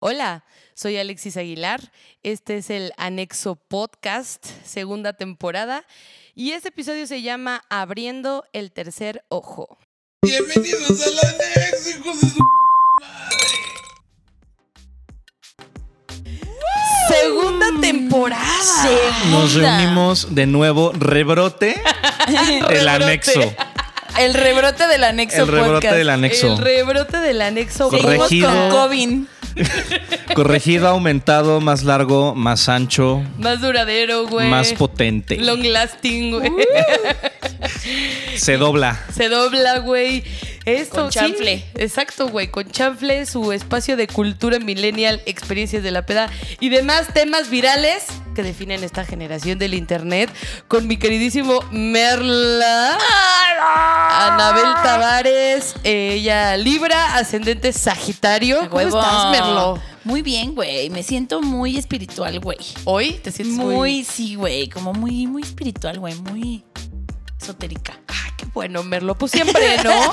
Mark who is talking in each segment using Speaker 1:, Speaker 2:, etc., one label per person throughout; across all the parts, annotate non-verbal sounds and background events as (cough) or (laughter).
Speaker 1: Hola, soy Alexis Aguilar. Este es el Anexo Podcast, segunda temporada. Y este episodio se llama Abriendo el Tercer Ojo.
Speaker 2: Bienvenidos al anexo, hijos de su
Speaker 1: Segunda temporada.
Speaker 3: Nos reunimos de nuevo, rebrote,
Speaker 1: Ah,
Speaker 3: el anexo.
Speaker 4: El rebrote del anexo
Speaker 3: El rebrote
Speaker 4: podcast.
Speaker 3: del anexo.
Speaker 1: El rebrote del anexo.
Speaker 4: Seguimos
Speaker 3: Corregido.
Speaker 4: con Cobin.
Speaker 3: Corregido, aumentado, más largo, más ancho,
Speaker 1: Más duradero, güey.
Speaker 3: más potente.
Speaker 1: Long lasting, güey.
Speaker 3: Se dobla.
Speaker 1: Se dobla, güey. Esto,
Speaker 4: Con chanfle.
Speaker 1: sí, exacto, güey. Con chanfle, su espacio de cultura millennial, experiencias de la peda y demás temas virales que definen esta generación del internet. Con mi queridísimo Merla. Anabel Tavares, eh, ella Libra, ascendente Sagitario. ¿Cómo
Speaker 4: Huevo.
Speaker 1: estás, Merlo?
Speaker 4: Muy bien, güey. Me siento muy espiritual, güey.
Speaker 1: Hoy te sientes
Speaker 4: Muy,
Speaker 1: muy.
Speaker 4: sí, güey. Como muy, muy espiritual, güey. Muy esotérica.
Speaker 1: Ah, qué bueno, Merlo. Pues siempre, (laughs) ¿no?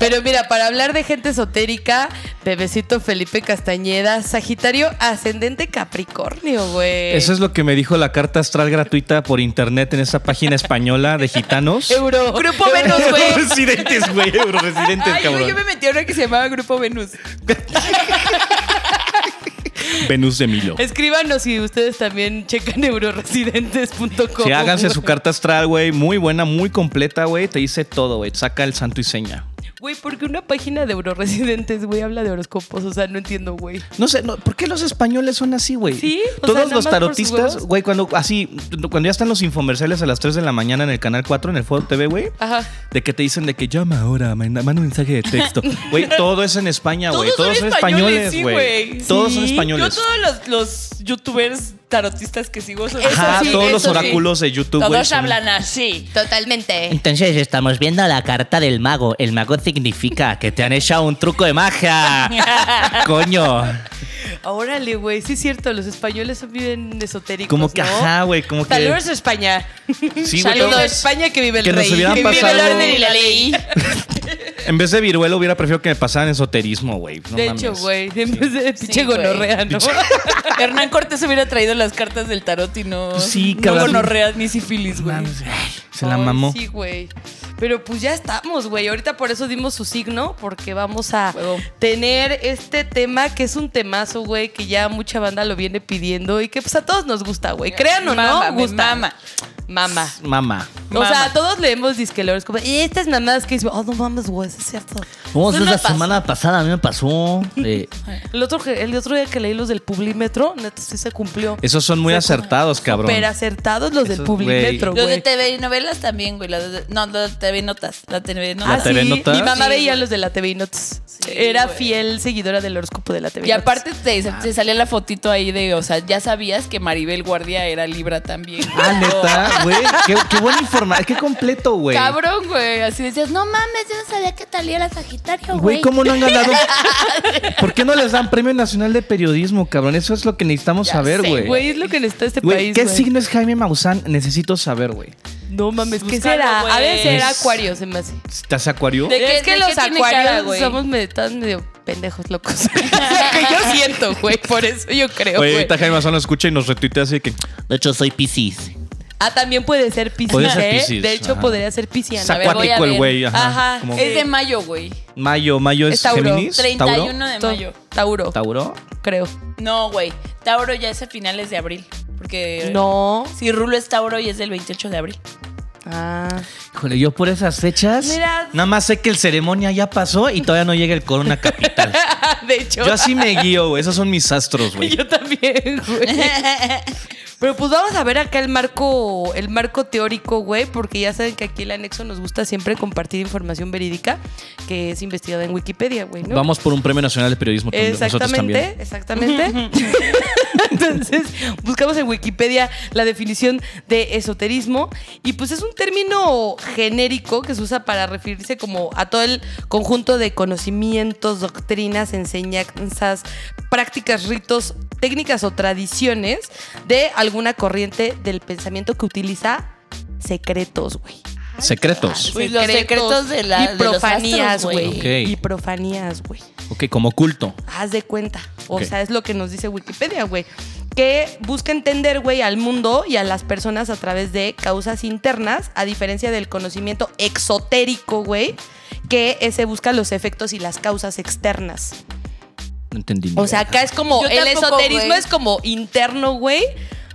Speaker 1: Pero mira, para hablar de gente esotérica, bebecito Felipe Castañeda, Sagitario ascendente Capricornio, güey.
Speaker 3: Eso es lo que me dijo la carta astral gratuita por internet en esa página española de gitanos.
Speaker 1: Euro.
Speaker 4: Grupo
Speaker 1: Euro-
Speaker 4: menos, güey.
Speaker 3: Residentes, güey, euroresidentes, cabrón.
Speaker 4: metí a una que se llamaba Grupo Venus.
Speaker 3: Venus de Milo.
Speaker 1: Escríbanos si ustedes también checan euroresidentes.com.
Speaker 3: Sí, háganse su carta astral, güey. Muy buena, muy completa, güey. Te dice todo, güey. Saca el santo y seña.
Speaker 1: Güey, porque una página de euroresidentes, güey, habla de horóscopos. O sea, no entiendo, güey.
Speaker 3: No sé, no, ¿por qué los españoles son así, güey?
Speaker 1: Sí, o sea,
Speaker 3: Todos
Speaker 1: nada más
Speaker 3: los
Speaker 1: por sus
Speaker 3: tarotistas,
Speaker 1: huevos.
Speaker 3: güey, cuando así, cuando ya están los infomerciales a las 3 de la mañana en el canal 4, en el Fuego TV, güey,
Speaker 1: Ajá.
Speaker 3: de que te dicen de que llama ahora, manda manda un mensaje
Speaker 1: (laughs)
Speaker 3: de texto. Güey, todo es en España, güey. Todos, son españoles, güey. Todos son
Speaker 4: Sí.
Speaker 3: españoles.
Speaker 4: Yo todos los, los youtubers tarotistas que sigo son
Speaker 3: Ajá,
Speaker 1: sí,
Speaker 3: todos los
Speaker 1: eso sí.
Speaker 3: oráculos de YouTube, güey.
Speaker 4: Todos
Speaker 3: son-
Speaker 4: hablan así. (laughs)
Speaker 1: Totalmente.
Speaker 5: Entonces estamos viendo la carta del mago. El mago significa que te han echado un truco de (laughs) magia. Coño.
Speaker 1: Órale, güey. Sí, es cierto. Los españoles son bien esotéricos.
Speaker 3: Como que,
Speaker 1: ¿no?
Speaker 3: ajá, güey, como que.
Speaker 1: Saludos a España.
Speaker 3: Sí, güey,
Speaker 1: Saludos a
Speaker 3: todos-
Speaker 1: España que vive el
Speaker 3: que nos
Speaker 1: rey.
Speaker 3: hubieran
Speaker 1: que vive el
Speaker 3: pasado-
Speaker 1: orden y la ley.
Speaker 3: En vez de viruelo, hubiera preferido que me pasaran esoterismo, güey. No
Speaker 1: de
Speaker 3: mames.
Speaker 1: hecho, güey, en vez de pinche
Speaker 4: güey.
Speaker 1: gonorrea, ¿no?
Speaker 4: (laughs) Hernán Cortés hubiera traído las cartas del tarot y no.
Speaker 3: Pues Sí,
Speaker 4: No
Speaker 3: cabrón.
Speaker 4: gonorreas ni sífilis, güey.
Speaker 3: Mames, ay, Se la
Speaker 1: Ay,
Speaker 3: mamó.
Speaker 1: Sí, güey. Pero pues ya estamos, güey. Ahorita por eso dimos su signo, porque vamos a
Speaker 4: Huevo.
Speaker 1: tener este tema, que es un temazo, güey, que ya mucha banda lo viene pidiendo y que pues a todos nos gusta, güey. Crean o
Speaker 4: Mama,
Speaker 1: no,
Speaker 4: me
Speaker 1: gusta.
Speaker 4: mama.
Speaker 1: Mama.
Speaker 3: Mamá.
Speaker 1: O
Speaker 4: Mama.
Speaker 1: sea, todos leemos disque el horóscopo. Y estas mamadas que dicen, oh, no mames, güey, eso es cierto.
Speaker 5: Vamos,
Speaker 1: Eso
Speaker 5: es
Speaker 1: no
Speaker 5: la
Speaker 1: pasa.
Speaker 5: semana pasada a mí me pasó. eh,
Speaker 1: El otro, que- el otro día que leí los del Publimetro, neta, sí se cumplió.
Speaker 3: Esos son muy acertados, cabrón.
Speaker 1: Pero acertados los del
Speaker 3: Esos,
Speaker 1: Publimetro,
Speaker 4: Los de
Speaker 1: güey.
Speaker 4: TV y novelas también, güey. los de- no, los de TV notas. La TV
Speaker 3: La
Speaker 1: Ah,
Speaker 4: notas.
Speaker 1: sí.
Speaker 3: TV Notas.
Speaker 1: Mi mamá
Speaker 4: Sí,
Speaker 1: veía
Speaker 4: güey.
Speaker 1: los de la TV Notas.
Speaker 4: Sí,
Speaker 1: Era
Speaker 4: güey.
Speaker 1: fiel seguidora del horóscopo de la TV
Speaker 4: Y aparte te, te salía la fotito ahí de, o sea, ya sabías que Maribel Guardia era Libra también.
Speaker 3: Ah,
Speaker 4: güey.
Speaker 3: neta, güey. Qué, qué buena información. Qué completo, güey.
Speaker 4: Cabrón, güey. Así decías, no mames.
Speaker 6: mames, yo no sabía que Talía era Sagitario,
Speaker 3: Güey,
Speaker 6: güey.
Speaker 3: ¿cómo no han ganado? ¿Por qué no les dan Premio Nacional de Periodismo, cabrón? Eso es lo que necesitamos
Speaker 4: Ya
Speaker 3: saber,
Speaker 4: sé,
Speaker 3: güey.
Speaker 1: Güey, es lo que necesita este
Speaker 3: Güey,
Speaker 1: país.
Speaker 3: ¿qué
Speaker 1: güey.
Speaker 3: signo es Jaime Maussan? Necesito saber, güey.
Speaker 1: No mames, ¿qué
Speaker 4: Búscalo,
Speaker 1: será?
Speaker 4: güey.
Speaker 1: A veces era
Speaker 3: Es-
Speaker 1: Acuario, se me hace.
Speaker 3: ¿Estás acuario?
Speaker 4: ¿De qué-
Speaker 1: es que
Speaker 4: de
Speaker 1: los
Speaker 4: qué tiene
Speaker 1: acuarios
Speaker 4: cara, güey?
Speaker 1: somos medio, tan medio pendejos locos. (laughs) Lo que yo siento, güey. Por eso yo creo,
Speaker 3: Güey,
Speaker 1: güey.
Speaker 3: ahorita Jaime Maussan lo escucha y nos retuitea así que...
Speaker 5: de hecho, soy Piscis.
Speaker 1: Ah, también puede ser Piscis,
Speaker 3: Puede ser
Speaker 1: ¿eh?
Speaker 3: Piscis,
Speaker 1: De hecho,
Speaker 3: ajá.
Speaker 1: podría ser Pisciana.
Speaker 3: Es
Speaker 4: ver, voy a
Speaker 3: acuático el
Speaker 4: ver.
Speaker 3: güey. Ajá.
Speaker 1: Ajá,
Speaker 3: como-
Speaker 4: Es de mayo, güey.
Speaker 3: Mayo, mayo es
Speaker 1: Tauro,
Speaker 3: Géminis.
Speaker 4: 31
Speaker 3: Tauro.
Speaker 4: de
Speaker 1: Ta-
Speaker 4: mayo.
Speaker 1: Tauro,
Speaker 3: Tauro.
Speaker 1: creo.
Speaker 4: No, güey. Tauro ya es a finales de abril. Porque.
Speaker 1: No.
Speaker 4: Si Rulo es Tauro y es del 28 de abril.
Speaker 1: Ah.
Speaker 5: Híjole, yo por esas fechas.
Speaker 1: Mira.
Speaker 5: Nada más sé que el ceremonia ya pasó y todavía no llega el Corona Capital.
Speaker 1: (laughs) De hecho,
Speaker 3: Yo así me guío, güey. Esos son mis astros,
Speaker 1: (laughs)
Speaker 3: güey.
Speaker 1: yo también, güey. Pero pues vamos a ver acá el marco, el marco teórico, güey, porque ya saben que aquí el anexo nos gusta siempre compartir información verídica que es investigada en Wikipedia, güey, ¿no?
Speaker 3: Vamos por un Premio Nacional de Periodismo tam- nosotros
Speaker 1: Exactamente,
Speaker 3: también.
Speaker 1: exactamente.
Speaker 3: (laughs)
Speaker 1: Entonces, buscamos en Wikipedia la definición de esoterismo y pues es un término genérico que se usa para referirse como a todo el conjunto de conocimientos, doctrinas, enseñanzas, prácticas, ritos, técnicas o tradiciones de alguna corriente del pensamiento que utiliza secretos, güey.
Speaker 3: Secretos.
Speaker 4: Uy, los secretos de la-
Speaker 1: y
Speaker 4: de los astros,
Speaker 1: profanías, güey.
Speaker 4: güey.
Speaker 3: Ok.
Speaker 1: Y profanías, güey.
Speaker 3: Ok, como culto.
Speaker 1: Haz de cuenta. O
Speaker 3: Ok.
Speaker 1: sea, es lo que nos dice Wikipedia, güey. Que busca entender, güey, al mundo y a las personas a través de causas internas, a diferencia del conocimiento exotérico, güey, que ese busca los efectos y las causas externas.
Speaker 3: No entendí.
Speaker 1: O sea, acá es como,
Speaker 4: Yo
Speaker 1: el
Speaker 4: tampoco,
Speaker 1: esoterismo
Speaker 4: güey.
Speaker 1: es como interno, güey.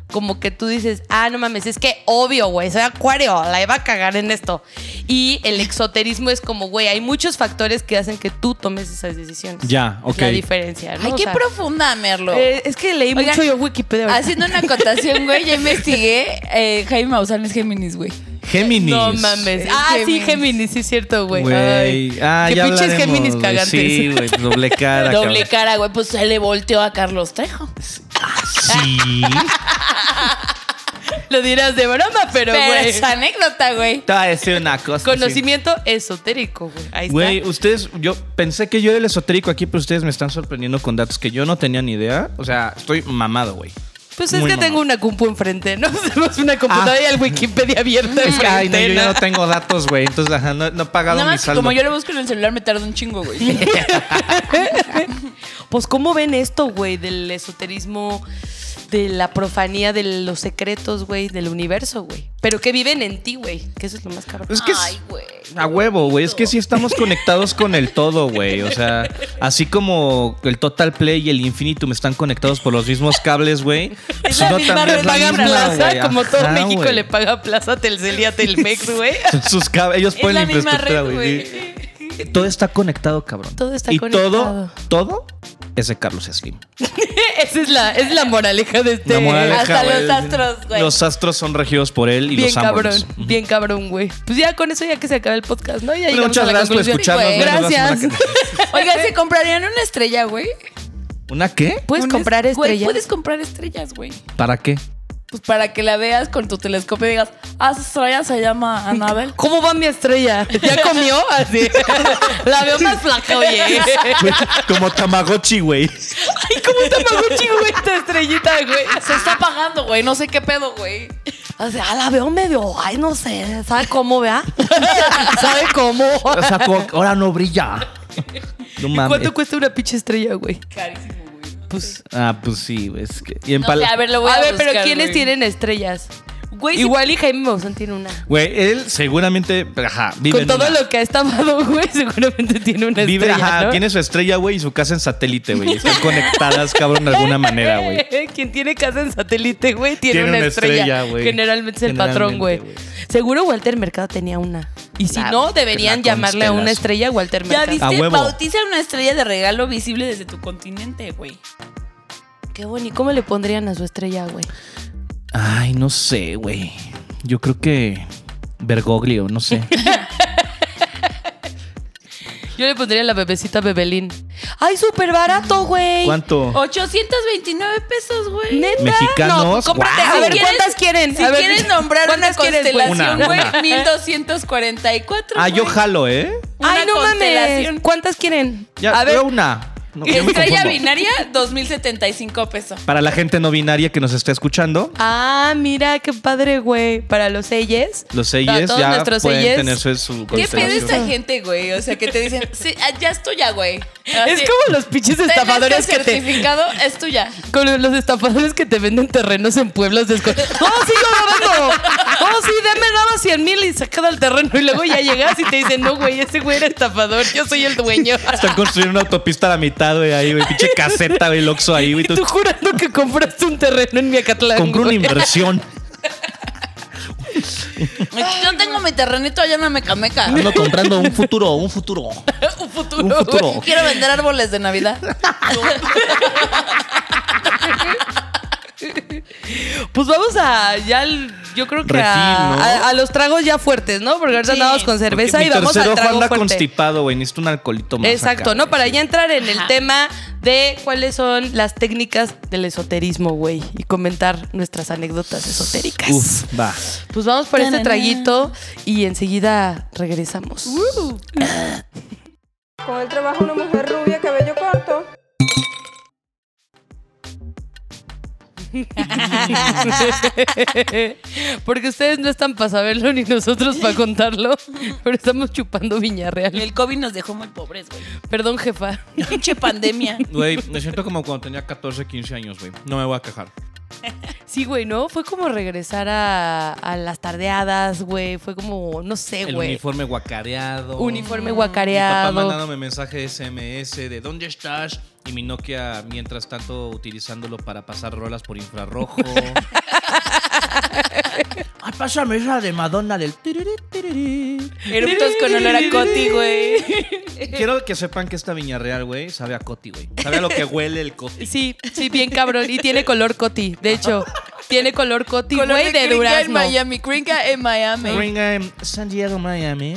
Speaker 1: Como que tú dices, ah, no mames, es que obvio, güey, soy acuario, la iba a cagar en esto. Y el exoterismo es como, güey, hay muchos factores que hacen que tú tomes esas decisiones.
Speaker 3: Ya,
Speaker 1: Es
Speaker 3: ok.
Speaker 1: La diferencia, ¿no?
Speaker 4: Ay,
Speaker 1: O
Speaker 4: qué
Speaker 1: sea,
Speaker 4: profunda, Merlo.
Speaker 1: eh, es que leí
Speaker 4: Oigan,
Speaker 1: mucho yo Wikipedia. ahorita.
Speaker 4: Haciendo una acotación, güey, ya investigué. eh, Jaime Maussan es Géminis, güey.
Speaker 3: Géminis.
Speaker 1: No mames.
Speaker 4: Es
Speaker 1: Ah, sí,
Speaker 4: Géminis.
Speaker 1: Géminis, sí es cierto, güey.
Speaker 3: Güey.
Speaker 1: Ay.
Speaker 3: Ah,
Speaker 1: Qué
Speaker 3: ya
Speaker 1: pinches
Speaker 3: hablaremos,
Speaker 1: Géminis
Speaker 3: güey.
Speaker 1: cagantes.
Speaker 3: Sí, güey, doble cara.
Speaker 4: Doble
Speaker 3: Ah, cabrón.
Speaker 4: cara, güey. Pues se le volteó a Carlos Trejo.
Speaker 3: Sí.
Speaker 1: (laughs) Lo dirás de broma, pero,
Speaker 4: Pero
Speaker 1: güey.
Speaker 4: es anécdota, güey.
Speaker 3: Te voy a decir una cosa. sí.
Speaker 1: Conocimiento esotérico, güey. Ahí está.
Speaker 3: Güey, ustedes, yo pensé que yo era el esotérico aquí, pero ustedes me están sorprendiendo con datos que yo no tenía ni idea. O sea, estoy mamado, güey.
Speaker 1: Pues es
Speaker 3: Muy
Speaker 1: que
Speaker 3: mamón. Ah.
Speaker 1: tengo una compu enfrente, ¿no? (laughs) Tenemos una computadora y el Wikipedia abierta
Speaker 3: Es que,
Speaker 1: enfrente.
Speaker 3: ay, no, yo ya
Speaker 1: ¿no?
Speaker 3: no tengo datos, güey. Entonces, ajá, no, no he pagado
Speaker 4: Nada
Speaker 3: mi
Speaker 4: más que
Speaker 3: saldo.
Speaker 4: como yo lo busco en el celular me tarda un
Speaker 3: (laughs)
Speaker 4: chingo, güey.
Speaker 1: Pues, ¿cómo ven esto, güey? Del esoterismo, de la profanía, de los secretos, güey, del universo, güey. Pero que viven en ti, güey. Que eso es lo más cabrón.
Speaker 3: Es que es-
Speaker 4: Ay, güey.
Speaker 3: A huevo, güey. Es que sí estamos conectados con el todo, güey. O sea, así como el Total Play y el Infinitum están conectados por los mismos cables, güey.
Speaker 1: Es
Speaker 3: pues
Speaker 1: la
Speaker 3: uno
Speaker 1: misma,
Speaker 3: también
Speaker 1: le
Speaker 3: es la
Speaker 1: paga
Speaker 3: misma,
Speaker 1: plaza,
Speaker 3: güey.
Speaker 1: como todo
Speaker 3: Ajá,
Speaker 1: México
Speaker 3: güey.
Speaker 1: le paga plaza, Telcel, a
Speaker 3: (laughs)
Speaker 1: Telmex, güey. (laughs)
Speaker 3: Sus cab- ellos
Speaker 4: Es
Speaker 3: ponen
Speaker 4: la
Speaker 3: la
Speaker 4: misma
Speaker 3: infraestructura,
Speaker 4: red,
Speaker 3: güey. Todo está conectado, cabrón.
Speaker 1: Todo está
Speaker 3: y
Speaker 1: conectado.
Speaker 3: todo, todo es de Carlos Slim.
Speaker 1: (laughs) Esa es la, es la moraleja de este...
Speaker 3: La moraleja,
Speaker 4: Hasta
Speaker 3: güey.
Speaker 4: los astros, güey.
Speaker 3: Los astros son regidos por él y
Speaker 1: Bien
Speaker 3: los
Speaker 1: cabrón,
Speaker 3: árboles. Ujú.
Speaker 1: bien cabrón, güey. Pues ya con eso ya que se acaba el podcast, ¿no? Ya llegamos
Speaker 3: muchas
Speaker 1: a la
Speaker 3: gracias por
Speaker 1: conclusión.
Speaker 3: escucharnos,
Speaker 4: güey.
Speaker 3: Nos vemos la
Speaker 1: Gracias.
Speaker 3: semana
Speaker 4: Oigan, ¿se comprarían una estrella, güey?
Speaker 3: ¿Una qué?
Speaker 1: ¿Puedes
Speaker 4: Una
Speaker 1: comprar
Speaker 4: es- güey,
Speaker 1: estrellas?
Speaker 4: Puedes comprar estrellas, güey.
Speaker 3: ¿Para qué?
Speaker 4: Pues para que la veas con tu telescopio y digas, ah, esa estrella se
Speaker 1: (laughs)
Speaker 4: llama Anabel.
Speaker 1: ¿Cómo va mi estrella? ¿Ya comió? (laughs) Así. La veo más flaca,
Speaker 3: (laughs)
Speaker 1: oye.
Speaker 3: Como Tamagotchi, güey.
Speaker 1: Ay, ¿cómo te Tamagotchi, güey, esta estrellita, güey?
Speaker 4: Se está apagando, güey. No sé qué pedo, güey.
Speaker 1: O sea, la veo medio, ay, no sé, ¿sabe cómo, vea? (laughs) ¿Sabe cómo?
Speaker 3: O sea, como que ahora
Speaker 1: (laughs)
Speaker 3: no brilla. No mames.
Speaker 1: ¿Cuánto cuesta una pinche estrella, güey?
Speaker 4: Carísimo, güey.
Speaker 1: Pues...
Speaker 3: Ah, pues sí, güey. Es que... Y en
Speaker 4: No
Speaker 3: pala-
Speaker 4: sé, a ver, lo voy a
Speaker 1: A ver,
Speaker 4: buscar,
Speaker 1: pero ¿quiénes
Speaker 4: güey.
Speaker 1: tienen estrellas?
Speaker 4: Güey, sí-
Speaker 1: Igual y Jaime Maussan tiene una.
Speaker 3: Güey, él seguramente, ajá, vive
Speaker 1: Con
Speaker 3: en
Speaker 1: todo
Speaker 3: una-
Speaker 1: lo que ha estafado, (laughs) güey, seguramente tiene una
Speaker 3: Vive,
Speaker 1: estrella,
Speaker 3: ajá,
Speaker 1: ¿no?
Speaker 3: tiene su estrella, güey, y su casa en satélite, güey. Están conectadas, cabrón, de alguna manera, güey.
Speaker 1: (laughs) Quien tiene casa en satélite, güey, tiene, una, estrella.
Speaker 3: güey.
Speaker 1: Generalmente es el
Speaker 3: Generalmente,
Speaker 1: patrón, güey.
Speaker 3: güey. Ah, pues,
Speaker 1: Seguro Walter Mercado tenía una. Y si
Speaker 3: La-
Speaker 1: no, deberían
Speaker 3: la
Speaker 1: llamarle a una
Speaker 3: constelación.
Speaker 1: estrella Walter
Speaker 4: Ya
Speaker 1: Mercado.
Speaker 3: A
Speaker 4: viste,
Speaker 3: huevo.
Speaker 4: bautiza una estrella de regalo visible desde tu continente, güey.
Speaker 1: Qué bonito. ¿Cómo le pondrían a su estrella, güey?
Speaker 3: Ay, no sé, güey. Yo creo que Bergoglio,
Speaker 1: (laughs)
Speaker 3: no sé.
Speaker 1: Yo le pondría la bebecita Bebelín. ¡Ay, súper barato, güey!
Speaker 3: ¿Cuánto?
Speaker 4: 829 pesos, güey.
Speaker 1: ¿Neta?
Speaker 3: Mexicanos,
Speaker 1: No, pues cómprate.
Speaker 3: wow.
Speaker 1: A ver,
Speaker 4: Si quieres-
Speaker 1: ¿cuántas quieren?
Speaker 4: Si
Speaker 1: a ver,
Speaker 4: quieres nombrar una
Speaker 1: ¿cuántas quieres, güey?
Speaker 4: constelación,
Speaker 3: Una,
Speaker 4: güey,
Speaker 3: una.
Speaker 4: 1244.
Speaker 3: Ah,
Speaker 4: güey.
Speaker 3: yo jalo, ¿eh?
Speaker 4: Una
Speaker 1: ¡Ay, no
Speaker 4: constelación.
Speaker 1: mames! ¿Cuántas quieren?
Speaker 3: Ya,
Speaker 1: a ver,
Speaker 3: veo una. No, yo me
Speaker 4: Estrella
Speaker 3: confundo.
Speaker 4: binaria, 2075 pesos.
Speaker 3: Para la gente no binaria que nos está escuchando,
Speaker 1: Ah, mira, qué padre, güey. Para los selles.
Speaker 3: los
Speaker 1: Para
Speaker 3: sellos
Speaker 1: todos
Speaker 3: ya
Speaker 1: nuestros
Speaker 3: pueden
Speaker 1: selles.
Speaker 3: tener su, su
Speaker 4: ¿Qué pedo
Speaker 3: constelación.
Speaker 4: esta gente, güey? O sea, que te dicen, sí, ah, ya es tuya, güey.
Speaker 1: Es como los pinches estafadores que te...
Speaker 4: certificado es tuya.
Speaker 1: Con los estafadores que te venden terrenos en pueblos desconocidos. ¡Oh, sí, yo lo vendo! ¡Oh, sí, dame nada más 100 mil y se queda el terreno! Y luego ya llegas y te dicen, no, güey, ese güey era estafador, yo soy el dueño.
Speaker 3: (laughs) Están construyendo una autopista a la mitad, güey, ahí, güey. Pinche caseta, güey, loxo ahí, güey.
Speaker 1: Y
Speaker 3: (laughs) tú-
Speaker 1: tú jurando que compraste un terreno en Miacatlán.
Speaker 3: Compré una
Speaker 1: güey.
Speaker 3: (laughs) inversión.
Speaker 4: Yo tengo mi terrenito allá en la mecameca.
Speaker 5: Ando comprando un futuro, un (laughs) futuro.
Speaker 1: un futuro.
Speaker 3: Un futuro.
Speaker 1: güey.
Speaker 4: Quiero vender árboles de Navidad.
Speaker 1: Pues vamos a ya, al- yo creo que
Speaker 3: Refil,
Speaker 1: a,
Speaker 3: ¿no?
Speaker 1: a- a los tragos ya fuertes, ¿no? Porque ahorita
Speaker 4: Sí.
Speaker 1: andamos con cerveza
Speaker 3: Porque
Speaker 1: y
Speaker 3: mi
Speaker 1: vamos
Speaker 3: tercer
Speaker 1: al
Speaker 3: ojo
Speaker 1: trago
Speaker 3: anda
Speaker 1: fuerte.
Speaker 3: constipado, güey. Necesito un alcoholito más.
Speaker 1: Exacto,
Speaker 3: acá,
Speaker 1: ¿no?
Speaker 3: güey,
Speaker 1: Para
Speaker 3: sí.
Speaker 1: ya entrar en el
Speaker 4: Ajá.
Speaker 1: tema de cuáles son las técnicas del esoterismo, güey, y comentar nuestras anécdotas esotéricas.
Speaker 3: Uf, va.
Speaker 1: Pues vamos por este
Speaker 4: Ta-na-na.
Speaker 1: traguito y enseguida regresamos.
Speaker 4: Uh.
Speaker 7: Con el trabajo una mujer rubia, cabello corto.
Speaker 1: (laughs) Porque ustedes no están para saberlo ni nosotros para contarlo, pero estamos chupando viña real.
Speaker 4: El COVID nos dejó muy pobres, güey.
Speaker 1: Perdón, jefa.
Speaker 4: Pinche
Speaker 1: (laughs)
Speaker 4: pandemia.
Speaker 3: Güey, me siento como cuando tenía 14, 15 años, güey. No me voy a quejar.
Speaker 1: Sí, güey, ¿no? Fue como regresar a, a las tardeadas, güey. Fue como, no sé,
Speaker 3: El
Speaker 1: güey.
Speaker 3: uniforme guacareado.
Speaker 1: Uniforme
Speaker 3: Mi papá
Speaker 1: guacareado.
Speaker 3: mandándome mensaje de SMS de ¿dónde estás? Y mi Nokia, mientras tanto, utilizándolo para pasar rolas por infrarrojo. (laughs)
Speaker 5: Ay, Ah, pásame esa de Madonna del... tirirí, tirirí.
Speaker 4: Eruptos con olor a coti, güey.
Speaker 3: Quiero que sepan que esta viña real, güey, sabe a coti, güey. Sabe a lo que huele el
Speaker 1: (laughs)
Speaker 3: coti.
Speaker 1: Sí, sí, bien cabrón. Y tiene color coti, de hecho. Tiene color coti, güey, de,
Speaker 4: crinca en
Speaker 1: durazno.
Speaker 4: Miami, crinca en Miami.
Speaker 3: Venga, em, San Diego, Miami.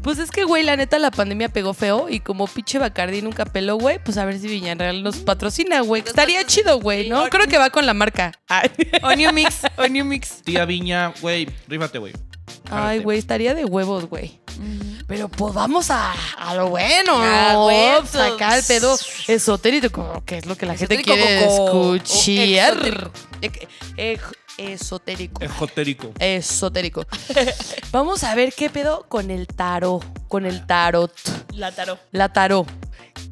Speaker 1: Pues es que, güey, la neta, la pandemia pegó feo. Y como pinche Bacardi nunca peló, güey, pues a ver si Villarreal nos patrocina, güey. Estaría chido, güey, ¿no? Creo que va con la marca.
Speaker 4: Onion mix, onion mix.
Speaker 3: Tía Viña, güey, rífate, güey.
Speaker 1: Ay, güey, estaría de huevos, güey. Pero pues vamos a, a lo bueno,
Speaker 4: A
Speaker 1: ¿no?
Speaker 4: huevos.
Speaker 1: sacar el pedo esotérico, como que es lo que la gente
Speaker 4: Esotérico,
Speaker 1: quiere
Speaker 4: coco, o e-
Speaker 1: escuchar.
Speaker 4: exotérico.
Speaker 1: Ec- ej- Esotérico.
Speaker 3: Ejotérico.
Speaker 1: Esotérico. Vamos a ver qué pedo con el tarot, con el tarot.
Speaker 4: La tarot.
Speaker 1: La tarot.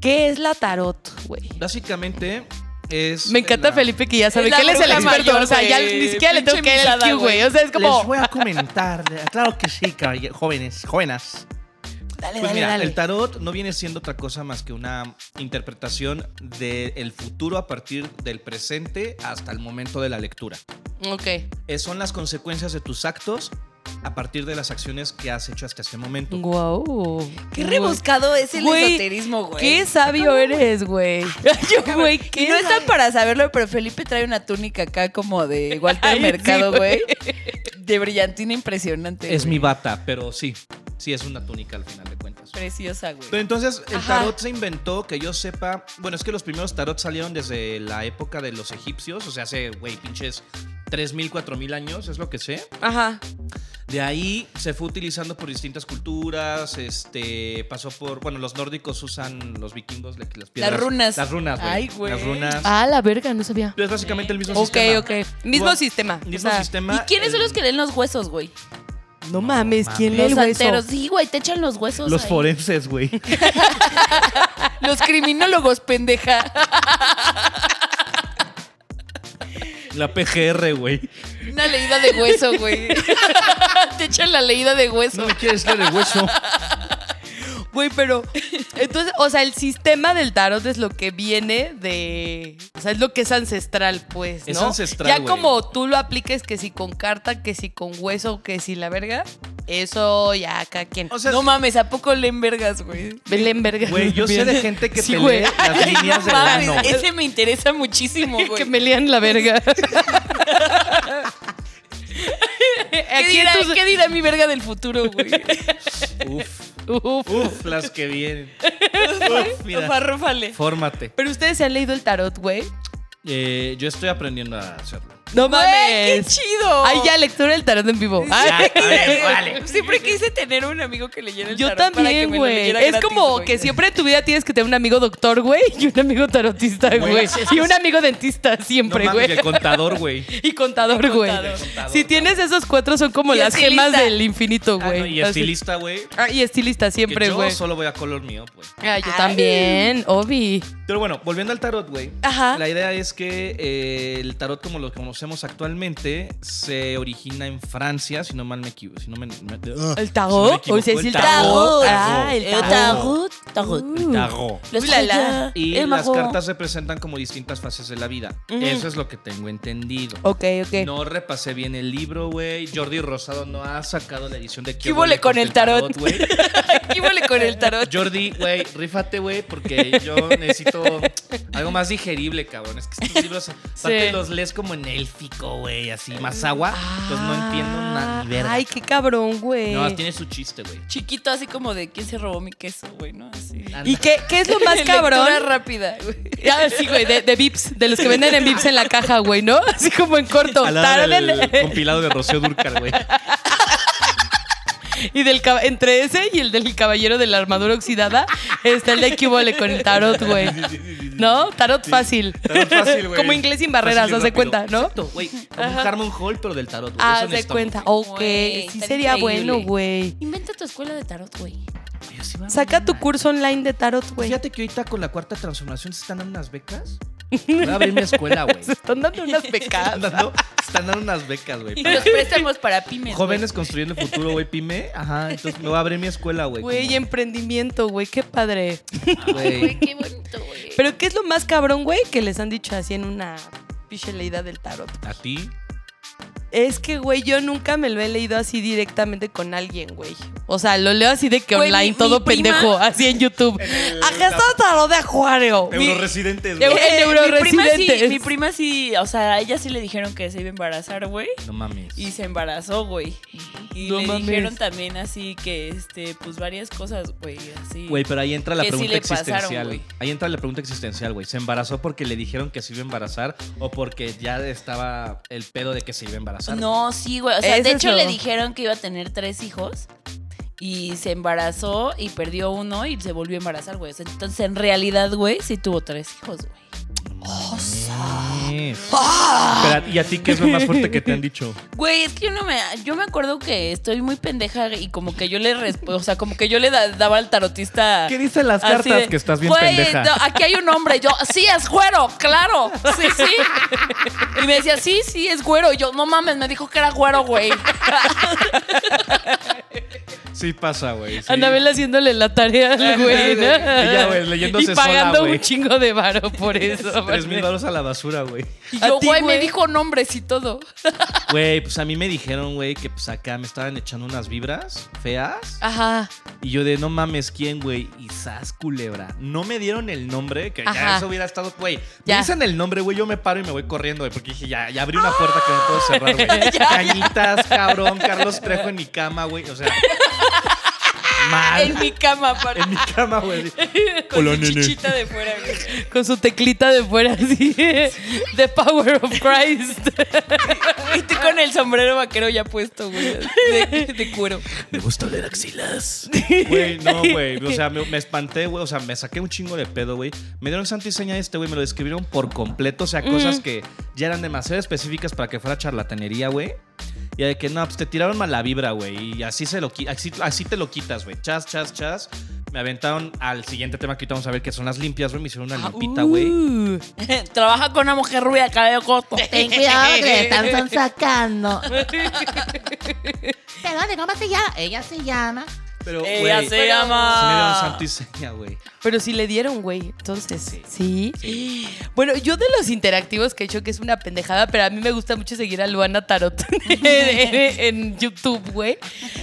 Speaker 1: ¿Qué es la tarot, güey?
Speaker 3: Básicamente es.
Speaker 1: Me encanta
Speaker 3: la-
Speaker 1: Felipe que ya sabe
Speaker 4: Es la
Speaker 1: que él es el
Speaker 4: bruja
Speaker 1: experto.
Speaker 4: mayor,
Speaker 1: o sea, ya
Speaker 4: güey.
Speaker 1: ni siquiera le tengo
Speaker 4: Pinche
Speaker 1: que dar el
Speaker 4: misada,
Speaker 1: cue, güey.
Speaker 4: güey.
Speaker 1: O sea, es
Speaker 5: Les
Speaker 1: como.
Speaker 5: voy a comentar. Claro que sí, caballe- jóvenes, jóvenes.
Speaker 1: Dale,
Speaker 3: Pues
Speaker 1: dale,
Speaker 3: mira,
Speaker 1: dale.
Speaker 3: el tarot no viene siendo otra cosa más que una interpretación del futuro a partir del presente hasta el momento de la lectura.
Speaker 1: Ok.
Speaker 3: Eh, son las consecuencias de tus actos a partir de las acciones que has hecho hasta ese momento.
Speaker 1: Wow.
Speaker 4: Qué rebuscado es el
Speaker 1: Güey,
Speaker 4: esoterismo, güey.
Speaker 1: Qué sabio eres,
Speaker 4: (laughs)
Speaker 1: güey. Yo, güey,
Speaker 4: Y
Speaker 1: qué.
Speaker 4: no están para saberlo, pero Felipe trae una túnica acá como de Walter
Speaker 1: (laughs) Ay, sí,
Speaker 4: Mercado,
Speaker 1: güey.
Speaker 4: güey. De brillantina impresionante.
Speaker 3: Es
Speaker 4: Este,
Speaker 3: mi
Speaker 4: güey.
Speaker 3: bata, pero sí, sí es una túnica al final de cuentas.
Speaker 4: Preciosa, güey.
Speaker 3: Pero entonces el
Speaker 1: Ajá.
Speaker 3: tarot se inventó, que yo sepa, bueno, es que los primeros tarot salieron desde la época de los egipcios, o sea, hace, güey, pinches 3.000, 4.000 años, es lo que sé.
Speaker 1: Ajá.
Speaker 3: De ahí se fue utilizando por distintas culturas, este, pasó por, bueno, los nórdicos usan los vikingos, le- las piedras.
Speaker 4: runas.
Speaker 3: Las runas, güey.
Speaker 4: Ay, güey.
Speaker 3: Las runas.
Speaker 1: Ah, la verga, no sabía.
Speaker 3: Es básicamente el mismo
Speaker 1: Ok,
Speaker 3: sistema.
Speaker 1: ok. Mismo
Speaker 3: Igual-
Speaker 1: sistema. o
Speaker 3: Mismo
Speaker 1: sea,
Speaker 3: sistema.
Speaker 4: ¿Y quiénes son
Speaker 3: el-
Speaker 4: los que leen los huesos, güey?
Speaker 1: No mames, ¿quién lee
Speaker 4: Los
Speaker 1: el hueso?
Speaker 4: santeros. Sí, güey, te echan los huesos.
Speaker 5: Los
Speaker 4: ahí.
Speaker 5: forenses, güey.
Speaker 4: Los criminólogos, pendeja.
Speaker 3: La PGR, güey.
Speaker 4: (laughs) Una leída de hueso, güey. (laughs) te echan la leída de hueso.
Speaker 3: No me quieres leer el hueso.
Speaker 1: Güey, pero. Entonces, o sea, el sistema del tarot es lo que viene de. O sea, es lo que es ancestral, pues.
Speaker 3: Es
Speaker 1: ¿no?
Speaker 3: ancestral,
Speaker 1: Ya
Speaker 3: güey.
Speaker 1: como tú lo apliques, que si con carta, que si con hueso, que si la verga, eso ya acá quien.
Speaker 3: O sea,
Speaker 4: no mames, ¿a poco leen vergas, güey?
Speaker 1: Belén verga.
Speaker 3: güey, yo sé de gente que
Speaker 1: Sí,
Speaker 3: te
Speaker 1: güey.
Speaker 3: (laughs) lee las líneas del
Speaker 4: Mames,
Speaker 3: ano.
Speaker 4: ese me interesa muchísimo, (laughs) güey.
Speaker 1: Que me lean la
Speaker 3: (laughs)
Speaker 1: verga.
Speaker 4: ¿Qué,
Speaker 1: Aquí
Speaker 4: dirá,
Speaker 1: tus-
Speaker 4: qué dirá mi verga del futuro, güey?
Speaker 3: Uf,
Speaker 1: Uf.
Speaker 3: uf, las que vienen. Uf, mira.
Speaker 4: Farrófale.
Speaker 3: Fórmate.
Speaker 1: Pero ustedes se han leído el tarot, güey.
Speaker 3: Eh, yo estoy aprendiendo a hacerlo.
Speaker 1: No
Speaker 4: Güey, ¡Qué
Speaker 1: mames.
Speaker 4: chido!
Speaker 1: Ay, ya, lectura del tarot en vivo. Ah, Ay,
Speaker 3: Eh,
Speaker 4: vale. Eh, Siempre quise tener un amigo que leyera el
Speaker 1: yo
Speaker 4: tarot para que
Speaker 1: también,
Speaker 4: me lo
Speaker 1: güey.
Speaker 4: leyera
Speaker 1: Es
Speaker 4: gratis,
Speaker 1: como
Speaker 4: güey.
Speaker 1: que siempre en tu vida tienes que tener un amigo doctor, güey, y un amigo tarotista, güey.
Speaker 3: es- es-
Speaker 1: Y un amigo dentista
Speaker 3: No
Speaker 1: siempre,
Speaker 3: mames,
Speaker 1: güey.
Speaker 3: el contador, güey.
Speaker 1: (laughs) Y contador, güey.
Speaker 4: contador.
Speaker 1: Si tienes esos cuatro, son como
Speaker 4: Y
Speaker 1: las gemas
Speaker 4: estilista.
Speaker 1: del infinito,
Speaker 3: Ah,
Speaker 1: güey.
Speaker 3: no, y
Speaker 1: Así.
Speaker 3: estilista, güey.
Speaker 1: Ah, y estilista
Speaker 3: Que
Speaker 1: siempre,
Speaker 3: yo
Speaker 1: güey.
Speaker 3: solo voy a color mío, güey.
Speaker 1: Ah, yo también, Obi.
Speaker 3: Pero bueno, volviendo al tarot, güey.
Speaker 1: Ajá.
Speaker 3: La idea es que eh, el tarot como lo conocemos actualmente se origina en Francia, si no mal me equivoco. Si no me, me-
Speaker 1: El tarot.
Speaker 3: Si no me equivoco,
Speaker 1: o sea, es
Speaker 3: el
Speaker 1: el tarot.
Speaker 3: tarot.
Speaker 1: Ah, el
Speaker 6: El
Speaker 1: tarot.
Speaker 6: tarot, tarot.
Speaker 3: el tarot.
Speaker 6: Los
Speaker 4: Uy, la, Mm, la.
Speaker 3: Y
Speaker 6: el
Speaker 3: las
Speaker 6: mago.
Speaker 3: cartas representan como distintas fases de la vida. Eso es lo que tengo entendido.
Speaker 1: Ok, ok.
Speaker 3: No repasé bien el libro, güey. Jordi Rosado no ha sacado la edición de
Speaker 4: ¿Qué huele con el tarot?
Speaker 1: (laughs)
Speaker 3: güey?
Speaker 4: ¿Qué huele con el (laughs) tarot?
Speaker 3: Jordi, güey, rífate, güey, porque yo necesito algo más digerible, cabrón. Es que
Speaker 1: (laughs)
Speaker 3: estos libros, aparte
Speaker 1: Sí. Eh, ah,
Speaker 3: los lees como en élfico, güey, así, más agua. Entonces no entiendo nada, ni verga.
Speaker 1: Ay, qué cabrón, güey.
Speaker 3: No, tiene su chiste, güey.
Speaker 4: Chiquito, así como de ¿quién se robó mi queso, güey? ¿No? Así.
Speaker 1: ¿Y qué, qué es
Speaker 3: (laughs)
Speaker 4: (laughs)
Speaker 1: lo más
Speaker 4: Lectura
Speaker 1: cabrón?
Speaker 4: rápida, (laughs) güey.
Speaker 1: Ah, sí, güey, de, de Vips, de los
Speaker 4: (laughs)
Speaker 1: que venden en Vips en la caja, güey, ¿no? (laughs) Así como en corto.
Speaker 3: Al lado del
Speaker 1: Tarde-
Speaker 3: compilado de Rocío Durcal, güey.
Speaker 1: y del cab- entre ese y el del caballero de la armadura oxidada está el de que hubo le con el tarot, güey. ¿No? Tarot fácil.
Speaker 3: Tarot fácil, güey.
Speaker 1: Como inglés sin barreras,
Speaker 3: Fácil y
Speaker 1: haz de
Speaker 3: rápido.
Speaker 1: cuenta, ¿no?
Speaker 3: Exacto, güey. Como un
Speaker 1: Ajá. Ah,
Speaker 3: Harmon Hall, pero del tarot. güey. Eso
Speaker 1: Haz de
Speaker 3: necesitamos.
Speaker 1: cuenta. Ok,
Speaker 4: Güey,
Speaker 1: sí
Speaker 4: está
Speaker 1: sería
Speaker 4: increíble.
Speaker 1: bueno, güey.
Speaker 6: Inventa tu escuela de tarot, güey.
Speaker 3: Oye, sí va,
Speaker 1: Saca tu curso online de tarot,
Speaker 3: güey.
Speaker 1: güey.
Speaker 3: Pues Fíjate que ahorita con la cuarta transformación se están dando unas becas. Voy a abrir mi escuela, güey.
Speaker 1: Se están dando
Speaker 3: (laughs)
Speaker 1: unas
Speaker 3: Están
Speaker 1: pecadas.
Speaker 3: dando, están dando unas becas, güey.
Speaker 4: Y
Speaker 3: para
Speaker 4: los préstamos para pymes.
Speaker 3: Jóvenes construyendo el futuro, güey, pyme. Ajá, entonces me voy a abrir mi escuela, güey.
Speaker 1: Güey,
Speaker 3: como-
Speaker 1: emprendimiento, güey, qué padre.
Speaker 3: güey.
Speaker 6: Qué bonito, güey.
Speaker 1: Pero ¿qué es lo más cabrón, güey, que les han dicho así en una pinche leída del tarot?
Speaker 3: A ti.
Speaker 1: Es que, güey, yo nunca me lo he leído así directamente con alguien, güey. O sea, lo leo así de que
Speaker 4: Güey,
Speaker 1: online,
Speaker 4: mi-
Speaker 1: todo
Speaker 4: mi prima-
Speaker 1: pendejo, así en YouTube. Acá está tarot de acuario. Mi-
Speaker 3: Euroresidentes,
Speaker 1: Eh, Eh,
Speaker 3: güey.
Speaker 4: Mi prima,
Speaker 1: neuroresidentes.
Speaker 4: sí, mi prima sí, o sea, a ella sí le dijeron que se iba a embarazar, güey.
Speaker 3: No mames.
Speaker 4: Y se embarazó, güey. Y
Speaker 1: No
Speaker 4: le
Speaker 1: mames.
Speaker 4: dijeron también así que, este, pues varias cosas, güey, así.
Speaker 3: Güey, pero ahí entra la
Speaker 4: Que sí
Speaker 3: pregunta
Speaker 4: le pasaron,
Speaker 3: existencial.
Speaker 4: güey.
Speaker 3: ahí entra la pregunta existencial, güey. ¿Se embarazó porque le dijeron que se iba a embarazar o porque ya estaba el pedo de que se iba a embarazar?
Speaker 4: No, sí, güey. O sea,
Speaker 1: Ese
Speaker 4: de
Speaker 1: es
Speaker 4: hecho
Speaker 1: lo-
Speaker 4: le dijeron que iba a tener tres hijos. Y se embarazó y perdió uno y se volvió a embarazar, güey. O sea, entonces, en realidad, güey, sí tuvo tres hijos, güey.
Speaker 3: Mames. Espera, ¿Y a ti qué es lo más fuerte que te han dicho?
Speaker 4: Güey, es que yo no me. Yo me acuerdo que estoy muy pendeja y como que yo le. resp- O sea, como que yo le da- daba al tarotista.
Speaker 3: ¿Qué dicen las
Speaker 4: así
Speaker 3: cartas?
Speaker 4: de,
Speaker 3: que estás bien
Speaker 4: "Güey,
Speaker 3: pendeja.
Speaker 4: no, aquí hay un hombre. Yo, sí, es güero, claro. Sí, sí. Y me decía, sí, sí, es güero. Y yo, no mames, me dijo que era güero, güey.
Speaker 3: Sí pasa, güey. sí.
Speaker 1: Anabel haciéndole la tarea
Speaker 3: (laughs)
Speaker 1: al güey. ¿no?
Speaker 3: Y ya, güey, leyéndose
Speaker 1: Y pagando
Speaker 3: sola, güey.
Speaker 1: un chingo de varo
Speaker 3: (laughs)
Speaker 1: por eso.
Speaker 3: Tres mil
Speaker 1: aparte.
Speaker 3: baros a la basura, güey.
Speaker 4: Y
Speaker 1: ¿A
Speaker 4: yo,
Speaker 1: ti,
Speaker 4: güey, me
Speaker 1: güey?
Speaker 4: dijo nombres y todo.
Speaker 3: Güey, pues a mí me dijeron, güey, que pues acá me estaban echando unas vibras feas.
Speaker 1: Ajá.
Speaker 3: Y yo de no mames, ¿quién, güey? Y sas culebra. No me dieron el nombre, que ya
Speaker 1: Ajá.
Speaker 3: eso hubiera estado, güey. Me
Speaker 1: Ya.
Speaker 3: dicen el nombre, güey, yo me paro y me voy corriendo, güey, porque dije, ya, ya abrí una puerta que no puedo cerrar,
Speaker 4: (laughs)
Speaker 3: güey. Cañitas, cabrón, Carlos Trejo en mi cama, güey. O sea,
Speaker 4: (laughs) En
Speaker 3: mal.
Speaker 4: mi
Speaker 3: (laughs)
Speaker 4: cama, aparte.
Speaker 3: En mi cama, güey.
Speaker 4: (laughs) Con
Speaker 3: Hola,
Speaker 4: su
Speaker 3: nene.
Speaker 4: chichita de fuera, güey.
Speaker 1: Con su teclita de fuera así. (laughs) The power of Christ.
Speaker 4: Y tú con el sombrero vaquero ya puesto, güey. De, de cuero.
Speaker 3: Me gusta oler axilas.
Speaker 1: (laughs)
Speaker 3: Güey, no, güey. O sea, me, me espanté, güey. O sea, me saqué un chingo de pedo, güey. Me dieron santa y seña a este, güey. Me lo describieron por completo. O sea, cosas que ya eran demasiado específicas para que fuera charlatanería, güey. Y de que, no, pues te tiraron mala vibra, güey. Y así, se lo, qui- así, así te lo quitas, güey. Chas, chas, chas. Me aventaron al siguiente tema que ahorita vamos a ver, que son las limpias, güey. Me hicieron una limpita, güey.
Speaker 1: Ah, Uh.
Speaker 4: Trabaja con una mujer rubia, cabello (laughs) corto.
Speaker 6: Ten cuidado que le están sacando. Pero de cómo se llama. Ella se llama.
Speaker 3: Pero,
Speaker 1: Eh,
Speaker 3: güey.
Speaker 4: Ella se
Speaker 3: sí me dieron
Speaker 4: llama.
Speaker 3: santo y seña, güey.
Speaker 1: Pero sí le dieron, güey. Entonces,
Speaker 3: Sí.
Speaker 1: sí. Bueno, yo de los interactivos que he hecho, que es una pendejada, pero a mí me gusta mucho seguir a Luana Tarot (laughs) en, en YouTube, güey.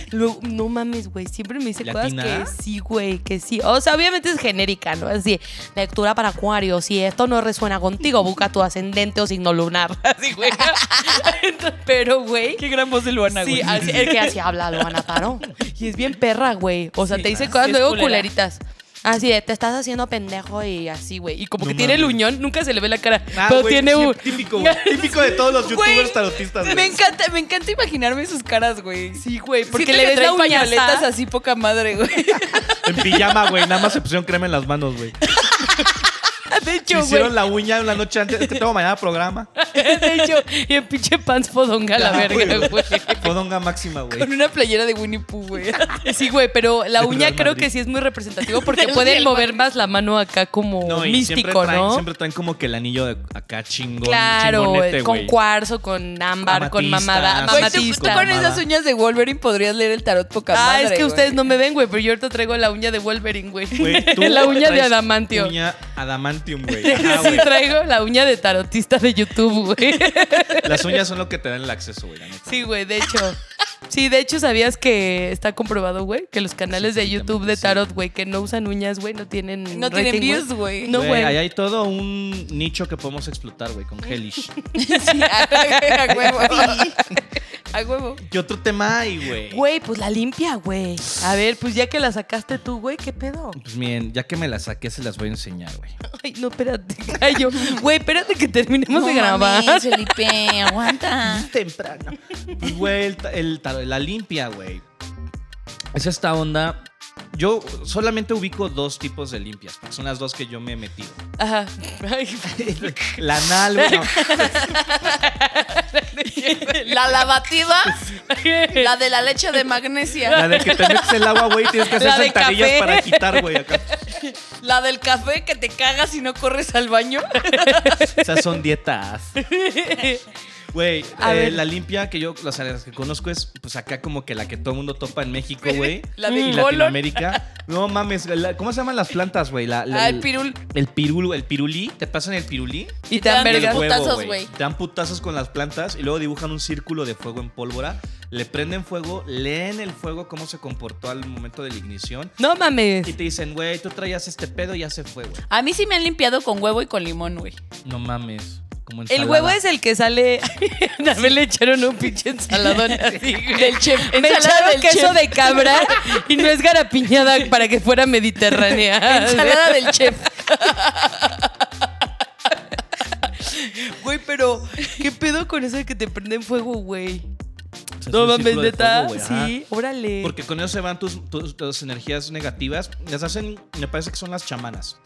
Speaker 1: Luego, No mames, güey. Siempre me dice
Speaker 3: ¿Le
Speaker 1: cosas
Speaker 3: atina?
Speaker 1: que sí, güey, que sí. O sea, obviamente es genérica, ¿no? Así, lectura para acuario. Si esto no resuena contigo, busca tu ascendente o signo lunar. (laughs) Así, güey. Entonces, pero, güey.
Speaker 4: Qué gran voz de Luana,
Speaker 1: Sí,
Speaker 4: güey.
Speaker 1: así- el que así habla Luana
Speaker 4: (laughs)
Speaker 1: Tarot. Y es bien perra, Ah, güey. O sea,
Speaker 4: Sí, ah,
Speaker 1: te dice
Speaker 4: sí,
Speaker 1: cosas
Speaker 4: es
Speaker 1: luego
Speaker 4: culera.
Speaker 1: culeritas. Así de, te estás haciendo pendejo y así, güey. Y como
Speaker 3: No
Speaker 1: que tiene el
Speaker 3: mames.
Speaker 1: uñón, nunca se le ve la cara.
Speaker 3: Ah,
Speaker 1: pero
Speaker 3: güey,
Speaker 1: tiene
Speaker 3: sí,
Speaker 1: un. (laughs)
Speaker 3: Típico, güey. Típico de todos los youtubers
Speaker 4: Güey,
Speaker 3: tarotistas, güey.
Speaker 4: Me encanta, me encanta imaginarme sus caras, güey.
Speaker 1: Sí, güey, porque
Speaker 4: Siento
Speaker 1: le ves
Speaker 4: que traen
Speaker 1: la uñazada.
Speaker 4: pañoletas así poca
Speaker 1: (laughs)
Speaker 4: madre, güey.
Speaker 3: En pijama, güey. Nada más se pusieron crema en las
Speaker 1: (laughs)
Speaker 3: manos, güey.
Speaker 1: De
Speaker 3: Se
Speaker 1: hecho, güey.
Speaker 3: hicieron la uña una noche antes. Es que tengo mañana programa.
Speaker 1: De hecho, y el pinche pants podonga (laughs) la
Speaker 3: Ah,
Speaker 1: verga, güey.
Speaker 3: Podonga máxima, güey.
Speaker 4: Con una playera de Winnie Pooh, güey.
Speaker 1: (laughs) Sí, güey, pero la
Speaker 3: Del
Speaker 1: uña
Speaker 3: Real
Speaker 1: creo
Speaker 3: Madrid.
Speaker 1: que sí es muy representativo porque pueden mover más la mano acá como
Speaker 3: y siempre
Speaker 1: místico,
Speaker 3: traen,
Speaker 1: ¿no?
Speaker 3: Siempre traen como que el anillo de acá chingón.
Speaker 1: claro,
Speaker 3: chingonete,
Speaker 1: con
Speaker 3: güey.
Speaker 1: cuarzo, con ámbar, con
Speaker 3: Amatista,
Speaker 1: mamada,
Speaker 3: así.
Speaker 4: Güey, tú- tú,
Speaker 1: mamatista.
Speaker 4: con esas uñas de Wolverine podrías leer el tarot poca
Speaker 1: Ah,
Speaker 4: madre.
Speaker 1: es que
Speaker 4: güey.
Speaker 1: ustedes no me ven, güey, pero yo ahorita traigo la uña de Wolverine, güey. (laughs)
Speaker 3: Güey, tú
Speaker 1: la uña de
Speaker 3: traes
Speaker 1: adamantio.
Speaker 3: Uña adamantium,
Speaker 1: (laughs)
Speaker 3: güey. Ajá,
Speaker 1: Sí,
Speaker 3: Ah, güey.
Speaker 1: traigo la uña de tarotista de YouTube, güey. (laughs)
Speaker 3: Las uñas son lo que te dan el acceso, güey. la neta.
Speaker 1: Sí, güey, de hecho. Sí, de hecho, ¿sabías que está comprobado, güey? Que los canales de YouTube de
Speaker 3: sí.
Speaker 1: tarot, güey, que no usan uñas, güey, no tienen
Speaker 4: No tienen
Speaker 1: rating,
Speaker 4: views, güey.
Speaker 1: No, güey.
Speaker 3: Ahí hay todo un nicho que podemos explotar, güey,
Speaker 1: (laughs)
Speaker 3: con Hellish.
Speaker 4: Sí, a huevo. A huevo.
Speaker 3: ¿Qué otro tema hay, güey?
Speaker 1: Güey, pues la limpia, güey. A ver, pues ya que la sacaste tú, güey, ¿qué pedo?
Speaker 3: Pues miren, ya que me las saqué, se las voy a enseñar, güey.
Speaker 1: (laughs) Ay, no, espérate, callo. Güey, espérate que terminemos de grabar.
Speaker 4: mames, Felipe, aguanta.
Speaker 3: temprano. Pues, güey, el ta- el ta- la limpia, güey. Es esta onda yo solamente ubico dos tipos de limpias, porque son las dos que yo me he metido.
Speaker 1: Ajá. Ay,
Speaker 3: La anal, güey, no.
Speaker 4: La lavatida, la de la leche de magnesia,
Speaker 3: la de que te metes el agua, güey, tienes que hacer
Speaker 1: La de
Speaker 3: sentadillas
Speaker 1: café.
Speaker 3: para quitar, güey. acá.
Speaker 4: la del café que te cagas y no corres al baño.
Speaker 3: Esas son dietas. Güey,
Speaker 1: A
Speaker 3: eh,
Speaker 1: ver.
Speaker 3: la limpia que yo, o sea, las que conozco es, pues acá como que la que todo el mundo topa en México, güey.
Speaker 4: La de
Speaker 3: y
Speaker 4: colon.
Speaker 3: Latinoamérica. No mames, la- ¿cómo se llaman las plantas, güey? La, la-
Speaker 4: Ah, el pirul.
Speaker 3: El pirul, el pirulí. ¿Te pasan el pirulí?
Speaker 1: Y tan
Speaker 4: dan de
Speaker 1: verga.
Speaker 4: los
Speaker 3: Huevo,
Speaker 4: putazos,
Speaker 3: güey.
Speaker 4: güey.
Speaker 3: Te dan putazos con las plantas y luego dibujan un círculo de fuego en pólvora. Le prenden fuego, leen el fuego, cómo se comportó al momento de la ignición.
Speaker 1: No mames.
Speaker 3: Y te dicen, güey, tú traías este pedo y ya se fue, güey.
Speaker 4: A mí sí me han limpiado con huevo y con limón, güey.
Speaker 3: No mames. Como
Speaker 1: El
Speaker 3: ensalada.
Speaker 1: huevo es el que sale. (laughs) A ver, le echaron un (laughs) pinche
Speaker 4: (laughs)
Speaker 1: ensaladón así.
Speaker 4: Del chef.
Speaker 1: Me
Speaker 4: ensalada
Speaker 1: echaron
Speaker 4: del
Speaker 1: queso
Speaker 4: chef.
Speaker 1: de cabra y no es garapiñada para que fuera mediterránea. (laughs)
Speaker 4: Ensalada del chef.
Speaker 1: Güey, pero ¿qué pedo con eso de que te prenden fuego, güey?
Speaker 3: Pues O sea, es
Speaker 1: No
Speaker 3: un
Speaker 1: mames,
Speaker 3: círculo de
Speaker 1: neta.
Speaker 3: fuego, güey, ajá.
Speaker 1: sí, órale.
Speaker 3: Porque con eso se van tus, tus- tus energías negativas. Las hacen, me parece que son las chamanas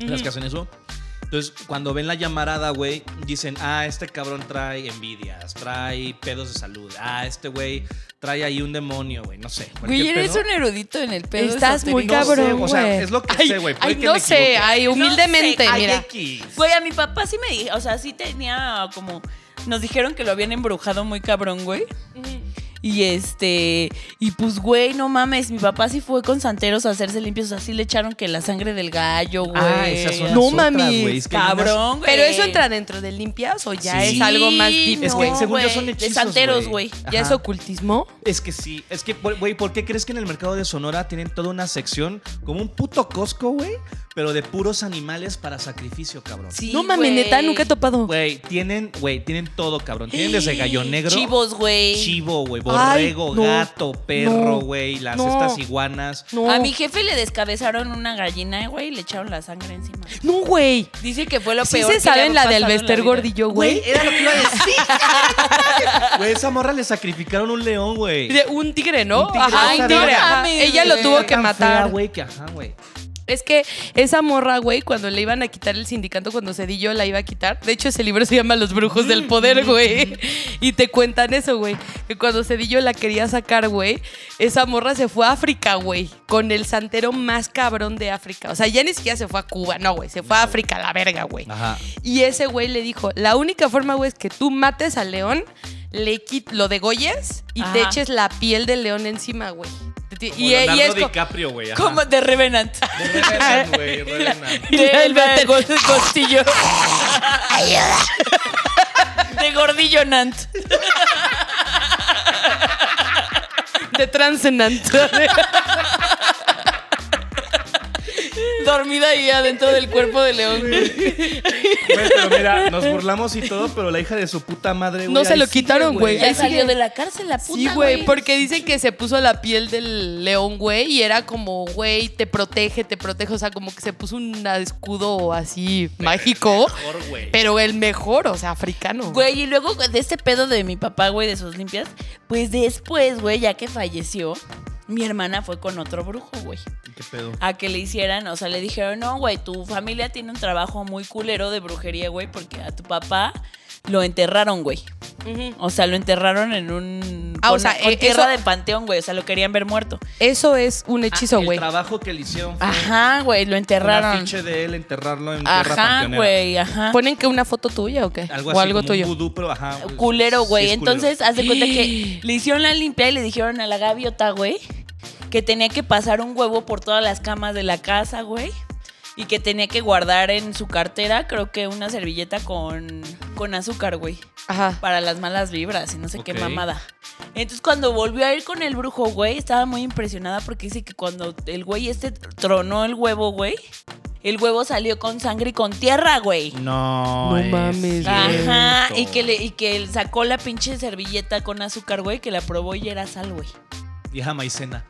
Speaker 3: las que hacen eso. Entonces, cuando ven la llamarada, güey, dicen, ah, este cabrón trae envidias, trae pedos de salud, ah, este güey trae ahí un demonio, güey, no sé. cualquier
Speaker 4: Güey, eres
Speaker 3: pedo.
Speaker 4: un erudito en el pedo.
Speaker 1: Estás
Speaker 4: esotérico.
Speaker 1: muy
Speaker 3: No sé,
Speaker 1: cabrón,
Speaker 3: o sea,
Speaker 1: güey.
Speaker 3: es lo que
Speaker 1: Ay,
Speaker 3: sé, güey, puede
Speaker 1: Ay,
Speaker 3: que
Speaker 1: no
Speaker 3: me
Speaker 1: sé,
Speaker 3: equivoque.
Speaker 1: ay, humildemente,
Speaker 4: No sé,
Speaker 1: mira.
Speaker 3: X.
Speaker 4: Güey, a mi papá sí me dijo, o sea, sí tenía como, nos dijeron que lo habían embrujado muy cabrón, güey. Y este, y pues, güey, no mames, mi papá sí fue con santeros a hacerse limpios, así le echaron que la sangre del gallo, güey.
Speaker 3: Ah, esas son
Speaker 1: No
Speaker 3: las otras,
Speaker 1: mames,
Speaker 3: güey, es que hay unas-
Speaker 4: Cabrón, güey.
Speaker 1: Pero eso entra dentro de limpias o ya
Speaker 3: Sí.
Speaker 1: es algo más
Speaker 4: Sí,
Speaker 1: deep.
Speaker 3: Es que
Speaker 4: No,
Speaker 3: según yo
Speaker 4: güey,
Speaker 3: son
Speaker 4: de
Speaker 3: hechizos,
Speaker 4: santeros, güey.
Speaker 1: ¿Ya es
Speaker 3: Ajá.
Speaker 1: ocultismo?
Speaker 3: Es que sí, es que, güey, ¿por qué crees que en el mercado de Sonora tienen toda una sección como un puto Costco, güey? Pero de puros animales para sacrificio, cabrón.
Speaker 4: Sí,
Speaker 1: no mames,
Speaker 4: güey.
Speaker 1: neta, nunca he topado.
Speaker 3: Güey, tienen, güey, tienen todo, cabrón.
Speaker 4: (gasps)
Speaker 3: Tienen desde gallo negro.
Speaker 4: Chivos, güey.
Speaker 3: Chivo, güey,
Speaker 1: Ay,
Speaker 3: borrego,
Speaker 1: no,
Speaker 3: gato,
Speaker 1: no,
Speaker 3: perro, güey, las
Speaker 1: no.
Speaker 3: estas iguanas.
Speaker 1: No.
Speaker 4: A mi jefe le descabezaron una gallina, güey, y le echaron la sangre encima.
Speaker 1: No, güey.
Speaker 4: Dice que fue lo
Speaker 1: Sí
Speaker 4: peor.
Speaker 1: se
Speaker 4: que le
Speaker 1: saben la
Speaker 4: había
Speaker 1: de
Speaker 4: pasado en
Speaker 1: Alvester
Speaker 4: la vida.
Speaker 1: Gordillo, güey.
Speaker 3: era lo que iba a decir. Güey, esa morra le sacrificaron un león, güey.
Speaker 1: De un tigre, ¿no?
Speaker 3: Un tigre,
Speaker 1: Ajá,
Speaker 3: esa
Speaker 1: un tigre.
Speaker 3: verga.
Speaker 1: ajá.
Speaker 4: Mames,
Speaker 1: Ella lo
Speaker 4: güey.
Speaker 1: tuvo
Speaker 3: Era
Speaker 1: que
Speaker 3: tan fea,
Speaker 1: matar.
Speaker 3: güey, que ajá, güey.
Speaker 1: Es que esa morra, güey, cuando le iban a quitar el sindicato, cuando Cedillo la iba a quitar. De hecho, ese libro se llama Los Brujos del Poder, güey. Y te cuentan eso, güey. Que cuando Cedillo la quería sacar, güey, esa morra se fue a África, güey. Con el santero más cabrón de África. O sea, ya ni siquiera se fue a Cuba, no, güey. Se fue a África, la verga, güey.
Speaker 3: Ajá.
Speaker 1: Y ese güey le dijo, la única forma, güey, es que tú mates al león, le quit lo degolles y te
Speaker 4: Ajá.
Speaker 1: eches la piel del león encima, güey. Te- te-
Speaker 3: Como
Speaker 1: Y, y es co-
Speaker 3: DiCaprio, güey. ajá. (laughs)
Speaker 4: (laughs) Como de Revenant.
Speaker 3: De Revenant, güey, Revenant.
Speaker 1: (laughs) Y la- el verte- (laughs)
Speaker 4: Costillo. De Gordillo Nant.
Speaker 1: de Transcendent.
Speaker 4: Dormida ahí adentro del cuerpo de león.
Speaker 3: Güey, pero mira, nos burlamos y todo, pero la hija de su puta madre, güey.
Speaker 1: No se
Speaker 3: ahí
Speaker 1: lo
Speaker 3: sigue,
Speaker 1: quitaron, güey.
Speaker 4: Ya
Speaker 1: Ahí sigue.
Speaker 4: salió de la cárcel la puta,
Speaker 1: Sí, güey, porque dicen que se puso la piel del león, güey, y era como, güey, te protege, te protege, o sea, como que se puso un escudo así mágico,
Speaker 3: Mejor, güey.
Speaker 1: pero el mejor, o sea, africano.
Speaker 4: Güey, y luego de este pedo de mi papá, güey, de sus limpias, pues después, güey, ya que falleció, mi hermana fue con otro brujo, güey.
Speaker 3: ¿Qué pedo?
Speaker 4: a que le hicieran, o sea, le dijeron, no, güey, tu familia tiene un trabajo muy culero de brujería, güey, porque a tu papá lo enterraron, güey.
Speaker 1: Ujú.
Speaker 4: O sea, lo enterraron en un...
Speaker 1: Ah, o sea,
Speaker 4: con
Speaker 1: eh,
Speaker 4: tierra
Speaker 1: eso-
Speaker 4: de panteón, güey, o sea, lo querían ver muerto.
Speaker 1: Eso es un
Speaker 4: Ah,
Speaker 1: hechizo,
Speaker 3: El
Speaker 1: güey.
Speaker 3: trabajo que le hicieron fue
Speaker 4: Ajá, güey, lo
Speaker 3: un
Speaker 4: enterraron.
Speaker 3: afiche de él, enterrarlo en tierra
Speaker 4: Ajá,
Speaker 3: panteonera.
Speaker 4: güey, ajá.
Speaker 1: ¿Ponen que una foto tuya o qué?
Speaker 3: Algo así
Speaker 1: o algo
Speaker 3: como un
Speaker 1: tuyo.
Speaker 3: vudú, pero ajá.
Speaker 4: Eh,
Speaker 3: pues,
Speaker 4: culero, güey.
Speaker 3: sí es culero.
Speaker 4: Entonces, haz de
Speaker 3: (gasps)
Speaker 4: cuenta que le hicieron la limpia y le dijeron a la gaviota, güey, que tenía que pasar un huevo por todas las camas de la casa, güey. Y que tenía que guardar en su cartera, creo que una servilleta con, con azúcar, güey.
Speaker 1: Ajá.
Speaker 4: Para las malas vibras y no sé
Speaker 3: Ok.
Speaker 4: qué mamada. Entonces, cuando volvió a ir con el brujo, güey, estaba muy impresionada porque dice que cuando el güey este tronó el huevo, güey, el huevo salió con sangre y con tierra, güey.
Speaker 3: No.
Speaker 1: No
Speaker 3: es
Speaker 1: mames,
Speaker 4: Ajá,
Speaker 3: cierto.
Speaker 4: y que, le, y que él sacó la pinche servilleta con azúcar, güey, que la probó y era sal, güey.
Speaker 3: Vieja
Speaker 4: (laughs)
Speaker 3: maicena.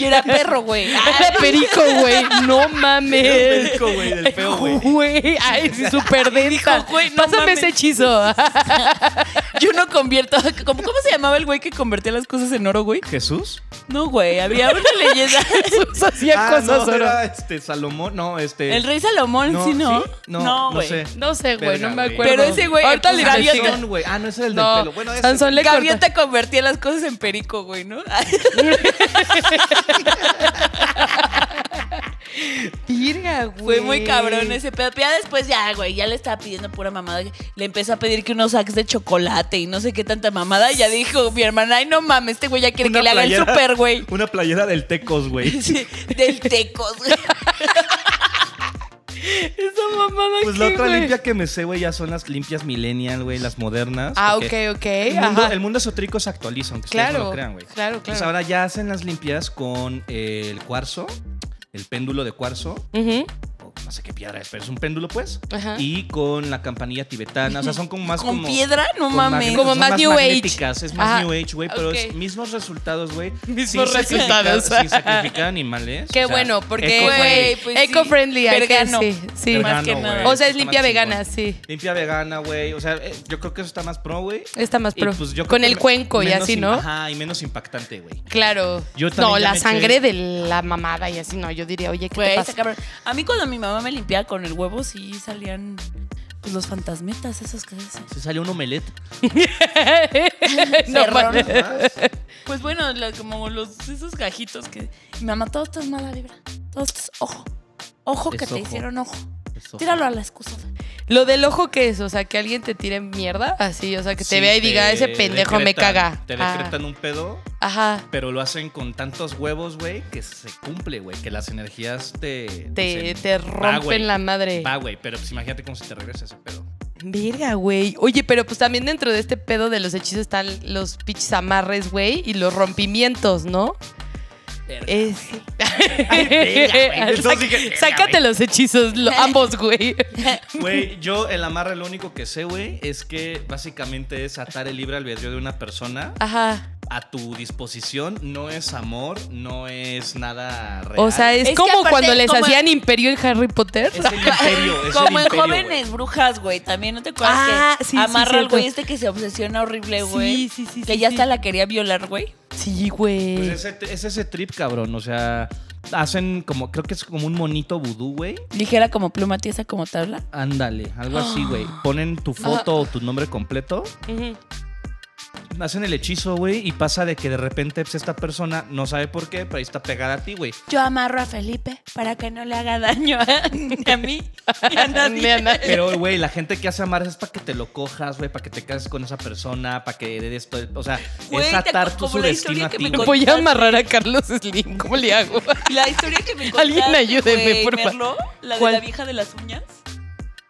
Speaker 4: Y era
Speaker 3: (laughs)
Speaker 4: perro, güey. Ah,
Speaker 1: Era (laughs) perico, güey. No
Speaker 3: El
Speaker 1: mames.
Speaker 3: médico, güey, del
Speaker 4: (laughs)
Speaker 3: feo, güey.
Speaker 1: Güey, ay, sí, súper densa.
Speaker 4: güey, no
Speaker 1: Pásame
Speaker 4: mames.
Speaker 1: ese hechizo. Ah, (laughs)
Speaker 4: Yo no convierto. ¿Cómo, cómo se llamaba el güey que convertía las cosas en oro, güey?
Speaker 3: ¿Jesús?
Speaker 4: No, güey. Había una
Speaker 3: (laughs)
Speaker 4: leyenda.
Speaker 1: Jesús hacía
Speaker 3: Ah,
Speaker 1: cosas
Speaker 3: no,
Speaker 1: oro.
Speaker 3: era este, Salomón, no, este...
Speaker 4: El rey Salomón,
Speaker 3: no,
Speaker 4: ¿sí no?
Speaker 3: ¿sí? No, no
Speaker 4: güey.
Speaker 3: sé.
Speaker 1: No sé, güey,
Speaker 3: Verga,
Speaker 1: no me
Speaker 3: güey.
Speaker 1: acuerdo.
Speaker 4: Pero ese güey,
Speaker 1: Ahorita
Speaker 4: pues,
Speaker 1: le
Speaker 4: Gaviota.
Speaker 1: investigo.
Speaker 3: Sansón, güey. Ah, no, ese era el del
Speaker 1: No,
Speaker 3: pelo. Bueno, ese.
Speaker 1: Sansón le corta.
Speaker 4: Gaviota convertía las cosas en perico, güey, ¿no?
Speaker 1: Virga, güey.
Speaker 4: Fue muy cabrón ese pedo. Pero ya después ya, güey, ya le estaba pidiendo pura mamada. Le empezó a pedir que unos sacks de chocolate y no sé qué tanta mamada. Y ya dijo mi hermana, ay, no mames, este güey ya quiere
Speaker 3: Una
Speaker 4: que le haga el
Speaker 3: playera-
Speaker 4: super, güey.
Speaker 3: (laughs) Una playera del Tecos,
Speaker 4: (laughs)
Speaker 3: güey.
Speaker 4: Sí, del tecos, güey.
Speaker 1: Esa mamada
Speaker 3: Pues la
Speaker 1: qué,
Speaker 3: otra
Speaker 1: güey?
Speaker 3: limpia que me sé, güey, ya son las limpias millennial, güey, las modernas.
Speaker 1: Ah, ok,
Speaker 3: porque
Speaker 1: ok.
Speaker 3: El mundo,
Speaker 1: ajá.
Speaker 3: el mundo esotérico se actualiza, aunque ustedes no
Speaker 1: Claro,
Speaker 3: lo crean, güey.
Speaker 1: claro,
Speaker 3: Entonces
Speaker 1: claro.
Speaker 3: ahora ya hacen las limpias con eh, el cuarzo, el péndulo de cuarzo,
Speaker 1: Ujú,
Speaker 3: o no sé qué piedra es, pero es un péndulo, pues.
Speaker 1: Ajá.
Speaker 3: Y con la campanilla tibetana, o sea, son como más
Speaker 4: Con
Speaker 3: como...
Speaker 4: piedra, no
Speaker 3: con
Speaker 4: mames.
Speaker 3: magnetos,
Speaker 1: Como
Speaker 3: son
Speaker 1: más New Age.
Speaker 3: magnéticas, Es más
Speaker 1: Ajá.
Speaker 3: New Age, güey, pero
Speaker 1: Ok.
Speaker 3: es mismos resultados, güey.
Speaker 1: (laughs) Mismos
Speaker 3: sin sacrificar-
Speaker 1: resultados.
Speaker 3: Sin sacrificar animales.
Speaker 1: Qué
Speaker 3: o sea,
Speaker 1: bueno, porque
Speaker 3: eco-friendly.
Speaker 1: güey,
Speaker 4: Güey, pues sí.
Speaker 1: eco-friendly, hay que
Speaker 4: Vegano.
Speaker 1: sí, sí.
Speaker 4: Vegano. más que
Speaker 3: güey,
Speaker 4: nada.
Speaker 1: O sea, es
Speaker 3: está
Speaker 1: limpia
Speaker 3: más
Speaker 1: vegana,
Speaker 3: chingón.
Speaker 1: sí.
Speaker 3: Limpia vegana, güey. O sea, eh, yo creo que eso está más pro, güey.
Speaker 1: Está más
Speaker 3: Y,
Speaker 1: pro.
Speaker 3: pues, yo creo
Speaker 1: Con
Speaker 3: que
Speaker 1: el
Speaker 3: me-
Speaker 1: cuenco y
Speaker 3: menos
Speaker 1: así,
Speaker 3: im-
Speaker 1: ¿no?
Speaker 3: Ajá, y menos impactante, güey.
Speaker 1: Claro.
Speaker 3: Yo también
Speaker 1: no,
Speaker 3: ya
Speaker 1: la
Speaker 3: me
Speaker 1: sangre
Speaker 3: eché-
Speaker 1: de la mamada y así, no. Yo diría, oye, ¿qué
Speaker 4: Güey,
Speaker 1: te
Speaker 4: está
Speaker 1: pasa?
Speaker 4: cabrón. A mí cuando mi mamá me limpiaba con el huevo, sí salían pues, los fantasmetas, esos que dicen.
Speaker 3: Se salió un omelette.
Speaker 1: (laughs) (laughs) No,
Speaker 4: Ferrón.
Speaker 1: mames.
Speaker 4: Pues bueno, la- como los, esos gajitos que. Mi mamá, todo esto es mala vibra. Todo esto es ojo. Ojo
Speaker 3: Es
Speaker 4: que te
Speaker 3: ojo.
Speaker 4: hicieron ojo. Tíralo a la excusa.
Speaker 1: Lo del ojo que es, o sea, que alguien te tire mierda, así, o sea, que te
Speaker 3: Sí,
Speaker 1: vea y diga, ese pendejo me
Speaker 3: decretan-
Speaker 1: caga.
Speaker 3: Te
Speaker 1: Ah,
Speaker 3: decretan un pedo,
Speaker 1: Ajá.
Speaker 3: pero lo hacen con tantos huevos, güey, que se cumple, güey. Que las energías te.
Speaker 1: Te,
Speaker 3: dicen,
Speaker 1: te
Speaker 3: "Va, güey,
Speaker 1: rompen la madre.
Speaker 3: Pues Va, güey, pero pues imagínate cómo se te regresa
Speaker 1: (laughs)
Speaker 3: ese pedo.
Speaker 1: Verga, güey. Oye, pero pues también dentro de este pedo de los hechizos están los pinches amarres, güey, y los rompimientos, ¿no? Es... (laughs)
Speaker 3: Entonces
Speaker 1: Sac-
Speaker 3: dije, verga,
Speaker 1: Sácate los hechizos, lo- ambos, güey.
Speaker 3: Güey, yo el amarre lo único que sé, güey, es que básicamente es atar el libre albedrío de una persona
Speaker 1: Ajá.
Speaker 3: a tu disposición. No es amor, no es nada real.
Speaker 1: O sea, es,
Speaker 4: Es que
Speaker 1: como
Speaker 4: aparte,
Speaker 1: cuando les
Speaker 4: como-
Speaker 1: hacían imperio en Harry Potter.
Speaker 3: es el
Speaker 1: (laughs)
Speaker 3: imperio. Es el
Speaker 4: Como en
Speaker 3: imperio, güey.
Speaker 4: jóvenes brujas, güey. También no te acuerdas
Speaker 1: Ah,
Speaker 4: que
Speaker 1: sí, sí,
Speaker 4: amarra al
Speaker 1: cierto.
Speaker 4: güey este que se obsesiona horrible,
Speaker 1: Sí,
Speaker 4: güey.
Speaker 1: sí, sí,
Speaker 4: Que
Speaker 1: sí,
Speaker 4: ya
Speaker 1: sí.
Speaker 4: hasta la quería violar, güey.
Speaker 1: Sí, güey. (laughs)
Speaker 3: Pues ese- es, ese trip, cabrón. O sea, hacen como, creo que es como un monito vudú, güey.
Speaker 4: Ligera como pluma, tiesa como tabla.
Speaker 3: Ándale,
Speaker 1: (gasps)
Speaker 3: algo así, güey. Ponen tu foto o tu nombre completo.
Speaker 1: Ah. Ujú.
Speaker 3: Hacen el hechizo, güey, y pasa de que de repente pues, esta persona no sabe por qué, pero ahí está pegada a ti, güey.
Speaker 4: Yo amarro a Felipe para que no le haga daño a, ni a mí ni a nadie.
Speaker 1: (laughs) Ni a nadie.
Speaker 3: Pero, güey, la gente que hace amar es para que te lo cojas, güey, para que te cases con esa persona, para que heredes todo. el- O sea,
Speaker 4: Güey,
Speaker 3: es
Speaker 4: te acu-
Speaker 3: atar tu
Speaker 4: como la
Speaker 3: subestima
Speaker 4: historia
Speaker 3: a
Speaker 4: que
Speaker 3: ti,
Speaker 4: me
Speaker 3: güey.
Speaker 1: Voy a amarrar a Carlos Slim. ¿Cómo le
Speaker 4: (laughs)
Speaker 1: hago?
Speaker 4: La historia que me contaste,
Speaker 1: Alguien ayúdeme,
Speaker 4: güey,
Speaker 1: porfa.
Speaker 4: Merlo, La de
Speaker 1: ¿Cuál?
Speaker 4: la vieja de las uñas.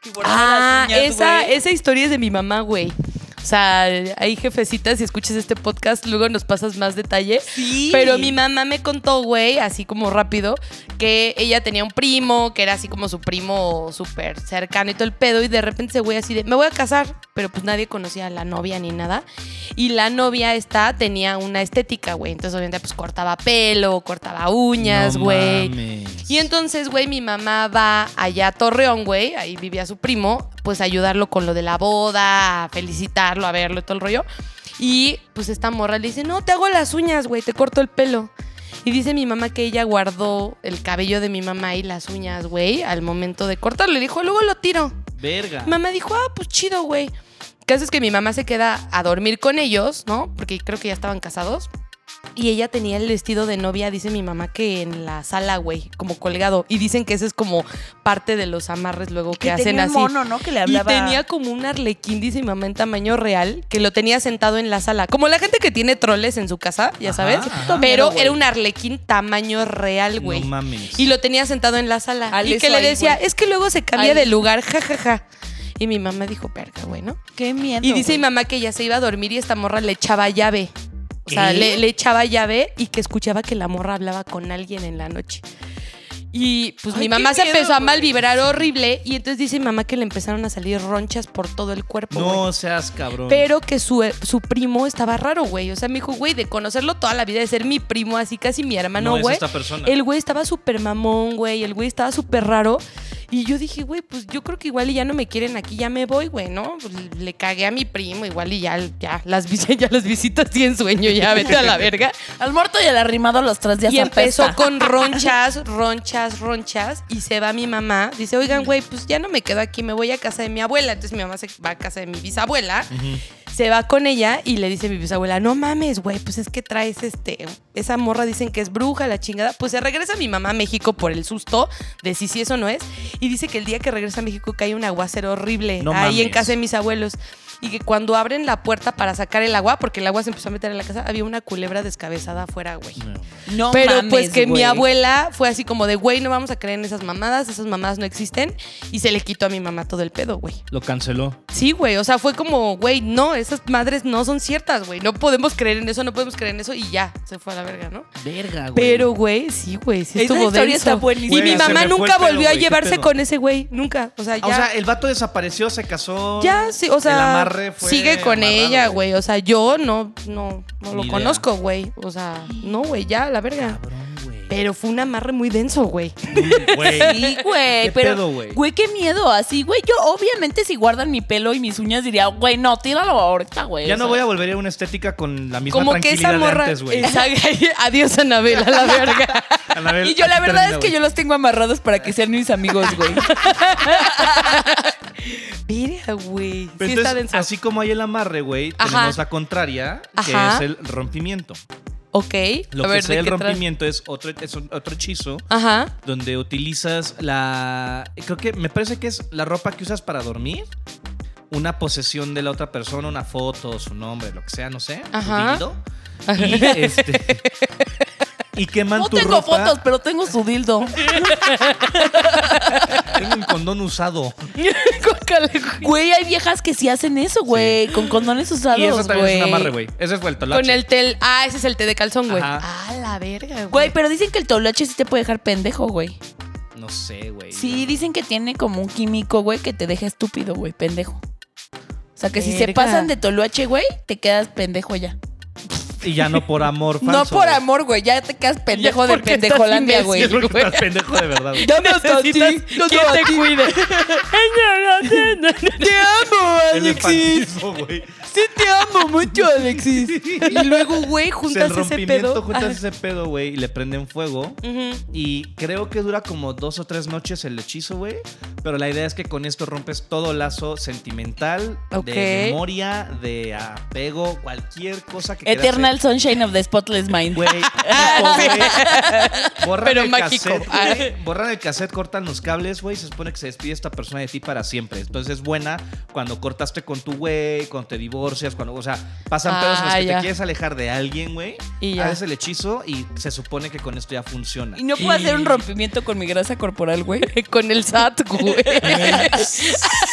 Speaker 4: Que guardaba
Speaker 1: Ah,
Speaker 4: las uñas,
Speaker 1: esa,
Speaker 4: güey.
Speaker 1: esa historia es de mi mamá, güey. O sea, ahí jefecita, si escuchas este podcast, luego nos pasas más detalle.
Speaker 4: Sí.
Speaker 1: Pero mi mamá me contó, güey, así como rápido, que ella tenía un primo, que era así como su primo súper cercano y todo el pedo, y de repente ese güey así de, me voy a casar, pero pues nadie conocía a la novia ni nada. Y la novia esta tenía una estética, güey, entonces obviamente pues cortaba pelo, cortaba uñas,
Speaker 3: No
Speaker 1: güey.
Speaker 3: mames.
Speaker 1: Y entonces, güey, mi mamá va allá a Torreón, güey, ahí vivía su primo, pues a ayudarlo con lo de la boda, a felicitarlo, a verlo y todo el rollo. Y pues esta morra le dice, no, te hago las uñas, güey, te corto el pelo. Y dice mi mamá que ella guardó el cabello de mi mamá y las uñas, güey, al momento de cortarlo. Le dijo, luego lo tiro.
Speaker 3: Verga.
Speaker 1: Mamá dijo, ah, pues chido, güey. El Caso es que mi mamá se queda a dormir con ellos, ¿no? Porque creo que ya estaban casados. Y ella tenía el vestido de novia, dice mi mamá, que en la sala, güey, como colgado. Y dicen que ese es como parte de los amarres luego que,
Speaker 4: que
Speaker 1: hacen
Speaker 4: tenía un
Speaker 1: así.
Speaker 4: mono, ¿no? Que le hablaba.
Speaker 1: Y tenía como un arlequín, dice mi mamá, en tamaño real, que lo tenía sentado en la sala. Como la gente que tiene troles en su casa, ya
Speaker 3: Ajá,
Speaker 1: sabes.
Speaker 3: ajá.
Speaker 1: Pero
Speaker 4: güey.
Speaker 1: era un arlequín tamaño real, güey.
Speaker 3: No mames.
Speaker 1: Y lo tenía sentado en la sala.
Speaker 4: Al
Speaker 1: y que
Speaker 4: eso
Speaker 1: le
Speaker 4: ahí,
Speaker 1: decía,
Speaker 4: güey.
Speaker 1: es que luego se cambia
Speaker 4: Al-
Speaker 1: de lugar, jajaja. Y mi mamá dijo, verga, güey, ¿no?
Speaker 4: Qué miedo.
Speaker 1: Y dice mi
Speaker 4: güey.
Speaker 1: mamá que ya se iba a dormir y esta morra le echaba llave. O sea,
Speaker 3: ¿Qué?
Speaker 1: le, le echaba llave y que escuchaba que la morra hablaba con alguien en la noche. Y pues
Speaker 4: Ay,
Speaker 1: mi
Speaker 4: qué
Speaker 1: mamá se
Speaker 4: miedo,
Speaker 1: empezó a
Speaker 4: güey.
Speaker 1: mal vibrar horrible. Y entonces dice mi mamá que le empezaron a salir ronchas por todo el cuerpo. güey.
Speaker 3: No seas cabrón.
Speaker 1: Pero que su, su primo estaba raro, güey. O sea, me dijo, güey, de conocerlo toda la vida, de ser mi primo, así casi mi hermano,
Speaker 3: no es
Speaker 1: güey.
Speaker 3: esta persona.
Speaker 1: El güey estaba súper mamón, güey. El güey estaba súper raro. Y yo dije, güey, pues yo creo que igual y ya no me quieren aquí, ya me voy, güey, ¿no? Pues, le cagué a mi primo, igual y ya, ya, las, vis- (laughs) ya las visitas tienen sueño, ya vete a la verga.
Speaker 4: Al muerto y al arrimado los tres días
Speaker 1: Y empezó
Speaker 4: apesta.
Speaker 1: con ronchas, ronchas, ronchas. Y se va mi mamá. Dice, oigan, güey, pues ya no me quedo aquí, me voy a casa de mi abuela. Entonces mi mamá se va a casa de mi bisabuela. Se va con ella y le dice a mi bisabuela, no mames, güey, pues es que traes este, esa morra dicen que es bruja, la chingada. Pues se regresa mi mamá a México por el susto de si sí eso no es. Y dice que el día que regresa a México cae un aguacero horrible
Speaker 3: No
Speaker 1: ahí en
Speaker 3: mames.
Speaker 1: casa de mis abuelos. Y que cuando abren la puerta para sacar el agua, porque el agua se empezó a meter en la casa, había una culebra descabezada afuera, güey.
Speaker 4: No
Speaker 1: Pero
Speaker 4: mames,
Speaker 1: pues que mi
Speaker 4: güey.
Speaker 1: abuela fue así como de, güey, no vamos a creer en esas mamadas, esas mamadas no existen. Y se le quitó a mi mamá todo el pedo, güey.
Speaker 3: Lo canceló.
Speaker 1: Sí, güey, o sea, fue como, güey, no, esas madres no son ciertas, güey. No podemos creer en eso, no podemos creer en eso. Y ya, se fue a la verga, ¿no?
Speaker 5: Verga, güey. (laughs)
Speaker 1: Pero, güey, sí, güey, sí
Speaker 4: Esa
Speaker 1: estuvo
Speaker 4: historia
Speaker 1: denso.
Speaker 4: está buenísima.
Speaker 1: Y mi
Speaker 3: Güey, se
Speaker 1: mamá
Speaker 3: me fue
Speaker 1: nunca
Speaker 3: el pedo,
Speaker 1: volvió a
Speaker 3: güey, qué
Speaker 1: llevarse
Speaker 3: pedo.
Speaker 1: con ese güey, nunca. O sea, ya.
Speaker 3: Ah, O sea, el vato desapareció, se casó.
Speaker 1: ya, sí, o sea,
Speaker 3: el amarre fue
Speaker 1: sigue con
Speaker 3: amarrado,
Speaker 1: ella, güey. O sea, yo no, no, no lo
Speaker 3: Ni idea.
Speaker 1: conozco, güey. O sea, no, güey, ya, a la verga.
Speaker 5: Cabrón, güey.
Speaker 1: Pero fue un amarre muy denso, güey.
Speaker 3: (laughs) Güey.
Speaker 4: Sí, güey,
Speaker 3: ¿Qué
Speaker 4: pero
Speaker 3: pedo, güey?
Speaker 4: güey, qué miedo, así, güey, yo obviamente si guardan mi pelo y mis uñas diría, güey, no, tíralo ahorita, güey.
Speaker 3: Ya
Speaker 4: o
Speaker 3: no
Speaker 4: sea.
Speaker 3: voy a volver a una estética con la misma
Speaker 1: Como que (laughs)
Speaker 3: tranquilidad
Speaker 1: esa morra.
Speaker 3: de antes, güey.
Speaker 1: Exacto. Adiós, Anabel,
Speaker 3: (laughs)
Speaker 1: a la verga.
Speaker 3: Anabel,
Speaker 4: Y yo la verdad
Speaker 3: termina,
Speaker 4: es que
Speaker 3: güey.
Speaker 4: yo los tengo amarrados para que sean mis
Speaker 3: (laughs)
Speaker 4: amigos, güey.
Speaker 1: Mira, güey. Sí,
Speaker 3: Pero
Speaker 1: está
Speaker 3: entonces,
Speaker 1: denso.
Speaker 3: así como hay el amarre, güey,
Speaker 1: Ajá.
Speaker 3: tenemos la contraria,
Speaker 1: Ajá.
Speaker 3: que es el rompimiento.
Speaker 1: Ok.
Speaker 3: Lo
Speaker 1: a
Speaker 3: que
Speaker 1: ver,
Speaker 3: es
Speaker 1: ¿de
Speaker 3: el
Speaker 1: qué tra-
Speaker 3: rompimiento es otro, es un- otro hechizo (laughs)
Speaker 1: Ajá.
Speaker 3: donde utilizas la. Creo que me parece que es la ropa que usas para dormir. Una posesión de la otra persona, una foto, su nombre, lo que sea, no sé.
Speaker 1: Ajá.
Speaker 3: Ajá. Y
Speaker 1: (laughs)
Speaker 3: este. Y queman
Speaker 4: No
Speaker 3: tu
Speaker 4: tengo
Speaker 3: ropa.
Speaker 4: fotos, pero tengo su (laughs) dildo.
Speaker 3: Tengo un
Speaker 1: (laughs)
Speaker 3: condón usado.
Speaker 1: Guácala, güey.
Speaker 4: Güey, hay viejas que sí hacen eso, güey, con condones usados,
Speaker 3: Y eso también es un amarre,
Speaker 4: güey.
Speaker 3: güey. Ese fue el tolache.
Speaker 1: Con el tel. Ah, ese es el té de calzón, güey.
Speaker 3: Ajá.
Speaker 1: Ah, la verga,
Speaker 4: Güey, pero dicen que el toloche sí te puede dejar pendejo, güey.
Speaker 3: No sé, güey.
Speaker 4: Sí, dicen que tiene como un químico, güey, que te deja estúpido, güey, pendejo. O sea, que si se
Speaker 1: Verga.
Speaker 4: pasan de toloche, güey, te quedas pendejo ya.
Speaker 3: Y ya no por
Speaker 1: (laughs)
Speaker 3: amor falso.
Speaker 4: no por
Speaker 3: güey.
Speaker 4: amor, güey, ya te quedas pendejo de
Speaker 1: porque estás
Speaker 4: pendejolandia,
Speaker 3: Sí,
Speaker 4: güey.
Speaker 3: es porque estás pendejo de verdad, (laughs) güey.
Speaker 4: Ya
Speaker 1: Necesitas quien te
Speaker 4: cuide.
Speaker 3: (laughs)
Speaker 1: Te amo,
Speaker 3: El infantismo, güey.
Speaker 1: Sí, te amo mucho, Alexis.
Speaker 3: (laughs)
Speaker 1: Y luego, güey,
Speaker 3: O sea,
Speaker 1: juntas
Speaker 3: el
Speaker 1: ese pedo.
Speaker 3: rompimiento, juntas ese pedo, güey, y le prenden fuego.
Speaker 1: Ujú.
Speaker 3: Y creo que dura como dos o tres noches el hechizo, güey. Pero la idea es que con esto rompes todo lazo sentimental,
Speaker 1: Ok.
Speaker 3: de memoria, de apego, cualquier cosa que quieras
Speaker 4: Eternal Sunshine of the Spotless
Speaker 3: hacer.
Speaker 1: (laughs)
Speaker 4: Mind.
Speaker 3: Güey, tipo, güey, borran
Speaker 1: Pero
Speaker 3: el
Speaker 1: mágico.
Speaker 3: cassette, güey, borran el cassette, cortan los cables, güey. Se supone que se despide esta persona de ti para siempre. Entonces es buena cuando cortaste con tu güey, cuando te divorcias, cuando, o sea, pasan pedos en los
Speaker 1: Ah,
Speaker 3: que
Speaker 1: ya.
Speaker 3: te quieres alejar de alguien, güey.
Speaker 1: Y ya.
Speaker 3: Haces el hechizo y se supone que con esto ya funciona.
Speaker 4: Y no puedo hacer un rompimiento con mi grasa corporal, güey.
Speaker 1: (laughs) Con el SAT,
Speaker 3: (laughs)
Speaker 1: güey. (laughs)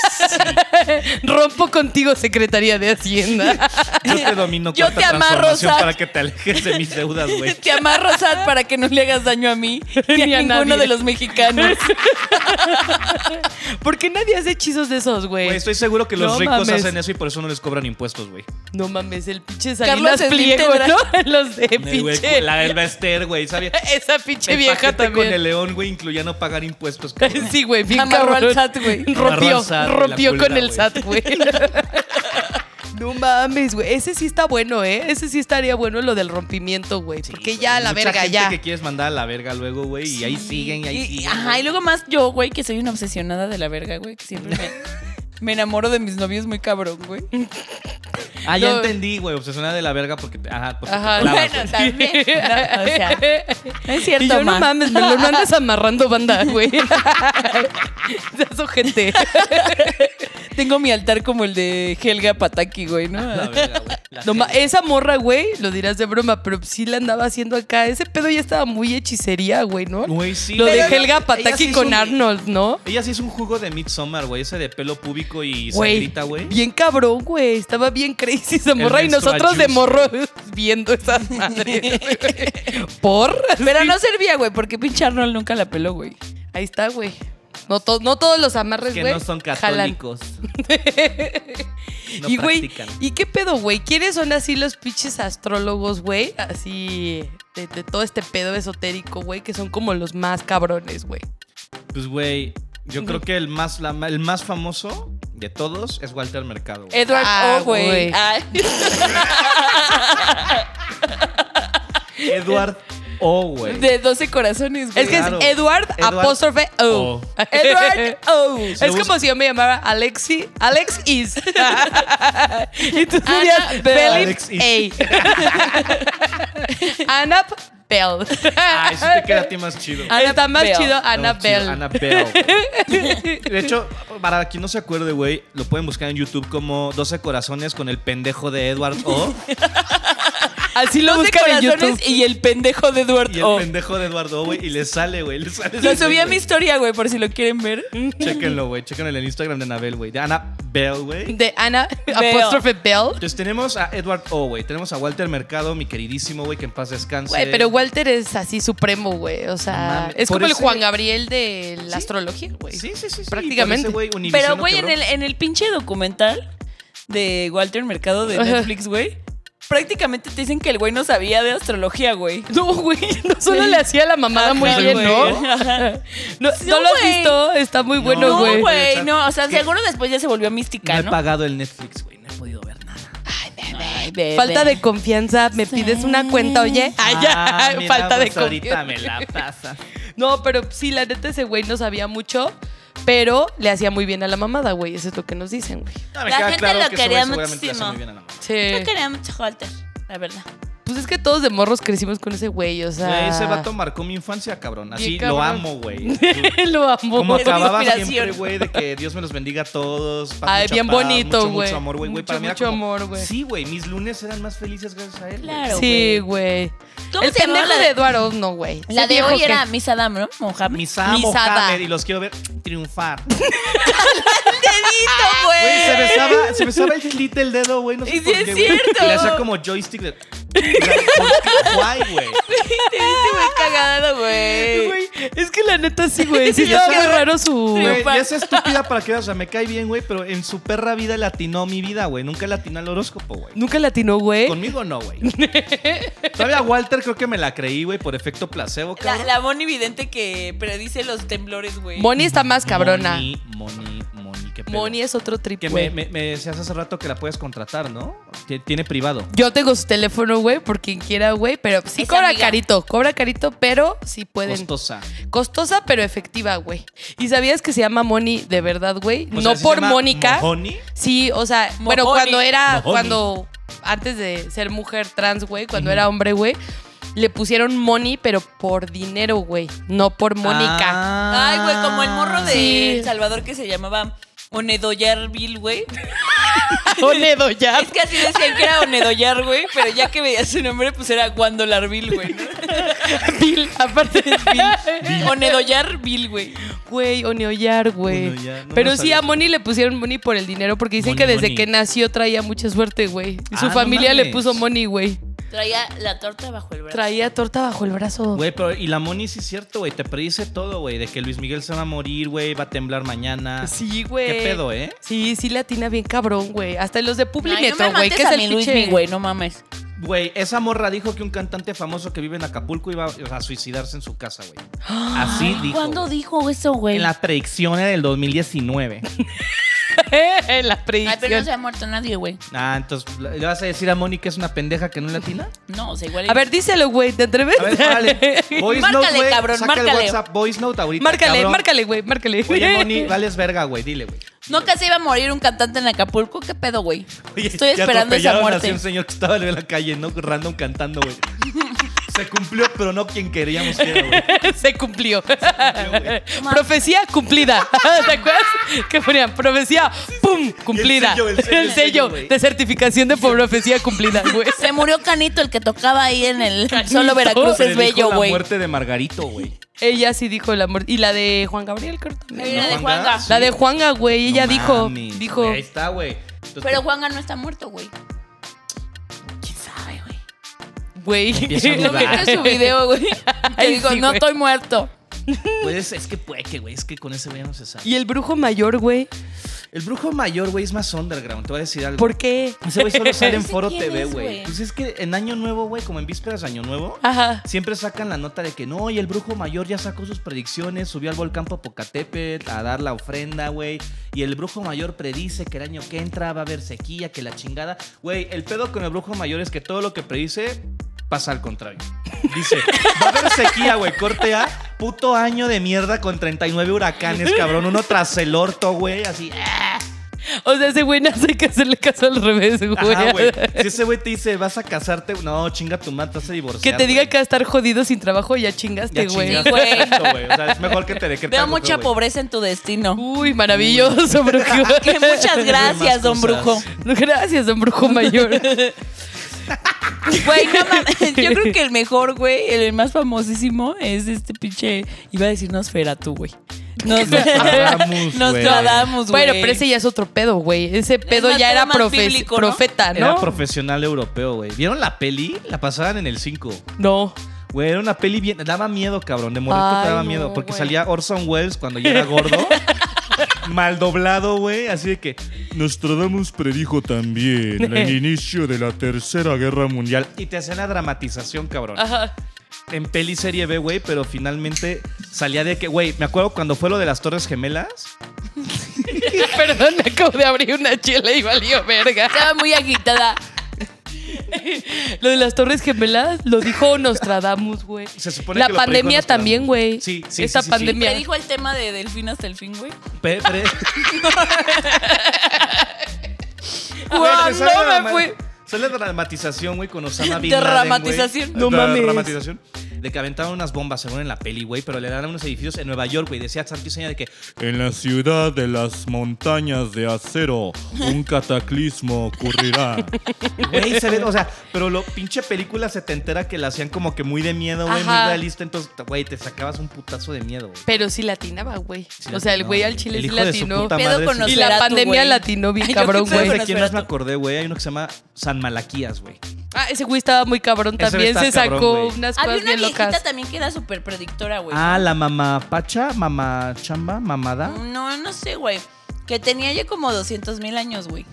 Speaker 1: Rompo contigo, Secretaría de
Speaker 3: (laughs)
Speaker 1: Hacienda.
Speaker 3: Yo te domino
Speaker 4: Yo
Speaker 3: con
Speaker 4: te
Speaker 3: esta
Speaker 4: amarro,
Speaker 3: transformación
Speaker 4: Zac.
Speaker 3: para que te alejes de mis deudas,
Speaker 1: (laughs)
Speaker 3: güey.
Speaker 4: Te amarro, Sad, para que no le hagas daño a mí ni a,
Speaker 1: Ni a
Speaker 4: ninguno
Speaker 1: nadie.
Speaker 4: de los mexicanos.
Speaker 1: ¿Por qué nadie hace hechizos de esos, güey?
Speaker 3: Güey, estoy seguro que los
Speaker 1: No
Speaker 3: ricos
Speaker 1: mames.
Speaker 3: hacen eso y por eso no les cobran impuestos, güey.
Speaker 1: No mames, el pinche Salinas
Speaker 4: Carlos Slim
Speaker 1: Pliego,
Speaker 4: tendrá- (laughs)
Speaker 1: ¿no? Los de
Speaker 3: Eh, güey,
Speaker 1: pinche... (laughs)
Speaker 3: La del Bester, güey, ¿sabes?
Speaker 1: Esa pinche
Speaker 3: El
Speaker 1: vieja
Speaker 3: paquete
Speaker 1: también.
Speaker 3: con el león, güey, incluía no pagar impuestos. cabrón.
Speaker 1: (laughs) (laughs) Sí, güey, bien
Speaker 4: Amarró
Speaker 1: cabrón.
Speaker 4: al SAT, güey.
Speaker 1: Rompió,
Speaker 3: Amarró al SAT, güey, la
Speaker 1: rompió con
Speaker 3: culera,
Speaker 1: el
Speaker 3: güey.
Speaker 1: SAT, güey. (laughs) No mames, güey. Ese sí está bueno, ¿eh? Ese sí estaría bueno lo del rompimiento, güey.
Speaker 3: Sí,
Speaker 1: porque
Speaker 3: güey,
Speaker 1: ya, la
Speaker 3: mucha
Speaker 1: verga,
Speaker 3: gente
Speaker 1: ya.
Speaker 3: que quieres mandar a la verga luego, güey, y ahí siguen, y ahí
Speaker 4: Y-
Speaker 3: siguen.
Speaker 4: Ajá,
Speaker 3: güey.
Speaker 4: y luego más yo, güey, que soy una obsesionada de la verga, güey, que siempre me, me enamoro de mis novios muy cabrón,
Speaker 1: (laughs)
Speaker 4: güey.
Speaker 3: Ah, ya
Speaker 1: No.
Speaker 3: entendí, güey, obsesionada de la verga porque te, ajá, pues, porque te
Speaker 1: Ajá,
Speaker 3: clavas,
Speaker 1: bueno,
Speaker 3: güey.
Speaker 4: Ah, también. No, o sea, no es cierto,
Speaker 1: Y yo, no
Speaker 4: ma.
Speaker 1: mames, me lo no andes amarrando banda, güey. (laughs) Seas ojete.
Speaker 4: Tengo mi altar como el de Helga Pataki, güey, ¿no?
Speaker 3: La verga, güey.
Speaker 1: (laughs)
Speaker 3: La
Speaker 1: No ma-
Speaker 3: gente.
Speaker 1: esa morra, güey, lo dirás de broma, pero sí la andaba haciendo acá. Ese pedo ya estaba muy hechicería, güey, ¿no?
Speaker 3: Güey, sí.
Speaker 1: Lo de
Speaker 3: Pero
Speaker 1: Helga
Speaker 3: ella- ella
Speaker 1: Pataki
Speaker 3: sí es
Speaker 1: con
Speaker 3: un-
Speaker 1: Arnold, ¿no?
Speaker 3: Ella sí es un jugo de Midsommar, güey, ese de pelo púbico y
Speaker 1: Güey,
Speaker 3: sangrita, güey.
Speaker 1: bien cabrón, güey. Estaba bien crazy esa morra y
Speaker 3: menstrual
Speaker 1: nosotros de
Speaker 3: juice,
Speaker 1: morro viendo esas madres. ¿Por?
Speaker 4: Pero no servía, güey, porque pinche Arnold nunca la peló, güey.
Speaker 1: Ahí está, güey. No, to- no todos los amarres,
Speaker 3: Que
Speaker 1: güey,
Speaker 3: no son
Speaker 1: jalan. (laughs)
Speaker 3: católicos. No
Speaker 1: y, güey,
Speaker 3: practican.
Speaker 1: ¿y qué pedo, güey? ¿Quiénes son así los pinches astrólogos, güey? Así, de, de todo este pedo esotérico, güey, que son como los más cabrones, güey.
Speaker 3: Pues, güey, yo creo que el más, la ma- el más famoso de todos es Walter Mercado. güey.
Speaker 4: Edward
Speaker 1: Ah,
Speaker 4: O, güey.
Speaker 1: güey.
Speaker 4: Ay.
Speaker 3: Edward O, güey.
Speaker 4: (laughs) De 12 corazones, güey. Ah.
Speaker 1: Es que
Speaker 3: Claro.
Speaker 1: es Edward,
Speaker 3: Edward
Speaker 1: apóstrofe O.
Speaker 3: O.
Speaker 4: (laughs) Edward O.
Speaker 3: Se
Speaker 1: Es
Speaker 3: usa-
Speaker 1: como si yo me llamara Alexi, Alex Is. (laughs) y tú serías
Speaker 4: Ana Bell.
Speaker 3: Alex
Speaker 1: Bell (laughs) A. Anap Bell.
Speaker 3: Ay, Ah, sí te queda a ti más chido.
Speaker 1: Ah, Está más
Speaker 4: Bell.
Speaker 1: chido
Speaker 3: No, chido,
Speaker 1: Annabelle.
Speaker 3: Annabelle,
Speaker 1: (laughs)
Speaker 3: güey. De hecho, para quien no se acuerde, güey, lo pueden buscar en YouTube como 12 corazones con el pendejo de Edward
Speaker 1: (laughs)
Speaker 3: O
Speaker 1: Así lo
Speaker 4: 12
Speaker 1: buscan en YouTube.
Speaker 4: corazones y el pendejo de Edward
Speaker 3: y el
Speaker 4: O.
Speaker 3: pendejo de Edward O, güey, y le sale, güey. Le sale
Speaker 4: Lo
Speaker 3: ese
Speaker 4: subí a mi
Speaker 3: güey.
Speaker 4: historia, güey, por si lo quieren ver.
Speaker 3: Chéquenlo, güey. Chéquenlo en el Instagram de Annabelle, güey. De Annabelle, güey.
Speaker 1: De Ana, apóstrofe Bell.
Speaker 3: Entonces tenemos a Edward O, güey. Tenemos a Walter Mercado, mi queridísimo, güey, que en paz descanse.
Speaker 1: Güey, pero Walter es así supremo, güey. O
Speaker 3: No
Speaker 1: sea,
Speaker 3: mames.
Speaker 1: es
Speaker 3: Por
Speaker 1: como el
Speaker 3: ese-
Speaker 1: Juan Gabriel de la astrología, güey.
Speaker 3: Sí, sí, sí. sí.
Speaker 1: Prácticamente.
Speaker 3: Por ese, güey, Univision
Speaker 4: Pero,
Speaker 3: lo
Speaker 4: güey, en
Speaker 3: quebró.
Speaker 4: el, en el pinche documental de Walter Mercado de
Speaker 1: Ajá.
Speaker 4: Netflix, güey, prácticamente te dicen que el güey no sabía de astrología, güey.
Speaker 1: No, güey, no solo le hacía la mamada muy
Speaker 3: Ajá,
Speaker 1: bien,
Speaker 3: güey.
Speaker 1: Ah, ¿no? No, ¿no lo has
Speaker 4: güey.
Speaker 1: visto, está muy bueno,
Speaker 4: No,
Speaker 1: güey.
Speaker 4: güey, no. O sea,
Speaker 3: ¿Qué?
Speaker 4: seguro después ya se volvió mística,
Speaker 3: No he
Speaker 4: ¿no?
Speaker 3: pagado el Netflix, güey. No he podido ver nada.
Speaker 4: Ay, bebé. Mm.
Speaker 1: Falta de confianza, me pides una cuenta, oye. Ay, ya,
Speaker 3: Ah, mira,
Speaker 1: falta de
Speaker 3: pues ahorita
Speaker 1: confianza.
Speaker 3: me la pasa.
Speaker 1: No, pero sí, la neta, ese güey no sabía mucho, pero le hacía muy bien a la mamada, güey. Eso es lo que nos dicen, güey.
Speaker 3: No, me
Speaker 4: La
Speaker 3: queda
Speaker 4: gente
Speaker 3: claro
Speaker 4: lo
Speaker 3: que ese güey
Speaker 4: quería
Speaker 3: seguramente le hace
Speaker 4: muchísimo.
Speaker 3: muy bien a la mamá.
Speaker 1: Sí.
Speaker 4: Yo quería mucho Walter, la verdad.
Speaker 1: Pues es que todos de morros crecimos con ese güey, o sea.
Speaker 3: Güey, ese vato marcó mi infancia, cabrón. Así
Speaker 1: Bien cabrón.
Speaker 3: lo amo, güey.
Speaker 1: lo amo.
Speaker 3: Como
Speaker 1: güey.
Speaker 4: Es mi
Speaker 3: acababa
Speaker 4: inspiración.
Speaker 3: siempre, güey, de que Dios me los bendiga a todos. paz,
Speaker 1: Ay,
Speaker 3: mucha
Speaker 1: bien
Speaker 3: paz,
Speaker 1: bonito,
Speaker 3: mucho,
Speaker 1: güey.
Speaker 3: Mucho amor, güey. güey,
Speaker 1: Mucho,
Speaker 3: para mí era
Speaker 1: mucho
Speaker 3: como-
Speaker 1: amor, güey.
Speaker 3: Sí, güey, mis lunes eran más felices gracias a él. güey.
Speaker 4: Claro.
Speaker 1: Sí, güey.
Speaker 4: ¿Cómo
Speaker 1: El
Speaker 4: se llamaba
Speaker 1: pendejo
Speaker 4: la
Speaker 1: de
Speaker 4: de-
Speaker 1: Eduardo, no, güey.
Speaker 4: La
Speaker 1: Ese
Speaker 4: de
Speaker 1: viejo
Speaker 4: hoy
Speaker 1: que-
Speaker 4: era Miss Adam, ¿no? Mohamed.
Speaker 3: Mis amo,
Speaker 1: Misada.
Speaker 3: Mohamed, y los quiero ver triunfar.
Speaker 4: ¡Dedito,
Speaker 3: Güey, se
Speaker 4: Ah, güey!
Speaker 3: besaba, se besaba el clit del dedo, güey. No sé
Speaker 4: Y sí
Speaker 3: por
Speaker 4: es
Speaker 3: qué, güey.
Speaker 4: cierto.
Speaker 3: Y le hacía como joystick de. (laughs) Guay, güey.
Speaker 4: Te viste muy cagado, güey.
Speaker 1: Güey, es que la neta sí, güey. Sí,
Speaker 3: Y
Speaker 1: estaba
Speaker 3: esa-
Speaker 1: muy raro su.
Speaker 3: Güey,
Speaker 1: (laughs)
Speaker 3: y es estúpida para que veas, o sea, me cae bien, güey, pero en su perra vida le atinó a mi vida, güey. Nunca le atinó al horóscopo, güey.
Speaker 1: Nunca latinó, güey.
Speaker 3: Conmigo no,
Speaker 1: (laughs)
Speaker 3: güey. Todavía Walter creo que me la creí, güey, por efecto placebo,
Speaker 4: La,
Speaker 3: cabrón.
Speaker 4: la Bonnie Vidente que predice los temblores, güey.
Speaker 1: Moni está más cabrona.
Speaker 3: Moni, Moni, Moni, qué pedo.
Speaker 1: Moni es otro trip,
Speaker 3: Que
Speaker 1: güey.
Speaker 3: me, me, me decías hace rato que la puedes contratar, ¿no? Tie- Tiene privado.
Speaker 1: Yo tengo su teléfono, güey, por quien quiera, güey. Pero sí
Speaker 4: Es
Speaker 1: cobra
Speaker 4: amiga.
Speaker 1: carito, cobra carito, pero sí pueden.
Speaker 3: Costosa.
Speaker 1: Costosa, pero efectiva, güey. ¿Y sabías que se llama Moni de verdad, güey?
Speaker 3: O
Speaker 1: No
Speaker 3: sea, ¿sí se
Speaker 1: por
Speaker 3: llama
Speaker 1: Mónica.
Speaker 3: Mojoni?
Speaker 1: Sí, o sea,
Speaker 4: Mojoni.
Speaker 1: bueno, cuando era,
Speaker 3: Mojoni.
Speaker 1: cuando, antes de ser mujer trans, güey, cuando era hombre, güey, le pusieron Moni, pero por dinero, güey, no por Mónica. (laughs)
Speaker 3: Ah.
Speaker 4: Ay, güey, como el morro de
Speaker 1: Sí.
Speaker 4: El Salvador que se llamaba Onedoyarville, güey.
Speaker 1: Onedo ya.
Speaker 4: Es que así decían que era Onedoyar, güey, pero ya que veía su nombre, pues era Guandolarville, güey. ¿no?
Speaker 1: Bill, aparte de
Speaker 3: (laughs)
Speaker 1: Bill.
Speaker 4: Onedoyarville, güey.
Speaker 1: Güey, Oneollar, güey.
Speaker 3: Oneollar, no
Speaker 1: pero
Speaker 3: lo
Speaker 1: sí,
Speaker 3: sabía.
Speaker 1: a Moni le pusieron Moni por el dinero porque dicen
Speaker 3: Moni,
Speaker 1: que desde
Speaker 3: Moni.
Speaker 1: que nació traía mucha suerte, güey. Y su
Speaker 3: Ah, no
Speaker 1: familia le
Speaker 3: mames.
Speaker 1: puso Moni, güey.
Speaker 4: Traía la torta bajo el brazo.
Speaker 1: Traía torta bajo el brazo.
Speaker 3: Güey, pero y la Moni sí es cierto, güey. Te predice todo, güey. De que Luis Miguel se va a morir, güey. Va a temblar mañana.
Speaker 1: Sí, güey.
Speaker 3: ¿Qué pedo, eh?
Speaker 1: Sí, sí latina bien cabrón, güey. Hasta los de Publimetro,
Speaker 4: Ay, no me
Speaker 1: güey,
Speaker 4: mates
Speaker 1: que es
Speaker 4: a
Speaker 1: el
Speaker 4: mi Luis
Speaker 1: pinche-
Speaker 4: Mi, güey, no mames.
Speaker 3: Güey, esa morra dijo que un cantante famoso que vive en Acapulco iba a suicidarse en su casa, güey. Así
Speaker 4: (gasps)
Speaker 3: dijo.
Speaker 4: ¿Cuándo
Speaker 3: güey.
Speaker 4: dijo eso, güey?
Speaker 3: En las predicciones del 2019.
Speaker 1: (laughs) en las
Speaker 4: Ay, pero no
Speaker 1: predicciones.
Speaker 4: se ha muerto nadie, güey.
Speaker 3: (laughs) ah, entonces, ¿le vas a decir a Moni que es una pendeja que no es latina?
Speaker 4: No, o sea, igual.
Speaker 1: A ver, díselo, güey, ¿te atreves?
Speaker 3: A ver,
Speaker 1: (laughs)
Speaker 3: órale.
Speaker 4: (laughs)
Speaker 3: Voice
Speaker 4: Márcale,
Speaker 3: note, güey.
Speaker 4: cabrón,
Speaker 3: Saca
Speaker 4: márcale.
Speaker 3: el WhatsApp, voice note ahorita.
Speaker 1: márcale,
Speaker 3: cabrón.
Speaker 1: márcale, güey, márcale. (laughs)
Speaker 4: (laughs)
Speaker 3: Oye, Moni, vales verga, güey. Dile, güey.
Speaker 4: ¿No que se iba a morir un cantante en Acapulco? ¿Qué pedo, güey?
Speaker 3: Oye,
Speaker 4: Estoy
Speaker 3: ya
Speaker 4: esperando esa
Speaker 3: atropellaron
Speaker 4: muerte.
Speaker 3: Así un señor que estaba en la calle, ¿no? Random cantando,
Speaker 4: (laughs)
Speaker 3: güey. Se cumplió, pero no quien queríamos que
Speaker 4: (laughs)
Speaker 3: era, güey.
Speaker 1: Se cumplió.
Speaker 3: güey.
Speaker 1: profecía
Speaker 3: (laughs)
Speaker 1: cumplida. ¿Te acuerdas? Que ponían profecía, pum, cumplida.
Speaker 3: sello, el
Speaker 1: El
Speaker 3: sello, el sello,
Speaker 1: sello
Speaker 3: güey.
Speaker 1: de certificación de profecía cumplida, güey.
Speaker 4: (laughs) Se murió Canito, el que tocaba ahí en el Solo Veracruz es
Speaker 3: Predijo
Speaker 4: bello,
Speaker 3: la
Speaker 4: güey.
Speaker 3: muerte de Margarito, güey.
Speaker 1: Ella sí dijo el amor. Y la de Juan Gabriel, creo también.
Speaker 4: Era
Speaker 3: ¿No,
Speaker 4: Eh, de Juanga.
Speaker 1: La de Juanga, güey, ella
Speaker 3: No
Speaker 1: dijo,
Speaker 3: mames,
Speaker 1: dijo,
Speaker 3: güey, ahí está, güey. Entonces,
Speaker 4: Pero Juanga no está muerto, güey. ¿Quién sabe, güey?
Speaker 1: güey. (laughs)
Speaker 5: Empieza a
Speaker 4: ¿No
Speaker 5: dudar.
Speaker 4: viste su video, (laughs) güey? Que
Speaker 1: Ay,
Speaker 4: digo,
Speaker 1: sí,
Speaker 4: no
Speaker 1: güey.
Speaker 4: estoy muerto.
Speaker 3: Pues es que puede que, güey, es que con ese güey ya no se sabe.
Speaker 1: Y el brujo mayor, güey.
Speaker 3: El brujo mayor, güey, es más underground, te voy a decir algo.
Speaker 1: ¿Por qué?
Speaker 3: Ese
Speaker 1: (laughs)
Speaker 3: güey solo sale en
Speaker 4: sé
Speaker 3: Foro
Speaker 4: quién
Speaker 3: TV,
Speaker 4: es,
Speaker 3: güey.
Speaker 4: güey.
Speaker 3: Pues es que en Año Nuevo, güey, como en vísperas de Año Nuevo,
Speaker 1: Ajá.
Speaker 3: siempre sacan la nota de que no, y el brujo mayor ya sacó sus predicciones, subió al volcán Popocatépetl a dar la ofrenda, güey. Y el brujo mayor predice que el año que entra va a haber sequía, que la chingada. Güey, el pedo con el brujo mayor es que todo lo que predice pasa al contrario. Dice, va a haber sequía, güey, corte A. Puto año de mierda con 39 huracanes, cabrón. Uno tras el orto, güey, así.
Speaker 1: O sea, ese güey (laughs) no hace que hacerle caso al revés, güey.
Speaker 3: Ajá,
Speaker 1: (laughs)
Speaker 3: güey. Si ese güey te dice, vas a casarte, no, chinga tu madre, te vas a divorciar.
Speaker 1: Que te diga
Speaker 3: güey.
Speaker 1: que va a estar jodido sin trabajo, ya chingaste,
Speaker 3: Ya
Speaker 1: güey.
Speaker 3: chingaste,
Speaker 4: güey.
Speaker 3: exacto, güey. O sea, es mejor que te deje
Speaker 4: Veo mucha pobreza en tu destino.
Speaker 1: Uy, maravilloso, brujo.
Speaker 4: (laughs) Que muchas gracias, don
Speaker 3: cosas.
Speaker 4: Brujo.
Speaker 1: (laughs) Gracias, don brujo mayor.
Speaker 4: (laughs) Güey, no mames. (laughs) Yo creo que el mejor, güey, el más famosísimo es este pinche. Iba a decir Nosferatu, güey.
Speaker 1: (laughs)
Speaker 4: Nos
Speaker 3: Nostradamus, güey.
Speaker 4: Nostradamus, güey.
Speaker 1: bueno, pero ese ya es otro pedo, güey. Ese pedo
Speaker 4: más
Speaker 1: ya era
Speaker 4: pedo más
Speaker 1: profe-
Speaker 4: bíblico, ¿no?
Speaker 1: profeta, ¿no?
Speaker 3: Era profesional europeo, güey. ¿Vieron la peli? La pasaban en el 5.
Speaker 1: no. (laughs)
Speaker 3: Güey, era una peli bien. Daba miedo, cabrón. De morrito
Speaker 1: Ay,
Speaker 3: te daba
Speaker 1: no,
Speaker 3: miedo. Porque
Speaker 1: güey.
Speaker 3: salía Orson Welles cuando ya
Speaker 1: (laughs)
Speaker 3: era gordo. Mal doblado, güey. Así de que.
Speaker 2: Nostradamus predijo también el inicio de la Tercera Guerra Mundial.
Speaker 3: Y te hacían la dramatización, cabrón.
Speaker 1: Ajá.
Speaker 3: en peli serie B, güey, pero finalmente salía de que, güey, me acuerdo cuando fue lo de las Torres Gemelas.
Speaker 1: Perdón, me acabo de abrir una chela y valió verga.
Speaker 4: Estaba muy agitada.
Speaker 1: (laughs) Lo de las Torres Gemelas lo dijo Nostradamus, güey.
Speaker 3: Se supone
Speaker 1: La
Speaker 3: que lo predijo
Speaker 1: pandemia
Speaker 3: Nostradamus.
Speaker 1: también, güey.
Speaker 3: Sí, sí,
Speaker 1: Esta
Speaker 3: sí, sí, sí.
Speaker 1: pandemia.
Speaker 4: Me dijo el tema de Delfín hasta el fin, güey.
Speaker 3: Pe-
Speaker 1: (laughs)
Speaker 3: pre-
Speaker 1: Guau,
Speaker 3: Güey, te sale
Speaker 1: no
Speaker 3: la
Speaker 1: me
Speaker 3: ma-
Speaker 1: fui.
Speaker 3: Sale la dramatización, güey, con Osama Bin Laden,
Speaker 4: Derramatización.
Speaker 3: güey.
Speaker 1: No
Speaker 3: La
Speaker 1: mames.
Speaker 3: Dramatización. De que aventaban unas bombas, según en la peli, güey, pero le dan a unos edificios en Nueva York, güey. Decía Santiseña de que
Speaker 2: En la ciudad de las montañas de acero, un cataclismo ocurrirá.
Speaker 3: Güey, se ve, o sea, pero lo pinche película se te entera que la hacían como que muy de miedo, güey, muy
Speaker 1: Ajá.
Speaker 3: realista. Entonces, güey, te sacabas un putazo de miedo, güey.
Speaker 1: Pero sí latinaba, güey.
Speaker 3: Sí
Speaker 1: o sea, el
Speaker 3: latinaba,
Speaker 1: güey al
Speaker 3: güey.
Speaker 1: chile
Speaker 3: El
Speaker 1: sí
Speaker 3: hijo de su
Speaker 1: latinó.
Speaker 3: puta
Speaker 4: Pedo
Speaker 3: madre
Speaker 4: con
Speaker 3: sí.
Speaker 4: los
Speaker 1: Y la
Speaker 4: Nosferatu,
Speaker 1: pandemia
Speaker 4: güey.
Speaker 1: latinó bien
Speaker 4: Yo
Speaker 1: cabrón,
Speaker 4: qué sé,
Speaker 1: güey.
Speaker 3: ¿Sabes
Speaker 4: Bueno,
Speaker 3: de quién más me
Speaker 4: Nosferatu.
Speaker 3: acordé, güey? Hay uno que se llama San Malaquías, güey.
Speaker 1: Ah, ese güey estaba muy cabrón
Speaker 3: Ese güey
Speaker 1: también.
Speaker 3: estaba
Speaker 1: Se sacó
Speaker 3: cabrón, güey.
Speaker 1: unas
Speaker 4: Había
Speaker 1: cosas
Speaker 4: una
Speaker 1: bien
Speaker 4: viejita
Speaker 1: locas.
Speaker 4: también que era súper predictora, güey.
Speaker 3: Ah, la mamá pacha, mamá chamba, mamada.
Speaker 4: No, no sé, güey. Que tenía ya como 200 mil años, güey.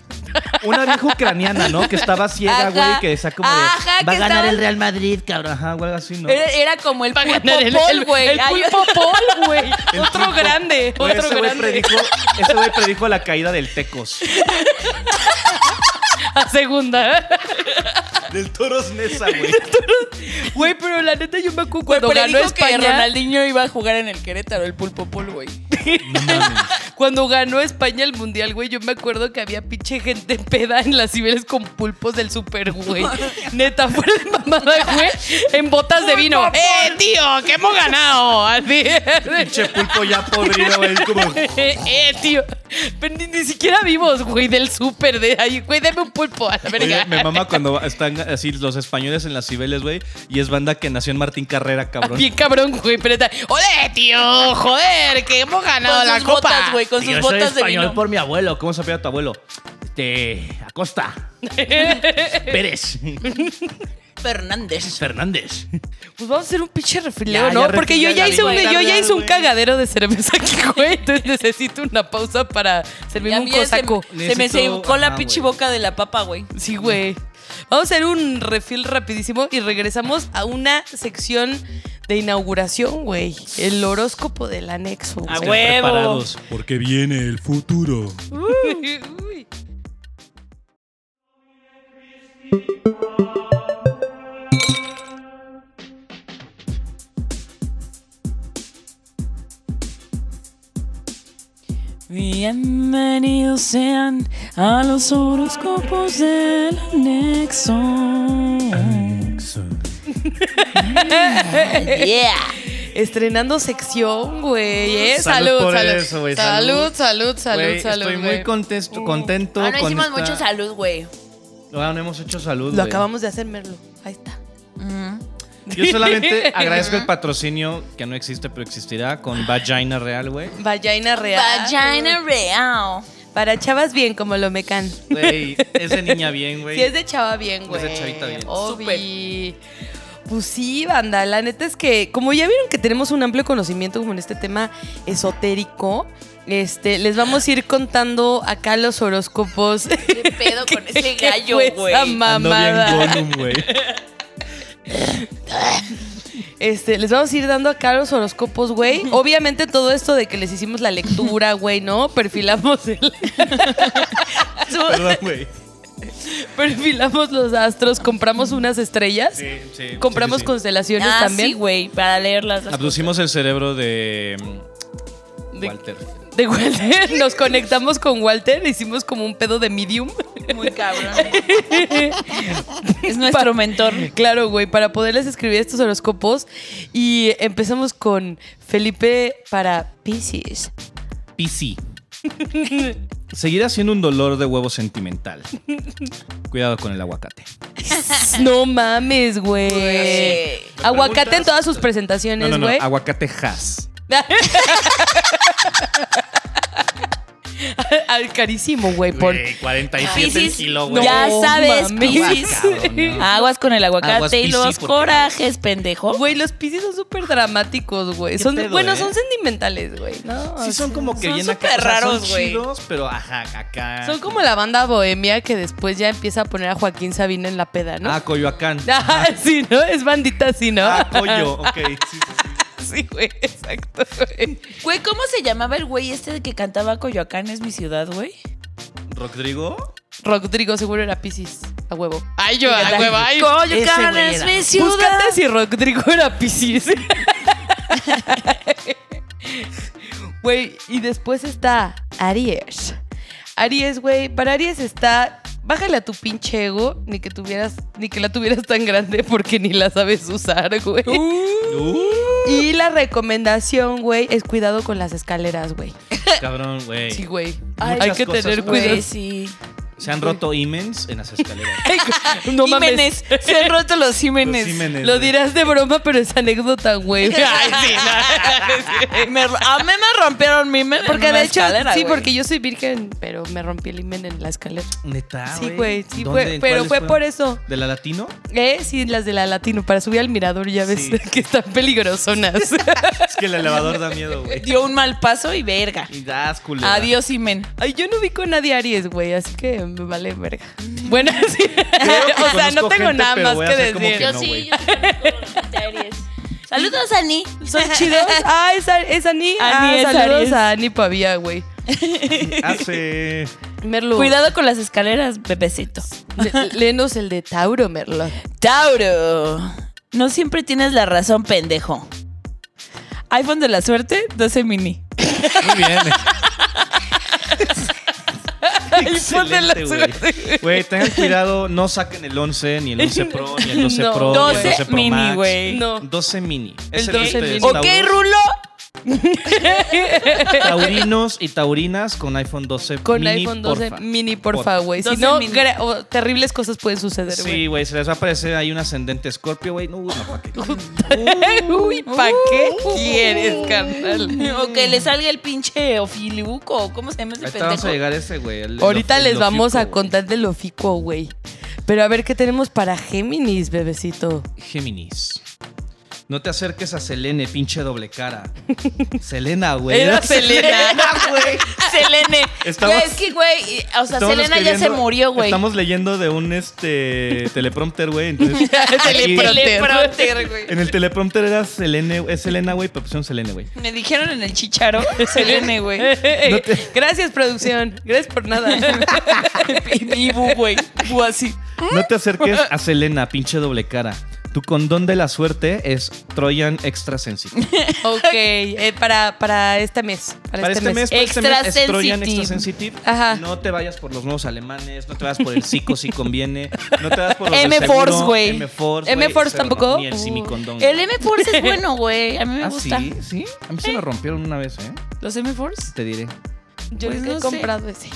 Speaker 3: Una vieja ucraniana, ¿no? Que estaba ciega,
Speaker 4: Ajá.
Speaker 3: güey, que está como de,
Speaker 4: Ajá,
Speaker 5: Va a
Speaker 4: que
Speaker 5: ganar
Speaker 4: estaba- Eh,
Speaker 5: el Real Madrid,
Speaker 3: cabrón,
Speaker 5: cabrón.
Speaker 3: ajá, o algo así, ¿no?
Speaker 4: Era, era como
Speaker 1: (laughs)
Speaker 4: el pulpo
Speaker 1: ganar el- el-
Speaker 4: pol, güey.
Speaker 1: el
Speaker 4: Ay, (laughs)
Speaker 1: pulpo pol, güey.
Speaker 3: (laughs) El
Speaker 1: Otro
Speaker 3: tipo-
Speaker 1: grande,
Speaker 3: Güey,
Speaker 1: otro
Speaker 3: ese güey
Speaker 1: grande.
Speaker 3: predijo, ese güey predijo la caída del Tecos,
Speaker 1: (laughs) A segunda. (laughs)
Speaker 3: del Toros Nesa, güey.
Speaker 1: Güey, pero la neta yo me acuerdo
Speaker 4: Güey,
Speaker 1: cuando
Speaker 4: pero
Speaker 1: ganó
Speaker 4: dijo que
Speaker 1: España.
Speaker 4: Ronaldinho iba a jugar en el Querétaro, el pulpo pol, güey.
Speaker 1: Cuando ganó España el mundial, güey, yo me acuerdo que había pinche gente peda en las cibeles con pulpos del super, güey. Neta, fuera de mamada, güey. En botas de vino. ¡Eh, tío! ¡Que hemos ganado! Así.
Speaker 3: (laughs) Pinche pulpo ya podrido, güey. es
Speaker 4: (laughs)
Speaker 3: como,
Speaker 1: Eh, eh, tío. Pero ni, ni siquiera vivos, güey, del súper. De ahí, güey, dame un pulpo a la verga.
Speaker 3: Oye, me mama cuando están así los españoles en las Cibeles, güey, y es banda que nació en Martín Carrera, cabrón.
Speaker 1: Bien cabrón, güey, pero está- ¡Ole, tío! ¡Joder! ¡Que hemos ganado
Speaker 4: Con
Speaker 1: la
Speaker 4: sus
Speaker 1: copa!
Speaker 4: botas, güey, con sus
Speaker 5: Yo soy
Speaker 4: botas de
Speaker 5: español
Speaker 4: vino.
Speaker 5: por mi abuelo. ¿Cómo se apellida tu abuelo? Este. Acosta. Pérez.
Speaker 4: Fernández.
Speaker 5: Fernández.
Speaker 1: Pues vamos a hacer un pinche refileo,
Speaker 5: Ya,
Speaker 1: ¿no?
Speaker 5: ya
Speaker 1: Porque yo
Speaker 5: refilea
Speaker 1: ya
Speaker 5: la
Speaker 1: hice un,
Speaker 5: vida.
Speaker 1: yo ya hice un
Speaker 3: Güey.
Speaker 1: cagadero de cerveza aquí, güey. Entonces necesito una pausa para servirme
Speaker 4: Ya
Speaker 1: un
Speaker 4: vi ese-
Speaker 1: cosaco.
Speaker 4: Se me
Speaker 3: Necesito-
Speaker 4: secó la
Speaker 3: Ajá,
Speaker 4: pinche
Speaker 3: güey.
Speaker 4: boca de la papa, güey.
Speaker 1: Sí, güey. Vamos a hacer un refill rapidísimo y regresamos a una sección de inauguración, güey. El horóscopo del anexo.
Speaker 4: A
Speaker 1: güey.
Speaker 4: huevo.
Speaker 3: Preparados.
Speaker 2: Porque viene el futuro.
Speaker 1: (laughs) Uy, uy.
Speaker 4: Bienvenidos sean a los horóscopos del anexo. Yeah.
Speaker 1: Estrenando sección, güey. ¿eh?
Speaker 3: Salud
Speaker 1: Salud,
Speaker 3: por
Speaker 1: salud.
Speaker 3: eso, güey,
Speaker 1: salud,
Speaker 3: salud.
Speaker 1: salud, salud,
Speaker 3: Güey,
Speaker 1: salud, güey.
Speaker 3: Estoy
Speaker 1: Uh.
Speaker 3: muy contesto- contento.
Speaker 4: Ahora
Speaker 3: con
Speaker 4: Ah, hicimos
Speaker 3: esta-
Speaker 4: mucho salud, güey.
Speaker 3: Ahora no hemos hecho salud.
Speaker 1: Lo
Speaker 3: güey.
Speaker 1: acabamos de hacer, Merlo. Ahí está.
Speaker 3: Yo
Speaker 1: (laughs)
Speaker 3: solamente agradezco el patrocinio que no existe, pero existirá con Vagina Real, güey.
Speaker 1: Vagina real.
Speaker 4: Vagina real.
Speaker 1: Para chavas bien como lo mecan.
Speaker 3: Güey, es de niña bien, güey.
Speaker 1: Si es de chava bien,
Speaker 3: Es
Speaker 1: güey.
Speaker 3: de chavita bien.
Speaker 1: Obvi. Pues sí, banda. La neta es que, como ya vieron que tenemos un amplio conocimiento como en este tema esotérico, este, les vamos a ir contando acá los horóscopos. (laughs)
Speaker 4: ¿Qué pedo con ese
Speaker 1: ¿Qué
Speaker 4: gallo,
Speaker 1: fue
Speaker 4: güey?
Speaker 1: esa
Speaker 3: Ando bien
Speaker 1: mamada?
Speaker 3: Gollum,
Speaker 1: (laughs)
Speaker 3: güey.
Speaker 1: Este, les vamos a ir dando acá los horóscopos, güey.
Speaker 4: (laughs)
Speaker 1: Obviamente todo esto de que les hicimos la lectura, güey, ¿no? Perfilamos el...
Speaker 3: Perdón, güey.
Speaker 1: (laughs) Perfilamos los astros, compramos unas estrellas,
Speaker 3: Sí, sí,
Speaker 1: compramos
Speaker 3: sí, sí.
Speaker 1: constelaciones
Speaker 4: Ah,
Speaker 1: también.
Speaker 4: sí, güey, para leerlas. las
Speaker 3: Abducimos el cerebro de mm,
Speaker 1: De-
Speaker 3: Walter.
Speaker 1: de Walter, nos conectamos con Walter, hicimos como un pedo de medium.
Speaker 4: cosas. Muy cabrón. es nuestro mentor.
Speaker 1: Claro, güey, para poderles escribir estos horóscopos. Y empezamos con Felipe para Pisces.
Speaker 3: (laughs)
Speaker 5: Pisi.
Speaker 3: Seguirá siendo un dolor de
Speaker 1: (laughs)
Speaker 3: huevo sentimental. Cuidado con el aguacate.
Speaker 1: No mames, güey. Aguacate en todas sus
Speaker 3: No,
Speaker 1: presentaciones,
Speaker 3: no,
Speaker 1: (laughs)
Speaker 3: no.
Speaker 1: güey.
Speaker 3: Aguacate has.
Speaker 1: Al carísimo, güey, por.
Speaker 3: 47 el
Speaker 4: Piscis,
Speaker 3: kilo,
Speaker 1: No,
Speaker 3: güey.
Speaker 4: ya sabes,
Speaker 1: mames.
Speaker 4: Piscis.
Speaker 1: Ah,
Speaker 4: Aguas con el aguacate
Speaker 3: Aguas,
Speaker 4: y
Speaker 3: Piscis,
Speaker 4: los
Speaker 3: porque-
Speaker 4: corajes, pendejo.
Speaker 1: Güey, los Pisces son súper dramáticos, güey. Son,
Speaker 3: pedo,
Speaker 1: bueno,
Speaker 3: eh?
Speaker 1: son sentimentales, güey, ¿no?
Speaker 3: Sí, son como que
Speaker 4: Son
Speaker 3: bien acá.
Speaker 4: súper
Speaker 3: o sea, son
Speaker 4: raros, güey.
Speaker 3: chidos, pero ajá, acá.
Speaker 1: Son como la banda bohemia que después ya empieza a poner a Joaquín Sabina en la peda, ¿no?
Speaker 3: Ah, Coyoacán.
Speaker 1: (laughs) Ah, sí, ¿no? Es bandita así, ¿no?
Speaker 3: Ah, Coyo, ok. Sí, sí, sí.
Speaker 1: (laughs) Sí, güey, exacto, güey.
Speaker 4: Güey, ¿cómo se llamaba el güey este que cantaba Coyoacán es mi ciudad, güey?
Speaker 3: Rodrigo.
Speaker 1: Rodrigo seguro era Piscis, a huevo. Ay, yo,
Speaker 4: Ay,
Speaker 1: ay.
Speaker 4: Coyoacán es mi ciudad.
Speaker 1: Búscate si Rodrigo era Piscis. (laughs) Güey, y después está Aries. Aries, güey, para Aries está... Bájale a tu pinche ego, ni que tuvieras, ni que la tuvieras tan grande porque ni la sabes usar, güey.
Speaker 3: Uh,
Speaker 1: Y la recomendación, güey, es cuidado con las escaleras, güey.
Speaker 3: cabrón, güey.
Speaker 1: Sí, güey.
Speaker 3: Ay,
Speaker 1: Hay que
Speaker 3: muchas
Speaker 1: tener
Speaker 3: cosas, güey.
Speaker 1: cuidado.
Speaker 4: Güey, sí.
Speaker 3: Se han roto imens en las
Speaker 1: (laughs)
Speaker 3: escaleras.
Speaker 1: No mames.
Speaker 4: Jiménez. Se han roto los Jiménez.
Speaker 3: Los Jiménez,
Speaker 1: Lo
Speaker 3: güey.
Speaker 1: dirás de broma, pero es anécdota, güey.
Speaker 4: (laughs) Ay, sí, (laughs) Me- a mí me rompieron mi men
Speaker 1: Porque
Speaker 4: en una
Speaker 1: de hecho,
Speaker 4: escalera,
Speaker 1: sí,
Speaker 4: güey.
Speaker 1: porque yo soy virgen, pero me rompí el imen en la escalera.
Speaker 4: Ah,
Speaker 3: Neta.
Speaker 1: sí, güey, sí,
Speaker 3: ¿Dónde?
Speaker 1: fue, pero
Speaker 3: ¿Cuáles
Speaker 1: fue
Speaker 3: fueron?
Speaker 1: por eso.
Speaker 3: ¿De la latino?
Speaker 1: Eh, sí, las de la latino, para subir al mirador, ya ves
Speaker 3: Sí.
Speaker 1: (laughs) que están peligrosonas. (laughs)
Speaker 3: Es que el elevador da miedo, güey.
Speaker 4: dio un mal paso y verga.
Speaker 3: Y das, culera.
Speaker 4: Adiós, Jimen.
Speaker 1: Ay, yo no vi con nadie Aries, güey, así que me vale verga. Bueno, (laughs) sí.
Speaker 3: que
Speaker 1: (laughs) o sea, no
Speaker 3: conozco
Speaker 1: tengo
Speaker 3: gente,
Speaker 1: nada
Speaker 3: pero
Speaker 1: más
Speaker 3: voy a
Speaker 1: que
Speaker 3: hacer como
Speaker 1: decir.
Speaker 3: que no, güey.
Speaker 6: yo sí. Aries.
Speaker 4: Saludos, Ani.
Speaker 1: ¿Son chidos? Ah, es, es Ani.
Speaker 4: Ani
Speaker 1: ah,
Speaker 4: es
Speaker 1: saludos
Speaker 4: Aries.
Speaker 1: a Ani Pavía, güey.
Speaker 3: Hace.
Speaker 1: Merlo.
Speaker 4: (laughs) Cuidado con las escaleras, bebecito.
Speaker 1: le- léenos el de Tauro,
Speaker 4: (laughs)
Speaker 1: Merlo.
Speaker 4: Tauro. No siempre tienes la razón, pendejo. iPhone de la suerte, 12 mini.
Speaker 3: Muy bien.
Speaker 1: (laughs) ponte la
Speaker 3: Excelente, güey. Güey, tengan cuidado, no saquen el 11, ni el 11 Pro, ni el 12
Speaker 1: (laughs) No,
Speaker 3: Pro, ni el
Speaker 4: 12
Speaker 3: 12 Pro
Speaker 4: mini,
Speaker 3: Max.
Speaker 4: güey.
Speaker 1: No.
Speaker 3: 12 mini.
Speaker 1: El
Speaker 3: Ese
Speaker 1: 12
Speaker 3: de
Speaker 1: mini.
Speaker 3: ustedes,
Speaker 4: Ok,
Speaker 3: tauros,
Speaker 4: Rulo.
Speaker 3: Taurinos y taurinas con iPhone 12
Speaker 1: Con
Speaker 3: mini,
Speaker 1: iPhone 12
Speaker 3: porfa.
Speaker 1: mini, porfa,
Speaker 3: Porfa.
Speaker 1: güey. Si
Speaker 4: 12
Speaker 1: no,
Speaker 4: mini.
Speaker 1: gra- o terribles cosas pueden suceder,
Speaker 3: Sí,
Speaker 1: güey. (laughs)
Speaker 3: güey, se les va a aparecer ahí un ascendente escorpio, güey. No, no, ¿para qué?
Speaker 1: Uy, ¿pa' qué quieres,
Speaker 4: (laughs)
Speaker 1: carnal?
Speaker 4: O que le salga el pinche ofilibuco. ¿Cómo se llama ese
Speaker 3: Ahorita vamos a
Speaker 4: pendejo?
Speaker 3: llegar a ese, güey. el-
Speaker 1: Ahorita
Speaker 3: el
Speaker 1: les vamos a
Speaker 3: lofico, güey.
Speaker 1: contar del ofico, güey. Pero a ver qué tenemos para Géminis,
Speaker 4: (laughs)
Speaker 1: bebecito.
Speaker 3: Géminis. No te acerques a Selene, pinche
Speaker 1: (laughs)
Speaker 3: doble cara. (laughs) Selena, güey.
Speaker 1: Era Selena.
Speaker 4: (laughs)
Speaker 3: güey.
Speaker 4: Selene.
Speaker 3: Estamos-
Speaker 4: Güey, es que, güey, y- o sea,
Speaker 3: Estamos
Speaker 4: Selena ya se
Speaker 3: escribiendo-
Speaker 4: murió, güey.
Speaker 3: Estamos leyendo de un este teleprompter, güey.
Speaker 4: (laughs)
Speaker 3: Entonces,
Speaker 1: Teleprompter. (laughs)
Speaker 4: Teleprompter, güey.
Speaker 3: en el teleprompter era Selene, es Selena, güey, pero pusieron Selene, güey.
Speaker 4: Me dijeron en
Speaker 3: (laughs)
Speaker 4: el chicharo, Selene, güey.
Speaker 1: Ey, Gracias, producción. Gracias por
Speaker 3: (laughs)
Speaker 1: nada.
Speaker 4: Y bu, güey. Bu así.
Speaker 3: No te acerques a Selena, pinche doble cara. Tu condón de la suerte es Trojan extra sensitive.
Speaker 1: ok, eh, para, para este mes. Para,
Speaker 3: Para este mes, para este mes,
Speaker 4: Extra
Speaker 3: es Trojan
Speaker 4: sensitive.
Speaker 3: extra sensitive.
Speaker 1: Ajá.
Speaker 3: No te vayas por los nuevos alemanes, no te vayas por el psico si conviene, no te vayas por los
Speaker 4: M
Speaker 3: de
Speaker 4: Force,
Speaker 3: seguro,
Speaker 4: güey.
Speaker 3: M Force,
Speaker 1: M
Speaker 3: güey,
Speaker 1: Force
Speaker 3: cero,
Speaker 1: tampoco.
Speaker 3: no, ni el semicondón.
Speaker 4: El M-Force es bueno, güey. A mí me
Speaker 3: Ah,
Speaker 4: gusta.
Speaker 3: sí, sí. A mí se me rompieron una vez, ¿eh?
Speaker 4: ¿Los M-Force?
Speaker 3: Te diré.
Speaker 1: Yo
Speaker 4: Pues
Speaker 1: nunca
Speaker 4: no
Speaker 1: he
Speaker 4: sé.
Speaker 1: comprado ese.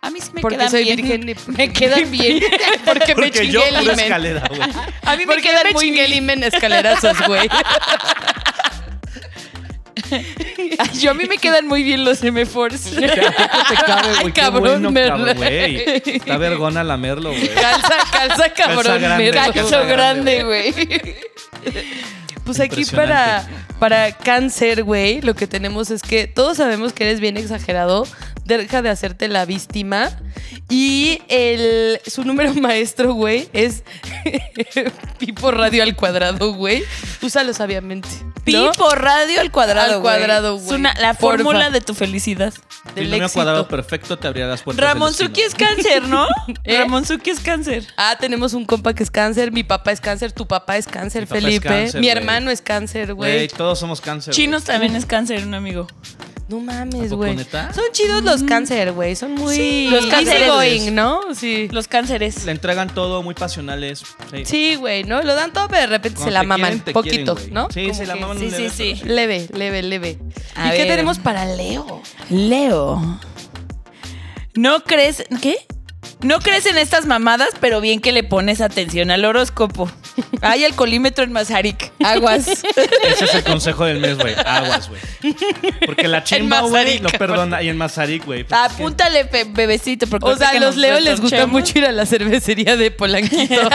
Speaker 4: A mí sí me
Speaker 1: Porque
Speaker 4: quedan
Speaker 1: soy (laughs)
Speaker 4: bien.
Speaker 1: virgen. y porque
Speaker 4: Me quedan bien.
Speaker 1: Porque me
Speaker 3: Porque
Speaker 1: chingué
Speaker 3: yo
Speaker 1: el
Speaker 3: pura
Speaker 1: imen.
Speaker 3: escalera, güey.
Speaker 4: A mí me
Speaker 1: Porque
Speaker 4: quedan
Speaker 1: me (laughs)
Speaker 4: muy
Speaker 1: chingué el imen escalerazos, güey. Ay, yo a mí me quedan muy bien los M4s. (laughs)
Speaker 3: te cabe, güey?
Speaker 1: Ay,
Speaker 3: Qué
Speaker 1: cabrón,
Speaker 3: bueno,
Speaker 1: Merlo.
Speaker 3: cabrón, güey. Está vergona la Merlo, güey.
Speaker 1: Calza, calza cabrón,
Speaker 3: grande,
Speaker 1: Merlo.
Speaker 3: calza
Speaker 1: Cacho grande,
Speaker 3: grande,
Speaker 1: güey. Pues aquí para,
Speaker 3: Impresionante.
Speaker 1: para cáncer, güey, lo que tenemos es que todos sabemos que eres bien exagerado, deja de hacerte la víctima y el, su número (laughs) maestro, güey, es (laughs) pipo radio al cuadrado, güey. Úsalo sabiamente.
Speaker 4: Pi
Speaker 1: ¿no?
Speaker 4: por radio al cuadrado.
Speaker 1: Al cuadrado,
Speaker 4: Es
Speaker 1: güey.
Speaker 4: una- la
Speaker 1: Porfa.
Speaker 4: fórmula de tu felicidad.
Speaker 1: Del
Speaker 3: Binomio
Speaker 1: éxito.
Speaker 3: cuadrado perfecto te abría las puertas. del
Speaker 4: Ramón
Speaker 3: destino.
Speaker 4: Suki es cáncer, ¿no?
Speaker 1: (laughs) ¿Eh?
Speaker 4: Ramón Suki es cáncer.
Speaker 1: Ah, tenemos un compa que es cáncer, mi papá es cáncer, tu papá es cáncer,
Speaker 3: Mi papá es
Speaker 1: Felipe.
Speaker 3: cáncer,
Speaker 1: mi
Speaker 3: güey.
Speaker 1: hermano es cáncer,
Speaker 3: Güey,
Speaker 1: güey.
Speaker 3: todos somos cáncer. güey.
Speaker 4: Chinos también es cáncer, un amigo.
Speaker 1: No mames,
Speaker 3: poco,
Speaker 1: güey.
Speaker 3: neta?
Speaker 1: Son chidos los cáncer, güey. Son muy
Speaker 4: Mm. Sí, los cánceres.
Speaker 1: easygoing, ¿no? Sí.
Speaker 4: Los cánceres.
Speaker 3: Le entregan todo, muy pasionales. Sí,
Speaker 1: Sí, güey, ¿no? Lo dan todo, pero de repente
Speaker 3: Cuando
Speaker 1: se la
Speaker 3: te
Speaker 1: maman.
Speaker 3: quieren, te
Speaker 1: poquito,
Speaker 3: quieren, güey.
Speaker 1: ¿no?
Speaker 3: Sí,
Speaker 1: Como
Speaker 3: se la
Speaker 1: que
Speaker 3: maman
Speaker 4: sí,
Speaker 3: un
Speaker 4: sí,
Speaker 3: leve,
Speaker 4: sí.
Speaker 3: pero
Speaker 1: Leve, leve, leve.
Speaker 4: A
Speaker 1: ¿Y qué
Speaker 3: (laughs)
Speaker 4: ver.
Speaker 1: tenemos para Leo?
Speaker 4: Leo. No crees. ¿Qué? No crees en estas mamadas, pero bien que le pones atención al horóscopo. Hay el colímetro en
Speaker 1: (laughs)
Speaker 4: Mazarik. Aguas.
Speaker 3: Ese es el consejo del mes, güey. Aguas, güey.
Speaker 1: (laughs)
Speaker 3: Porque la chimba, güey,
Speaker 1: Mazarik, Ah,
Speaker 3: no perdona. Y en Mazarik, güey. pues,
Speaker 4: Apúntale, pe- bebecito. Porque
Speaker 1: O
Speaker 4: ahorita
Speaker 1: sea, a
Speaker 4: que
Speaker 1: los
Speaker 4: nos
Speaker 1: Leo les gusta
Speaker 4: retorchamos-
Speaker 1: mucho ir a la cervecería de Polanquito.
Speaker 3: (laughs)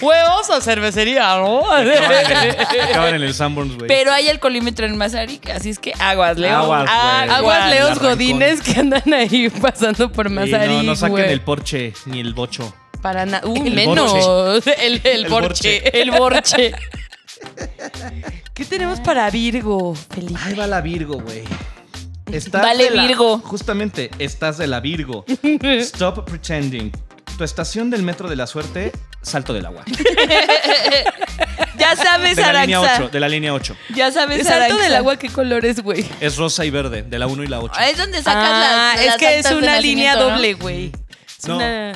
Speaker 1: Huevos o cervecería, ¿no? (laughs)
Speaker 3: Acaban en el Sanborns, güey.
Speaker 4: Pero hay el colímetro en Mazarik, así es que aguas, Leo.
Speaker 3: Aguas, güey.
Speaker 1: Aguas
Speaker 3: Igual,
Speaker 1: Leos
Speaker 3: arrancón.
Speaker 1: Godines que andan ahí pasando por
Speaker 3: Sí,
Speaker 1: Mazarí,
Speaker 3: no, no saquen
Speaker 1: güey.
Speaker 3: el porche ni el bocho.
Speaker 1: Para nada. Uh,
Speaker 3: El
Speaker 1: menos. (laughs) El, el
Speaker 3: El
Speaker 1: borche.
Speaker 3: borche.
Speaker 1: El
Speaker 3: (laughs)
Speaker 1: borche. ¿Qué tenemos para Virgo, Felipe? (laughs)
Speaker 3: Ahí va la Virgo, güey. Estás
Speaker 4: Vale,
Speaker 3: de la-
Speaker 4: Virgo.
Speaker 3: Justamente, estás de
Speaker 1: (laughs)
Speaker 3: la Virgo. Stop pretending. Tu estación del metro de la suerte, salto del
Speaker 1: (laughs)
Speaker 3: agua. De
Speaker 4: Ya sabes,
Speaker 3: la línea
Speaker 4: Aranxa.
Speaker 3: 8, de la línea 8.
Speaker 4: Ya sabes,
Speaker 1: El salto
Speaker 4: Aranxa.
Speaker 1: del agua, ¿qué color es, güey?
Speaker 3: Es rosa y verde, de la 1 y la 8.
Speaker 4: Ah, Es donde sacas
Speaker 1: Ah,
Speaker 4: las,
Speaker 1: es
Speaker 4: las
Speaker 1: que es
Speaker 4: actas de
Speaker 1: una línea
Speaker 4: nacimiento, ¿no?
Speaker 1: doble, güey. Es
Speaker 3: No.
Speaker 1: una...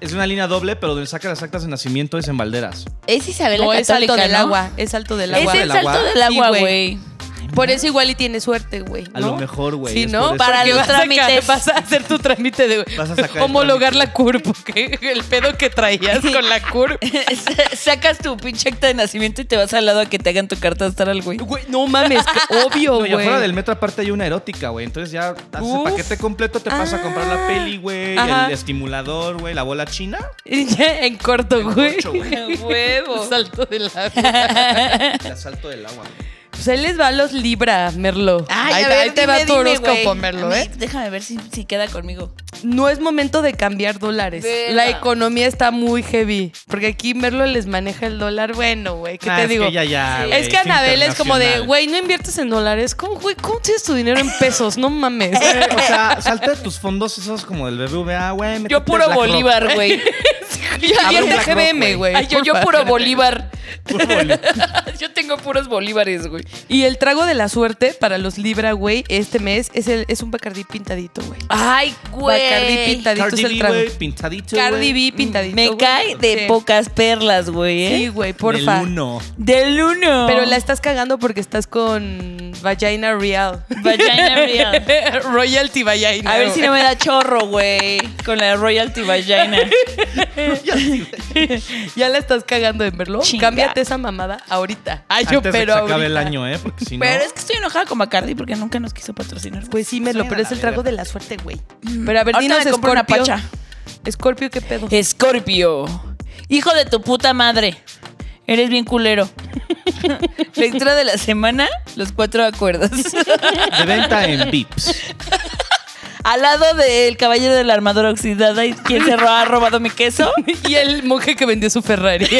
Speaker 3: Es una línea doble, pero donde saca las actas de nacimiento es en Valderas.
Speaker 4: Es Isabel la
Speaker 1: No, es
Speaker 4: Católica,
Speaker 1: salto del
Speaker 4: ¿no?
Speaker 1: agua. Es salto del
Speaker 4: Es
Speaker 1: agua.
Speaker 4: el
Speaker 3: del
Speaker 4: salto
Speaker 3: agua.
Speaker 4: del agua,
Speaker 1: Sí,
Speaker 4: güey. (laughs)
Speaker 1: güey. Por eso igual y tiene suerte, güey.
Speaker 3: A
Speaker 1: ¿no?
Speaker 3: lo mejor, güey.
Speaker 1: Sí,
Speaker 3: es
Speaker 1: ¿no?
Speaker 3: por eso.
Speaker 1: Para
Speaker 4: Porque
Speaker 1: los
Speaker 4: vas a sacar-
Speaker 1: trámites. vas a hacer tu trámite de
Speaker 3: Vas a sacar el
Speaker 1: homologar la CURP, ¿ok? El pedo (laughs) que traías con la CURP.
Speaker 4: Sacas tu pinche acta de nacimiento y te vas al lado a que te hagan tu carta astral, güey.
Speaker 1: Güey, no mames, que (laughs) obvio,
Speaker 3: No, y
Speaker 1: güey.
Speaker 3: afuera del metro aparte hay una erótica, güey. Entonces ya haces el
Speaker 1: Uf. Ah.
Speaker 3: paquete completo, te vas a comprar la peli, güey,
Speaker 1: Ajá.
Speaker 3: el estimulador, güey, la bola china.
Speaker 1: (laughs) Ya, en corto, güey.
Speaker 3: Ocho, güey.
Speaker 1: (laughs)
Speaker 4: (laughs) Huevo.
Speaker 1: Salto del agua.
Speaker 3: El asalto del agua, güey.
Speaker 1: Pues ahí les va a los Libra, Merlo. ahí,
Speaker 4: a ver,
Speaker 1: ahí te
Speaker 4: dime,
Speaker 1: va tu
Speaker 4: dime,
Speaker 1: horóscopo,
Speaker 4: güey.
Speaker 1: Merlo,
Speaker 4: A mí,
Speaker 1: ¿eh?
Speaker 4: Déjame ver si, si queda conmigo.
Speaker 1: No es momento de cambiar dólares.
Speaker 4: Verga.
Speaker 1: La economía está muy heavy. Porque aquí Merlo les maneja el dólar. Bueno, güey, ¿qué
Speaker 3: Ah,
Speaker 1: te
Speaker 3: es
Speaker 1: digo?
Speaker 3: Que ya, ya, güey,
Speaker 1: es que Anabel es como de,
Speaker 3: internacional.
Speaker 1: güey, no inviertes en dólares. ¿Cómo, güey? ¿Cómo tienes tu dinero en pesos? No mames.
Speaker 3: Eh, O sea, salta de tus fondos esos como del BBVA, güey. métete
Speaker 4: Yo puro
Speaker 1: (laughs)
Speaker 3: BlackRock.
Speaker 4: Bolívar, güey.
Speaker 1: Yo
Speaker 3: Abre un
Speaker 1: invierte
Speaker 3: BlackRock,
Speaker 1: GBM, güey.
Speaker 4: Ay, yo,
Speaker 1: por
Speaker 4: yo
Speaker 1: favor.
Speaker 4: puro (laughs) Bolívar.
Speaker 1: (laughs)
Speaker 3: Puro Bolívar.
Speaker 4: Yo tengo puros Bolívares, güey.
Speaker 1: Y el trago de la suerte para los Libra, güey, este mes es, el, es un Bacardí pintadito, güey.
Speaker 4: Ay, güey. Mm,
Speaker 1: Bacardí pintadito
Speaker 3: Cardi
Speaker 1: es el
Speaker 3: B,
Speaker 1: trago.
Speaker 3: güey, pintadito,
Speaker 1: Cardi
Speaker 3: güey.
Speaker 1: B pintadito.
Speaker 4: Me
Speaker 1: güey.
Speaker 4: cae de
Speaker 1: Sí.
Speaker 4: pocas perlas, güey, ¿eh?
Speaker 1: Sí, güey, porfa. (laughs)
Speaker 3: Del uno.
Speaker 4: Del uno.
Speaker 1: Pero la estás cagando porque estás con Vagina
Speaker 4: (laughs)
Speaker 1: Real.
Speaker 4: Vagina real.
Speaker 1: Royalty Vagina.
Speaker 4: A ver (laughs) si no me da chorro, güey. Con la royalty vagina.
Speaker 1: Ya la estás cagando en verlo.
Speaker 4: Chinga.
Speaker 1: Cámbiate esa mamada ahorita. Ay, yo,
Speaker 3: Antes de
Speaker 1: pero
Speaker 3: que se acabe
Speaker 1: ahorita.
Speaker 3: el año, ¿eh? Porque si no.
Speaker 4: Pero es que estoy enojada con Bacardi porque nunca nos quiso patrocinar. güey.
Speaker 1: Pues sí, Melo,
Speaker 3: Suena
Speaker 1: pero es
Speaker 3: la
Speaker 1: el trago
Speaker 3: verga.
Speaker 1: de la Mm. suerte, güey. Pero a ver,
Speaker 4: Ahorita
Speaker 1: dinos,
Speaker 4: me compro una
Speaker 1: Scorpio.
Speaker 4: pacha.
Speaker 1: Scorpio, ¿qué pedo?
Speaker 4: Escorpio. Hijo de tu puta madre. Eres
Speaker 1: (laughs)
Speaker 4: bien culero. Lectura de la semana, los cuatro acuerdos. (laughs)
Speaker 3: De venta en Vips.
Speaker 4: Al lado del caballero de la armadura oxidada y quien se ro- ha robado
Speaker 1: (laughs)
Speaker 4: mi queso.
Speaker 1: Y el monje que vendió su Ferrari.
Speaker 3: (laughs)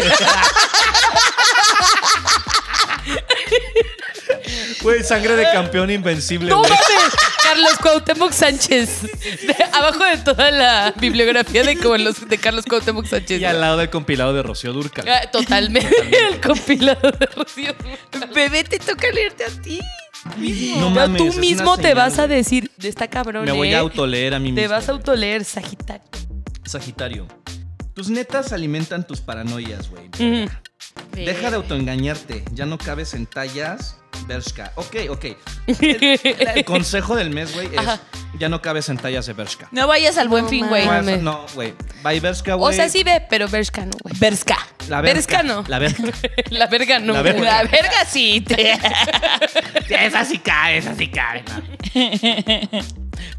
Speaker 3: Güey, sangre de campeón
Speaker 1: (laughs) (laughs)
Speaker 3: invencible,
Speaker 1: ¡No
Speaker 3: güey.
Speaker 1: mames! Carlos Cuauhtémoc Sánchez. De- abajo de toda la bibliografía de, como los- de Carlos Cuauhtémoc Sánchez.
Speaker 3: Y al lado del compilado de Rocío Durca.
Speaker 1: Ah, Totalmente. El compilado de Rocío.
Speaker 4: Bebé, te toca leerte a ti.
Speaker 3: No
Speaker 1: Pero
Speaker 3: mames, es
Speaker 1: tú
Speaker 3: una
Speaker 1: mismo te
Speaker 3: señal,
Speaker 1: vas a
Speaker 3: güey.
Speaker 1: decir, está cabrón,
Speaker 3: Me voy
Speaker 1: ¿eh?
Speaker 3: a autoleer a mí mismo.
Speaker 1: Te vas a
Speaker 3: güey.
Speaker 1: autoleer, Sagitario.
Speaker 3: Sagitario. Tus netas alimentan tus paranoias, güey.
Speaker 1: Ujú.
Speaker 3: Deja de autoengañarte. Ya no cabes en tallas. Bershka. Ok,
Speaker 1: (laughs)
Speaker 3: ok. El, el consejo del mes, güey, es ya no cabes en tallas de Bershka.
Speaker 4: No vayas al buen fin, güey.
Speaker 1: mames.
Speaker 3: No, güey. Bye Bershka, güey.
Speaker 1: O sea, sí ve, pero Bershka no, güey.
Speaker 4: Berska.
Speaker 3: La verga.
Speaker 1: Verescano.
Speaker 5: La verga.
Speaker 1: (laughs) La verga no.
Speaker 3: La verga.
Speaker 4: La verga sí. te-
Speaker 5: Esa sí cabe, esa sí cabe, mami.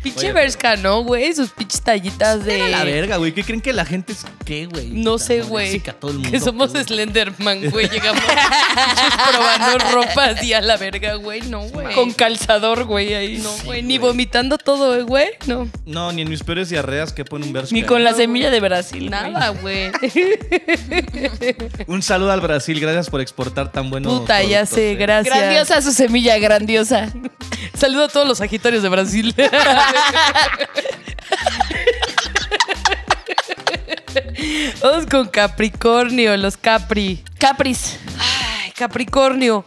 Speaker 1: Pinche Berska, ¿no, güey? Sus pinches tallitas de.
Speaker 5: La verga, güey. ¿Qué creen que la gente es qué, güey?
Speaker 1: No sé, güey.
Speaker 5: Anoréxica, todo el mundo,
Speaker 1: Que somos
Speaker 5: güey.
Speaker 1: Slenderman,
Speaker 5: (laughs)
Speaker 1: güey. Llegamos pinches probando ropas y a la verga, güey. No, güey.
Speaker 4: Con calzador, güey, ahí.
Speaker 1: No, güey. Ni vomitando todo, eh, güey. No.
Speaker 3: No, ni en mis peores diarreas que pone un verso.
Speaker 4: Ni con la semilla de Brasil. güey.
Speaker 1: Nada, güey.
Speaker 3: Un saludo al Brasil, gracias por exportar tan buenos
Speaker 1: Puta, ya
Speaker 3: productos,
Speaker 1: sé.
Speaker 3: eh.
Speaker 1: Gracias.
Speaker 4: Grandiosa su semilla, grandiosa.
Speaker 1: (laughs) Saludo a todos los agitarios de Brasil. (laughs) Vamos con Capricornio, los Capri.
Speaker 4: Capris.
Speaker 1: Ay, Capricornio,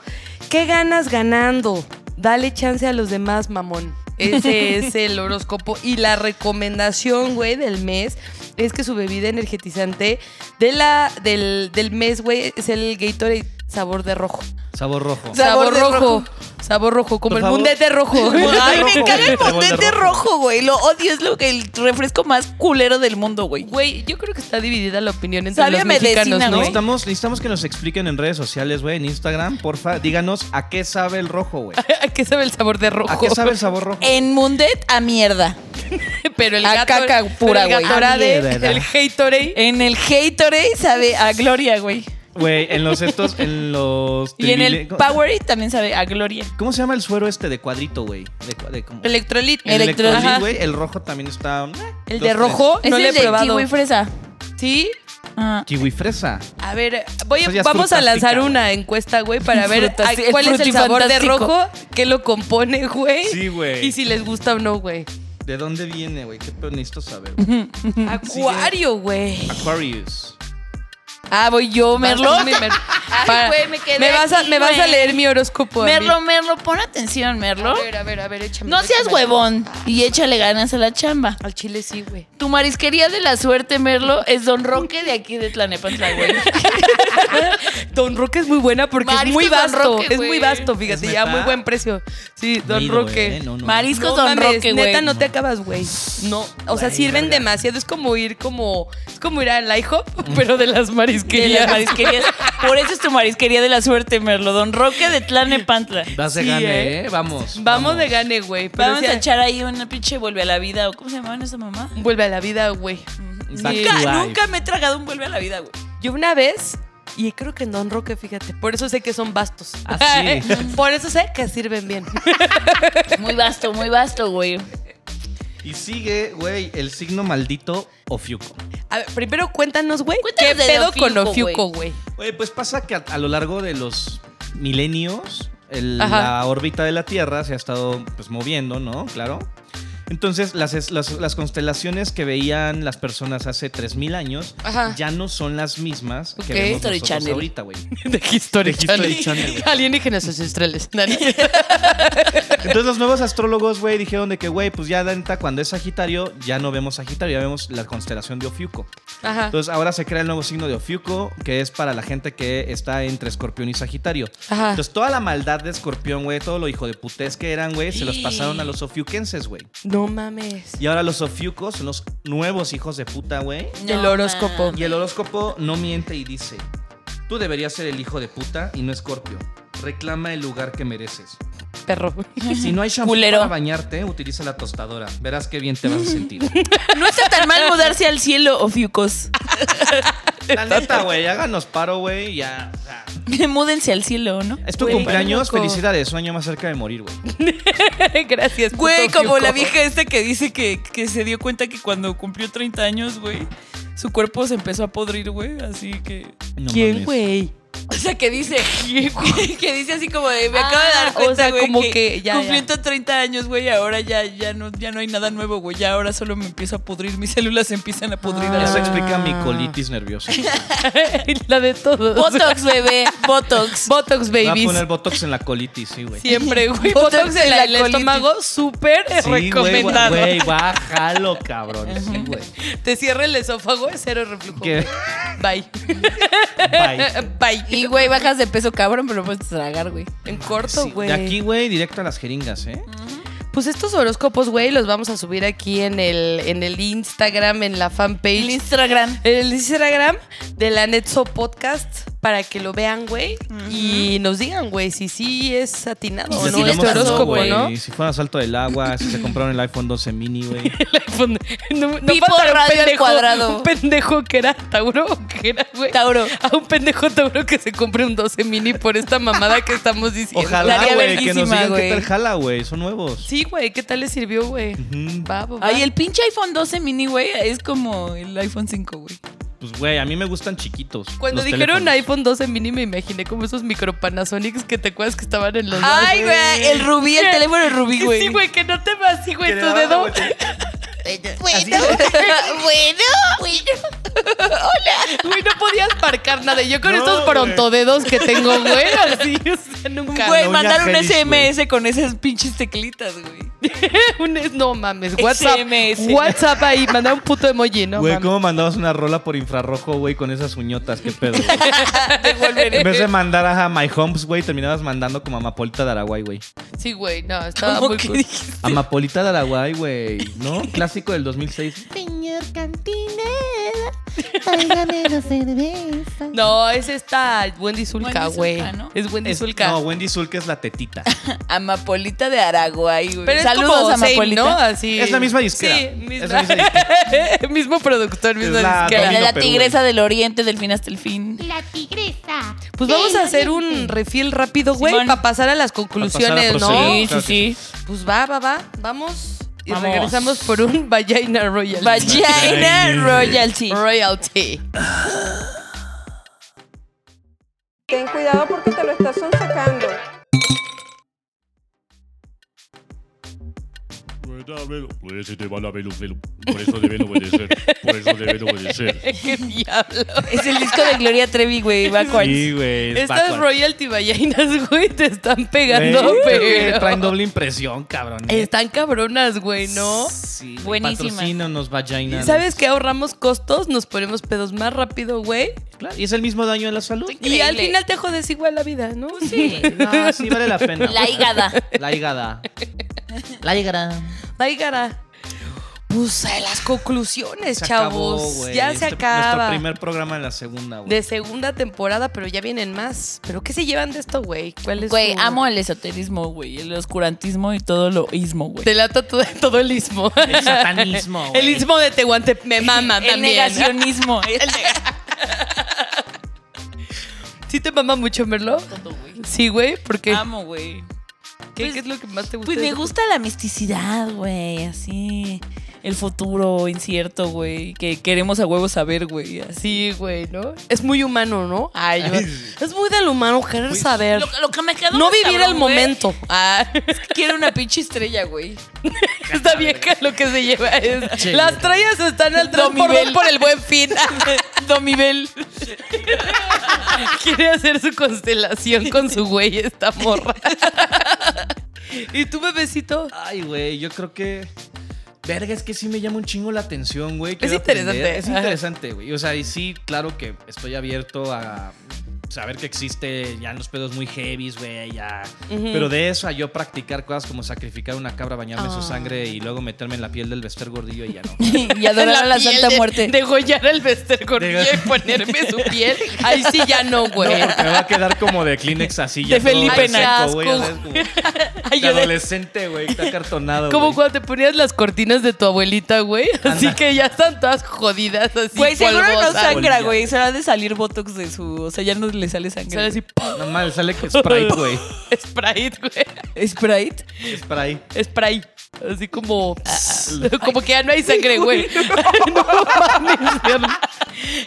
Speaker 1: ¿qué ganas ganando? Dale chance a los demás, mamón.
Speaker 4: (laughs)
Speaker 1: Ese es el horóscopo. Y la recomendación, güey, del mes es que su bebida energetizante de la, del, del mes, güey, es el Gatorade sabor de rojo.
Speaker 3: Sabor rojo.
Speaker 1: Sabor,
Speaker 7: Sabor de
Speaker 1: rojo.
Speaker 7: rojo.
Speaker 1: Sabor rojo, como
Speaker 3: Por
Speaker 1: el (laughs)
Speaker 3: favor.
Speaker 1: mundete rojo.
Speaker 4: Ay,
Speaker 7: Ay, me
Speaker 3: rojo,
Speaker 7: encanta el
Speaker 3: güey. Te
Speaker 7: potente
Speaker 3: vuelve rojo.
Speaker 7: rojo, güey. Lo odio, es lo que el refresco más culero del mundo, güey.
Speaker 1: Güey, yo creo que está dividida la opinión entre
Speaker 7: Sabia
Speaker 1: los mexicanos,
Speaker 7: medicina,
Speaker 1: ¿no?
Speaker 7: güey.
Speaker 3: Necesitamos, necesitamos que nos expliquen en redes sociales, güey, en Instagram, porfa, díganos a qué sabe el
Speaker 1: (laughs)
Speaker 3: rojo, güey.
Speaker 1: (laughs) ¿A qué sabe el sabor de rojo?
Speaker 3: ¿A qué sabe el sabor rojo?
Speaker 7: En Mundet a mierda.
Speaker 1: (laughs) Pero el
Speaker 7: A
Speaker 1: gato,
Speaker 7: caca pura,
Speaker 1: pero el
Speaker 7: güey.
Speaker 1: Gatorade,
Speaker 3: A mierda.
Speaker 1: el Gatorade.
Speaker 7: En el Gatorade sabe a gloria, güey.
Speaker 3: Güey, en los estos, en los...
Speaker 7: Y en el
Speaker 3: trivile- ¿cómo-
Speaker 7: Powerade también sabe a gloria.
Speaker 3: ¿Cómo se llama el suero este de cuadrito, güey? De, cua- de como-
Speaker 1: Electrolit.
Speaker 3: el electrolit,
Speaker 1: Ajá.
Speaker 3: güey. El rojo también está... eh,
Speaker 1: El
Speaker 3: dos,
Speaker 1: de
Speaker 3: tres.
Speaker 1: rojo
Speaker 7: Es
Speaker 1: no
Speaker 7: el
Speaker 1: lo he
Speaker 7: de
Speaker 1: probado.
Speaker 7: kiwi fresa.
Speaker 1: Sí.
Speaker 7: Ah.
Speaker 3: Kiwi fresa.
Speaker 1: A ver, voy a-
Speaker 3: Eso ya es
Speaker 1: vamos a
Speaker 3: frutástica,
Speaker 1: lanzar
Speaker 3: güey.
Speaker 1: una encuesta, güey, para ver
Speaker 7: Frutas-
Speaker 1: ay, cuál es el sabor de
Speaker 7: frutifantástico.
Speaker 1: rojo, qué lo compone, güey.
Speaker 3: Sí, güey.
Speaker 1: Y si les gusta o no, güey.
Speaker 3: ¿De dónde viene, güey? ¿Qué pedo necesito saber? güey?
Speaker 1: Acuario, Mm, güey.
Speaker 3: Aquarius.
Speaker 7: Ah, voy yo, Merlo.
Speaker 1: Vas- mi Mer-
Speaker 4: Ay,
Speaker 1: para-
Speaker 4: güey, me quedé
Speaker 1: vas a,
Speaker 4: aquí,
Speaker 1: me vas a
Speaker 4: güey.
Speaker 1: leer mi horóscopo. a mí.
Speaker 4: Merlo, Merlo, pon atención, Merlo.
Speaker 1: A ver, a ver, a ver, échame.
Speaker 4: No seas
Speaker 1: échame.
Speaker 4: huevón y échale ganas a la chamba.
Speaker 1: Al chile sí, güey.
Speaker 4: Tu marisquería de la suerte, Merlo, es Don Roque de aquí de Tlanepantla, güey.
Speaker 1: Don Roque es muy buena porque es
Speaker 4: Mariscos
Speaker 1: muy
Speaker 4: Don
Speaker 1: vasto.
Speaker 4: Roque,
Speaker 1: es muy
Speaker 4: güey.
Speaker 1: vasto, fíjate,
Speaker 3: ¿Es
Speaker 1: ya
Speaker 3: neta?
Speaker 1: muy buen precio. Sí,
Speaker 3: No he
Speaker 1: Don
Speaker 3: ido,
Speaker 1: Roque.
Speaker 3: güey, eh, no, no, no.
Speaker 4: Mariscos
Speaker 1: No
Speaker 4: Don
Speaker 1: mames,
Speaker 4: Roque, güey.
Speaker 1: neta, no te acabas, güey. No, o sea,
Speaker 3: Güey,
Speaker 1: sirven
Speaker 3: verga. Mm.
Speaker 1: demasiado. Es como ir como, es como ir al IHOP, pero de las
Speaker 7: De
Speaker 1: marisquerías.
Speaker 7: las marisquerías. Por eso es tu marisquería de la suerte, Merlo. Don Roque de Tlanepantla.
Speaker 3: Vas de
Speaker 1: Sí,
Speaker 3: gane,
Speaker 1: ¿eh?
Speaker 3: ¿eh? Vamos.
Speaker 1: (laughs) vamos, de gane, güey. pero
Speaker 4: Vamos
Speaker 1: sí,
Speaker 4: a echar ahí una pinche vuelve a la vida, o ¿cómo se llamaban esa mamá?
Speaker 1: Vuelve a la vida, güey.
Speaker 3: Back
Speaker 1: Sí.
Speaker 3: to life.
Speaker 7: Nunca me he tragado un vuelve a la vida, güey.
Speaker 1: Yo una vez, y creo que en Don Roque, fíjate, por eso sé que son bastos.
Speaker 3: Ah,
Speaker 1: (laughs)
Speaker 3: sí.
Speaker 1: por eso sé que sirven bien.
Speaker 4: Muy vasto, muy vasto, güey.
Speaker 3: Y sigue, güey, el signo maldito Ofiuco.
Speaker 1: A ver, primero cuéntanos, güey, qué
Speaker 4: Cuéntanos de
Speaker 1: pedo
Speaker 4: Ofiuco,
Speaker 1: con Ofiuco, güey.
Speaker 3: Güey, pues pasa que a, a lo largo de los milenios, el-
Speaker 1: Ajá.
Speaker 3: la órbita de la Tierra se ha estado pues, moviendo, ¿no? Claro. Entonces, las, es- las- las constelaciones que veían las personas hace 3.000 años
Speaker 1: Ajá.
Speaker 3: ya no son las mismas
Speaker 1: Ok.
Speaker 3: que vemos
Speaker 4: History
Speaker 3: nosotros
Speaker 4: Channel.
Speaker 3: ahorita, güey.
Speaker 1: De History,
Speaker 3: De History
Speaker 1: Channel.
Speaker 3: Channel, güey.
Speaker 1: Alienígenas ancestrales. Dani.
Speaker 3: Entonces, los nuevos astrólogos, güey, dijeron de que, güey, pues ya la neta, cuando es Sagitario, ya no vemos Sagitario, ya vemos la constelación de Ofiuco.
Speaker 1: Ajá.
Speaker 3: Entonces ahora se crea el nuevo signo de Ofiuco, que es para la gente que está entre Escorpión y Sagitario.
Speaker 1: Ajá.
Speaker 3: Entonces toda la maldad de Escorpión, güey, todo lo hijo de putés que eran, güey, se los pasaron a los ofiuquenses, güey.
Speaker 1: No mames.
Speaker 3: Y ahora los ofiucos son los nuevos hijos de puta, güey.
Speaker 1: el horóscopo.
Speaker 3: Y el horóscopo no miente y dice, tú deberías ser el hijo de puta y no Escorpio. Reclama el lugar que mereces.
Speaker 1: Perro.
Speaker 3: Si no hay shampoo
Speaker 4: Culero.
Speaker 3: para bañarte, utiliza la tostadora. Verás qué bien te vas a sentir.
Speaker 1: (laughs)
Speaker 7: No está tan mal mudarse al cielo, ofiucos. (laughs)
Speaker 3: La neta, güey, háganos paro, güey, ya. o sea,
Speaker 7: Múdense al cielo, ¿no?
Speaker 3: Es tu
Speaker 1: Güey,
Speaker 3: cumpleaños,
Speaker 1: qué loco.
Speaker 3: felicidades, un año más cerca de morir, güey.
Speaker 1: Gracias. puto
Speaker 7: Güey, como
Speaker 1: Ofiuco.
Speaker 7: la vieja esta que dice que, que se dio cuenta que cuando cumplió 30 años, güey, su cuerpo se empezó a podrir, güey. Así que.
Speaker 1: ¿Quién, güey?
Speaker 7: O sea, que dice.
Speaker 1: (laughs)
Speaker 7: que dice así como de. Me acabo de
Speaker 1: Ah,
Speaker 7: dar
Speaker 1: o
Speaker 7: cuenta,
Speaker 1: sea,
Speaker 7: güey.
Speaker 1: como que ya,
Speaker 7: Cumpliendo 30 años, güey, ahora ya, ya, no, ya no hay nada nuevo, güey. Ya ahora solo me empiezo a podrir. Mis células se empiezan a podrir.
Speaker 1: Ah,
Speaker 7: a la
Speaker 3: Eso
Speaker 7: vez.
Speaker 3: explica mi colitis nerviosa.
Speaker 1: la de todos.
Speaker 4: Botox, bebé,
Speaker 1: (laughs)
Speaker 4: Botox.
Speaker 1: Botox
Speaker 3: Me voy a
Speaker 1: babies.
Speaker 3: poner botox en la colitis, sí, güey.
Speaker 1: Siempre, güey.
Speaker 7: Botox
Speaker 1: Botox, en
Speaker 7: en
Speaker 1: la-
Speaker 7: la
Speaker 1: el
Speaker 7: colitis.
Speaker 1: estómago, súper
Speaker 3: Sí, güey,
Speaker 1: recomendado.
Speaker 3: Güey, bájalo, cabrón. Sí, güey.
Speaker 1: Te cierra el esófago, cero reflujo.
Speaker 3: ¿Qué?
Speaker 1: Bye. (laughs) Eh,
Speaker 3: Bye.
Speaker 1: Bye.
Speaker 4: Y, güey, bajas de peso cabrón, pero no puedes tragar, güey.
Speaker 1: En corto,
Speaker 3: Sí,
Speaker 1: güey.
Speaker 3: de aquí, güey, directo a las jeringas, ¿eh?
Speaker 1: Pues estos horóscopos, güey, los vamos a subir aquí en el, en el Instagram, en la
Speaker 4: El
Speaker 1: fanpage.
Speaker 4: Instagram.
Speaker 1: En el Instagram de la Netso Podcast para que lo vean, güey. Y nos digan, güey, si sí es atinado o
Speaker 3: Si
Speaker 1: no
Speaker 3: le
Speaker 1: este
Speaker 3: tiramos algo,
Speaker 1: horóscopo,
Speaker 3: güey,
Speaker 1: ¿no?
Speaker 3: Si fue un asalto del agua, si se compraron el iPhone 12 mini,
Speaker 1: (laughs)
Speaker 3: güey.
Speaker 1: iPhone. Pues, No, no
Speaker 4: Pipo
Speaker 1: faltará un
Speaker 4: Radio al
Speaker 1: pendejo-
Speaker 4: cuadrado.
Speaker 1: Un pendejo que era Tauro, o que era, güey.
Speaker 4: Tauro.
Speaker 1: A un pendejo Tauro que se compre un 12 mini por esta mamada que estamos diciendo.
Speaker 3: Ojalá,
Speaker 4: Estaría
Speaker 3: güey, que nos
Speaker 4: verguísima,
Speaker 3: digan qué
Speaker 4: güey.
Speaker 3: tal jala, güey. Son nuevos.
Speaker 1: Sí, güey, ¿qué tal le sirvió, güey?
Speaker 3: Ujú.
Speaker 1: Va, va, va.
Speaker 7: Ay, el pinche iPhone 12 mini, güey, es como el iPhone 5, güey.
Speaker 3: Pues, güey, a mí me gustan chiquitos.
Speaker 1: Cuando
Speaker 3: los
Speaker 1: dijeron
Speaker 3: teléfonos.
Speaker 1: iPhone 12 mini me imaginé como esos micro Panasonics que te acuerdas que estaban en los
Speaker 4: Ay, güey. El rubí, el teléfono del rubí, Ah, güey.
Speaker 1: Sí, güey, que no te vas así, güey,
Speaker 3: Que le
Speaker 1: tu
Speaker 3: daban la
Speaker 1: dedo.
Speaker 3: vuelta.
Speaker 7: (laughs)
Speaker 1: Güey, no podías marcar nada. Y Yo con
Speaker 3: No,
Speaker 1: estos
Speaker 3: güey.
Speaker 1: prontodedos que tengo, güey, así, o sea, nunca.
Speaker 7: Güey,
Speaker 3: uña
Speaker 7: mandar un
Speaker 3: feliz,
Speaker 7: SMS con esas pinches teclitas, güey.
Speaker 1: Un es- no mames, WhatsApp.
Speaker 7: SMS.
Speaker 1: WhatsApp ahí, mandar un puto emoji, ¿no?
Speaker 3: Güey,
Speaker 1: mames.
Speaker 3: ¿cómo mandabas una rola por infrarrojo, güey, con esas uñotas?
Speaker 1: (laughs)
Speaker 3: ¿Qué pedo? güey? en
Speaker 1: Devuélveme.
Speaker 3: vez de mandar a My Homes, güey, terminabas mandando como Amapolita de Araguay, güey.
Speaker 1: Sí, güey, no, estaba
Speaker 7: ¿Cómo
Speaker 1: muy
Speaker 7: que
Speaker 1: cool.
Speaker 7: dijiste?
Speaker 3: Amapolita de Araguay, güey, ¿no? Clásico del 2006.
Speaker 8: Señor Cantinera, tráigame la cerveza.
Speaker 1: No, es esta Wendy Zulka,
Speaker 7: Wendy
Speaker 1: güey.
Speaker 7: Zulka, ¿no?
Speaker 1: Es Wendy
Speaker 3: Es-
Speaker 1: Zulka.
Speaker 3: No, Wendy Zulka es la tetita.
Speaker 4: Amapolita de Araguay, güey.
Speaker 1: Pero es
Speaker 4: Saludos,
Speaker 1: como same,
Speaker 4: Amapolita.
Speaker 1: ¿no? Así.
Speaker 3: Es la misma disquera.
Speaker 1: Sí,
Speaker 3: Es la
Speaker 1: misma.
Speaker 3: misma
Speaker 1: (laughs) Mismo productor, misma
Speaker 3: Es la
Speaker 1: disquera.
Speaker 4: La,
Speaker 3: Domino
Speaker 4: la
Speaker 3: Perú,
Speaker 4: tigresa del oriente, del fin hasta el fin.
Speaker 8: La tigresa.
Speaker 1: Pues vamos a hacer un refill rápido, güey,
Speaker 7: Simón.
Speaker 1: para pasar a las
Speaker 3: a
Speaker 1: conclusiones, ¿no?
Speaker 3: proceder.
Speaker 7: Sí, sí,
Speaker 3: claro
Speaker 7: sí.
Speaker 1: Pues va, va, va. Vamos. Y
Speaker 7: Vamos.
Speaker 1: regresamos por un (laughs) Vagina Royal.
Speaker 4: Vagina Royalty.
Speaker 1: Royalty.
Speaker 9: Ten cuidado porque te lo estás sacando.
Speaker 2: Por eso te va la velo, velo. Por eso deben obedecer. Por eso deben obedecer.
Speaker 1: (laughs) Qué diablo.
Speaker 4: Es el disco de Gloria Trevi, güey. Backwards.
Speaker 3: Sí, güey. es
Speaker 1: Estas
Speaker 3: backward.
Speaker 1: royalty vaginas, güey, te están
Speaker 3: Güey,
Speaker 1: pegando,
Speaker 3: güey, Traen
Speaker 1: pero.
Speaker 3: doble impresión, cabrón. eh.
Speaker 1: Están cabronas, güey, ¿no?
Speaker 3: Sí, güey,
Speaker 4: Buenísima.
Speaker 3: Patrocínanos, vagina.
Speaker 1: ¿Sabes qué? Ahorramos costos, nos ponemos pedos más rápido, güey.
Speaker 3: Claro, y es el mismo daño en la salud.
Speaker 1: Y al
Speaker 4: Increíble.
Speaker 1: final te jodes igual la vida, ¿no? (laughs)
Speaker 4: Sí.
Speaker 3: No, sí vale la pena.
Speaker 4: La hígada.
Speaker 3: La hígada.
Speaker 5: La llegará.
Speaker 1: Ay, gara. Pues eh, las conclusiones,
Speaker 3: Se acabó,
Speaker 1: chavos.
Speaker 3: güey.
Speaker 1: ya se
Speaker 3: Este- Nuestro
Speaker 1: acaba.
Speaker 3: primer programa en la segunda, güey.
Speaker 1: De segunda temporada, pero ya vienen más. ¿Pero qué se llevan de esto, güey? ¿Cuál es
Speaker 4: Güey,
Speaker 1: su-
Speaker 4: amo el esoterismo, güey. El oscurantismo y todo lo ismo, güey.
Speaker 1: Te lata todo, todo el istmo.
Speaker 3: El satanismo,
Speaker 1: (laughs)
Speaker 3: güey.
Speaker 1: El istmo de Tehuantepec me mama
Speaker 4: El
Speaker 1: también. (laughs)
Speaker 4: (laughs) negacionismo.
Speaker 1: ¿Sí te mama mucho, Merlo? Sí, güey, porque
Speaker 7: Amo, güey.
Speaker 1: ¿qué,
Speaker 4: pues-
Speaker 1: qué es lo que más te gusta?
Speaker 4: Pues
Speaker 1: de
Speaker 4: me
Speaker 1: eso?
Speaker 4: gusta la misticidad, güey. Así. El futuro incierto, güey. Que queremos a huevos saber, güey. Así.
Speaker 1: Sí, güey, ¿no? Es muy humano, ¿no? Ay, yo- es muy del humano querer saber.
Speaker 4: Lo, lo que me quedó.
Speaker 1: no
Speaker 4: más
Speaker 1: vivir
Speaker 4: cabrón,
Speaker 1: el
Speaker 4: güey,
Speaker 1: momento.
Speaker 4: (laughs)
Speaker 1: Ah,
Speaker 4: Quiero una pinche
Speaker 1: (laughs)
Speaker 4: estrella, güey.
Speaker 1: esta vieja lo que se lleva es. Las trayas están al 3 por
Speaker 4: Domibel.
Speaker 1: dos por el buen fin.
Speaker 4: (laughs)
Speaker 1: Domibel. (laughs) Quiere hacer su constelación con su güey, esta
Speaker 4: (laughs)
Speaker 1: morra. ¿Y tu bebecito?
Speaker 3: Ay, güey, yo creo que. Verga, es que sí me llama un chingo la atención, güey. Quiero
Speaker 1: Es interesante.
Speaker 3: aprender. Es
Speaker 1: Ajá.
Speaker 3: interesante, güey. O sea, y sí, claro que estoy abierto a saber que existe ya en los pedos muy heavies, güey, ya. Pero de eso a yo practicar cosas como sacrificar una cabra, bañarme en su
Speaker 1: Ah.
Speaker 3: sangre y luego meterme en la piel del Bester Gordillo y ya no.
Speaker 4: Y (laughs) adorar a la
Speaker 1: piel
Speaker 4: Santa
Speaker 1: de-
Speaker 4: Muerte.
Speaker 1: Degollar al Bester Gordillo y ponerme su piel. Ahí sí ya no, güey.
Speaker 3: No, porque me va a quedar como de Kleenex así.
Speaker 1: De Felipe
Speaker 3: Naco, güey. ya
Speaker 1: Nasco.
Speaker 3: sabes, como de
Speaker 1: Ay, yo de-
Speaker 3: adolescente, güey. Está cartonado.
Speaker 1: Como cuando te ponías las cortinas de tu abuelita, güey. Así
Speaker 3: Anda.
Speaker 1: que ya están todas jodidas así.
Speaker 4: Güey, seguro no
Speaker 1: polvosas.
Speaker 4: sangra,
Speaker 3: Polilla.
Speaker 4: güey. Se va de salir botox de su. O sea, ya no le sale sangre.
Speaker 1: Sale así, ¡pum!
Speaker 3: No mal, sale que Sprite, güey.
Speaker 1: Sprite, güey.
Speaker 4: Sprite.
Speaker 3: Sprite.
Speaker 1: Spray. Así como. como que ya no hay sangre, güey. no mames, Merlo.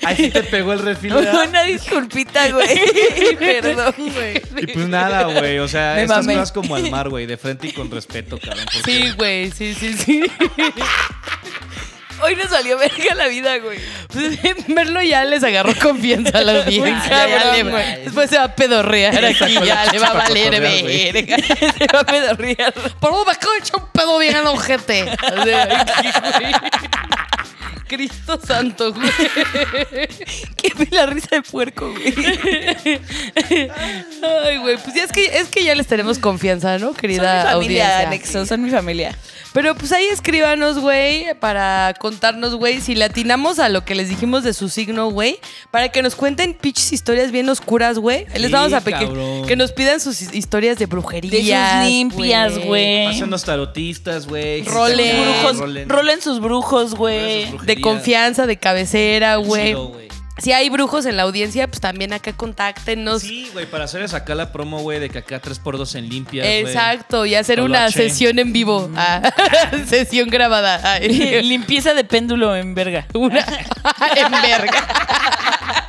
Speaker 3: Ahí sí te pegó el refil. ¿verdad?
Speaker 4: Una disculpita, güey. (laughs) Perdón, güey.
Speaker 3: Y pues nada, güey. O sea,
Speaker 4: Me
Speaker 3: estas
Speaker 4: mamé.
Speaker 3: cosas como al mar, güey. De frente y con respeto, cabrón. porque-
Speaker 1: Sí, güey, sí, sí, sí.
Speaker 4: Hoy nos salió verga la vida, güey.
Speaker 1: Pues, (laughs) Merlo ya les agarró confianza a
Speaker 4: (laughs)
Speaker 1: la audiencia.
Speaker 4: Ya, ya,
Speaker 1: ya le-
Speaker 4: güey.
Speaker 1: después se va a pedorrear aquí,
Speaker 3: sacó la
Speaker 1: ya le va a
Speaker 3: chicha para
Speaker 1: valer
Speaker 3: cotorrear, güey.
Speaker 1: verga. Se va a pedorrear. Por favor, me acabo de echar un pedo bien al ojete. O sea, Cristo santo, güey.
Speaker 7: Qué la risa de puerco, güey.
Speaker 1: Ay, güey. Pues ya es que, es que ya les tenemos confianza, ¿no,
Speaker 7: Son mi
Speaker 1: querida
Speaker 7: familia,
Speaker 1: audiencia?
Speaker 7: Alexo, son mi familia.
Speaker 1: Pero pues ahí escríbanos, güey, para contarnos, güey, si latinamos a lo que les dijimos de su signo, güey, para que nos cuenten pinches historias bien oscuras, güey. Ahí les
Speaker 3: Sí,
Speaker 1: vamos a pedir
Speaker 3: cabrón.
Speaker 1: que nos pidan sus his- historias de brujería.
Speaker 4: De sus limpias, güey.
Speaker 3: Pasan los tarotistas, güey.
Speaker 1: Rolen.
Speaker 3: Gente que
Speaker 4: Brujos,
Speaker 3: rolen.
Speaker 4: rolen sus brujos,
Speaker 3: Rolen
Speaker 4: güey.
Speaker 3: sus brujerías.
Speaker 1: De confianza, de cabecera, güey.
Speaker 3: Chido, güey.
Speaker 1: Si hay brujos en la audiencia, pues también acá contáctenos.
Speaker 3: Sí, güey, para hacerles acá la promo, güey, de que acá 3x2 en limpias, güey.
Speaker 1: Exacto, y hacer
Speaker 3: Solo
Speaker 1: una
Speaker 3: H.
Speaker 1: sesión en vivo. Ah, (laughs) sesión grabada.
Speaker 7: (laughs)
Speaker 1: Ay, (laughs)
Speaker 4: Limpieza de péndulo en verga.
Speaker 1: una en verga.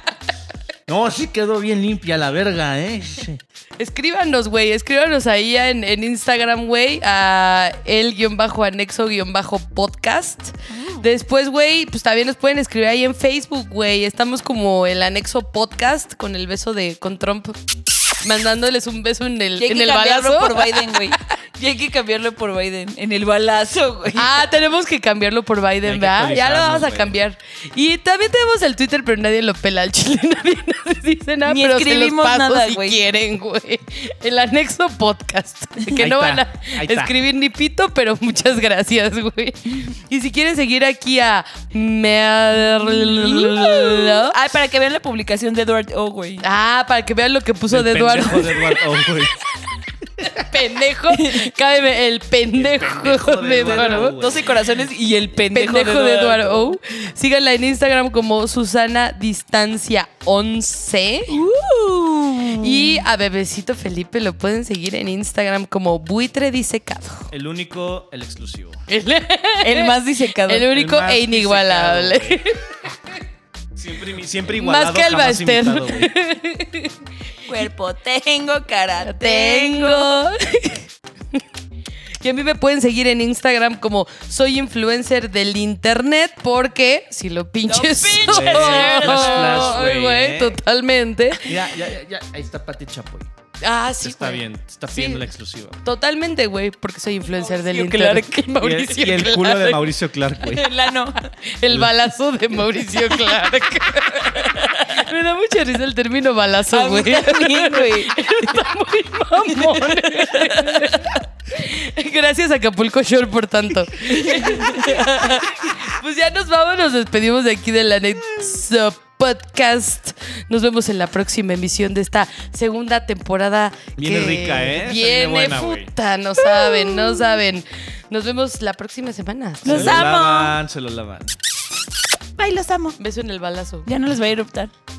Speaker 3: No, sí quedó bien limpia la verga, ¿eh?
Speaker 1: Escríbanos, güey. Escríbanos ahí en, en Instagram, güey, a el-anexo-podcast.
Speaker 7: Oh.
Speaker 1: Después, güey, pues también nos pueden escribir ahí en Facebook, güey. Estamos como el anexo podcast con el beso de con Trump, mandándoles un beso en el,
Speaker 7: Y hay
Speaker 1: en
Speaker 7: que
Speaker 1: el
Speaker 7: cambiarlo
Speaker 1: balazo.
Speaker 7: por Biden,
Speaker 1: (laughs)
Speaker 7: güey. Y hay que cambiarlo por Biden. En el balazo, güey.
Speaker 3: (laughs)
Speaker 1: Ah, tenemos que cambiarlo por
Speaker 3: Hay
Speaker 1: Biden,
Speaker 3: que
Speaker 1: ¿verdad? Ya lo
Speaker 3: actualizarnos,
Speaker 1: vamos a
Speaker 3: güey.
Speaker 1: cambiar. Y también tenemos el Twitter, pero nadie lo pela al chile. (laughs) Nadie nos dice nada,
Speaker 7: Ni
Speaker 1: pero
Speaker 7: escribimos
Speaker 1: se los paso
Speaker 7: nada,
Speaker 1: si
Speaker 7: güey.
Speaker 1: quieren, güey. El anexo podcast. (laughs) Que
Speaker 3: Ahí
Speaker 1: no
Speaker 3: está,
Speaker 1: van a
Speaker 3: ahí está.
Speaker 1: escribir ni pito, pero muchas gracias, güey. Y si quieren seguir aquí a
Speaker 3: (laughs)
Speaker 1: Merlo.
Speaker 7: (laughs) Ay, para que vean la publicación de Edward O, güey.
Speaker 1: Ah, para que vean lo que puso de
Speaker 3: El
Speaker 1: Eduardo.
Speaker 3: pendejo de
Speaker 1: (laughs)
Speaker 3: Eduardo, oh, güey.
Speaker 1: Pendejo. Cábeme, el pendejo,
Speaker 3: pendejo de
Speaker 1: de
Speaker 3: Eduardo,
Speaker 1: Eduardo.
Speaker 3: güey.
Speaker 7: 12 corazones y el pendejo,
Speaker 1: pendejo de Eduardo.
Speaker 7: O.
Speaker 1: O. Síganla en Instagram como Susana Distancia 11. Y a Bebecito Felipe lo pueden seguir en Instagram como Buitre Disecado.
Speaker 3: El único, el exclusivo.
Speaker 1: El,
Speaker 7: El más disecado.
Speaker 1: (laughs) el único
Speaker 3: más
Speaker 1: e inigualable.
Speaker 3: Siempre, imi- siempre
Speaker 1: Más
Speaker 3: igualado,
Speaker 1: que el
Speaker 3: jamás
Speaker 1: Baster.
Speaker 3: imitado, güey.
Speaker 4: Cuerpo tengo, cara
Speaker 1: Tengo. (laughs) Y a mí me pueden seguir en Instagram como soy influencer del internet porque si lo pinches,
Speaker 4: pinches,
Speaker 1: soy,
Speaker 3: flash, flash, güey,
Speaker 1: güey,
Speaker 3: ¿eh?
Speaker 1: totalmente.
Speaker 3: Mira, ya, ya, ya, ahí está Pati Chapoy.
Speaker 1: Ah, sí,
Speaker 3: Se está
Speaker 1: güey.
Speaker 3: bien, te está
Speaker 1: Sí.
Speaker 3: pidiendo la exclusiva.
Speaker 1: Totalmente, güey, porque soy influencer del
Speaker 7: Mauricio
Speaker 1: internet.
Speaker 7: Clark.
Speaker 1: (laughs) Mauricio
Speaker 3: y el, y el culo
Speaker 1: Clark.
Speaker 3: de Mauricio Clark, güey.
Speaker 7: (laughs) El ano.
Speaker 1: El balazo de Mauricio Clark. (laughs) Me da mucha risa el término balazo, güey. (laughs)
Speaker 7: También, güey.
Speaker 1: Mamón. Gracias Acapulco Shore por tanto. pues ya nos vamos, nos despedimos de aquí de la Nexo Podcast. Nos vemos en la próxima emisión de esta segunda temporada.
Speaker 3: Viene
Speaker 1: que
Speaker 3: rica, ¿eh? Se viene
Speaker 1: Viene
Speaker 3: buena, güey.
Speaker 1: puta, no saben, no saben. Nos vemos la próxima semana.
Speaker 3: se
Speaker 7: Los
Speaker 3: lo
Speaker 7: amo.
Speaker 3: lavan, se lo lavan.
Speaker 7: Ay, los amo.
Speaker 1: Beso en el balazo.
Speaker 7: Ya no les va a eruptar.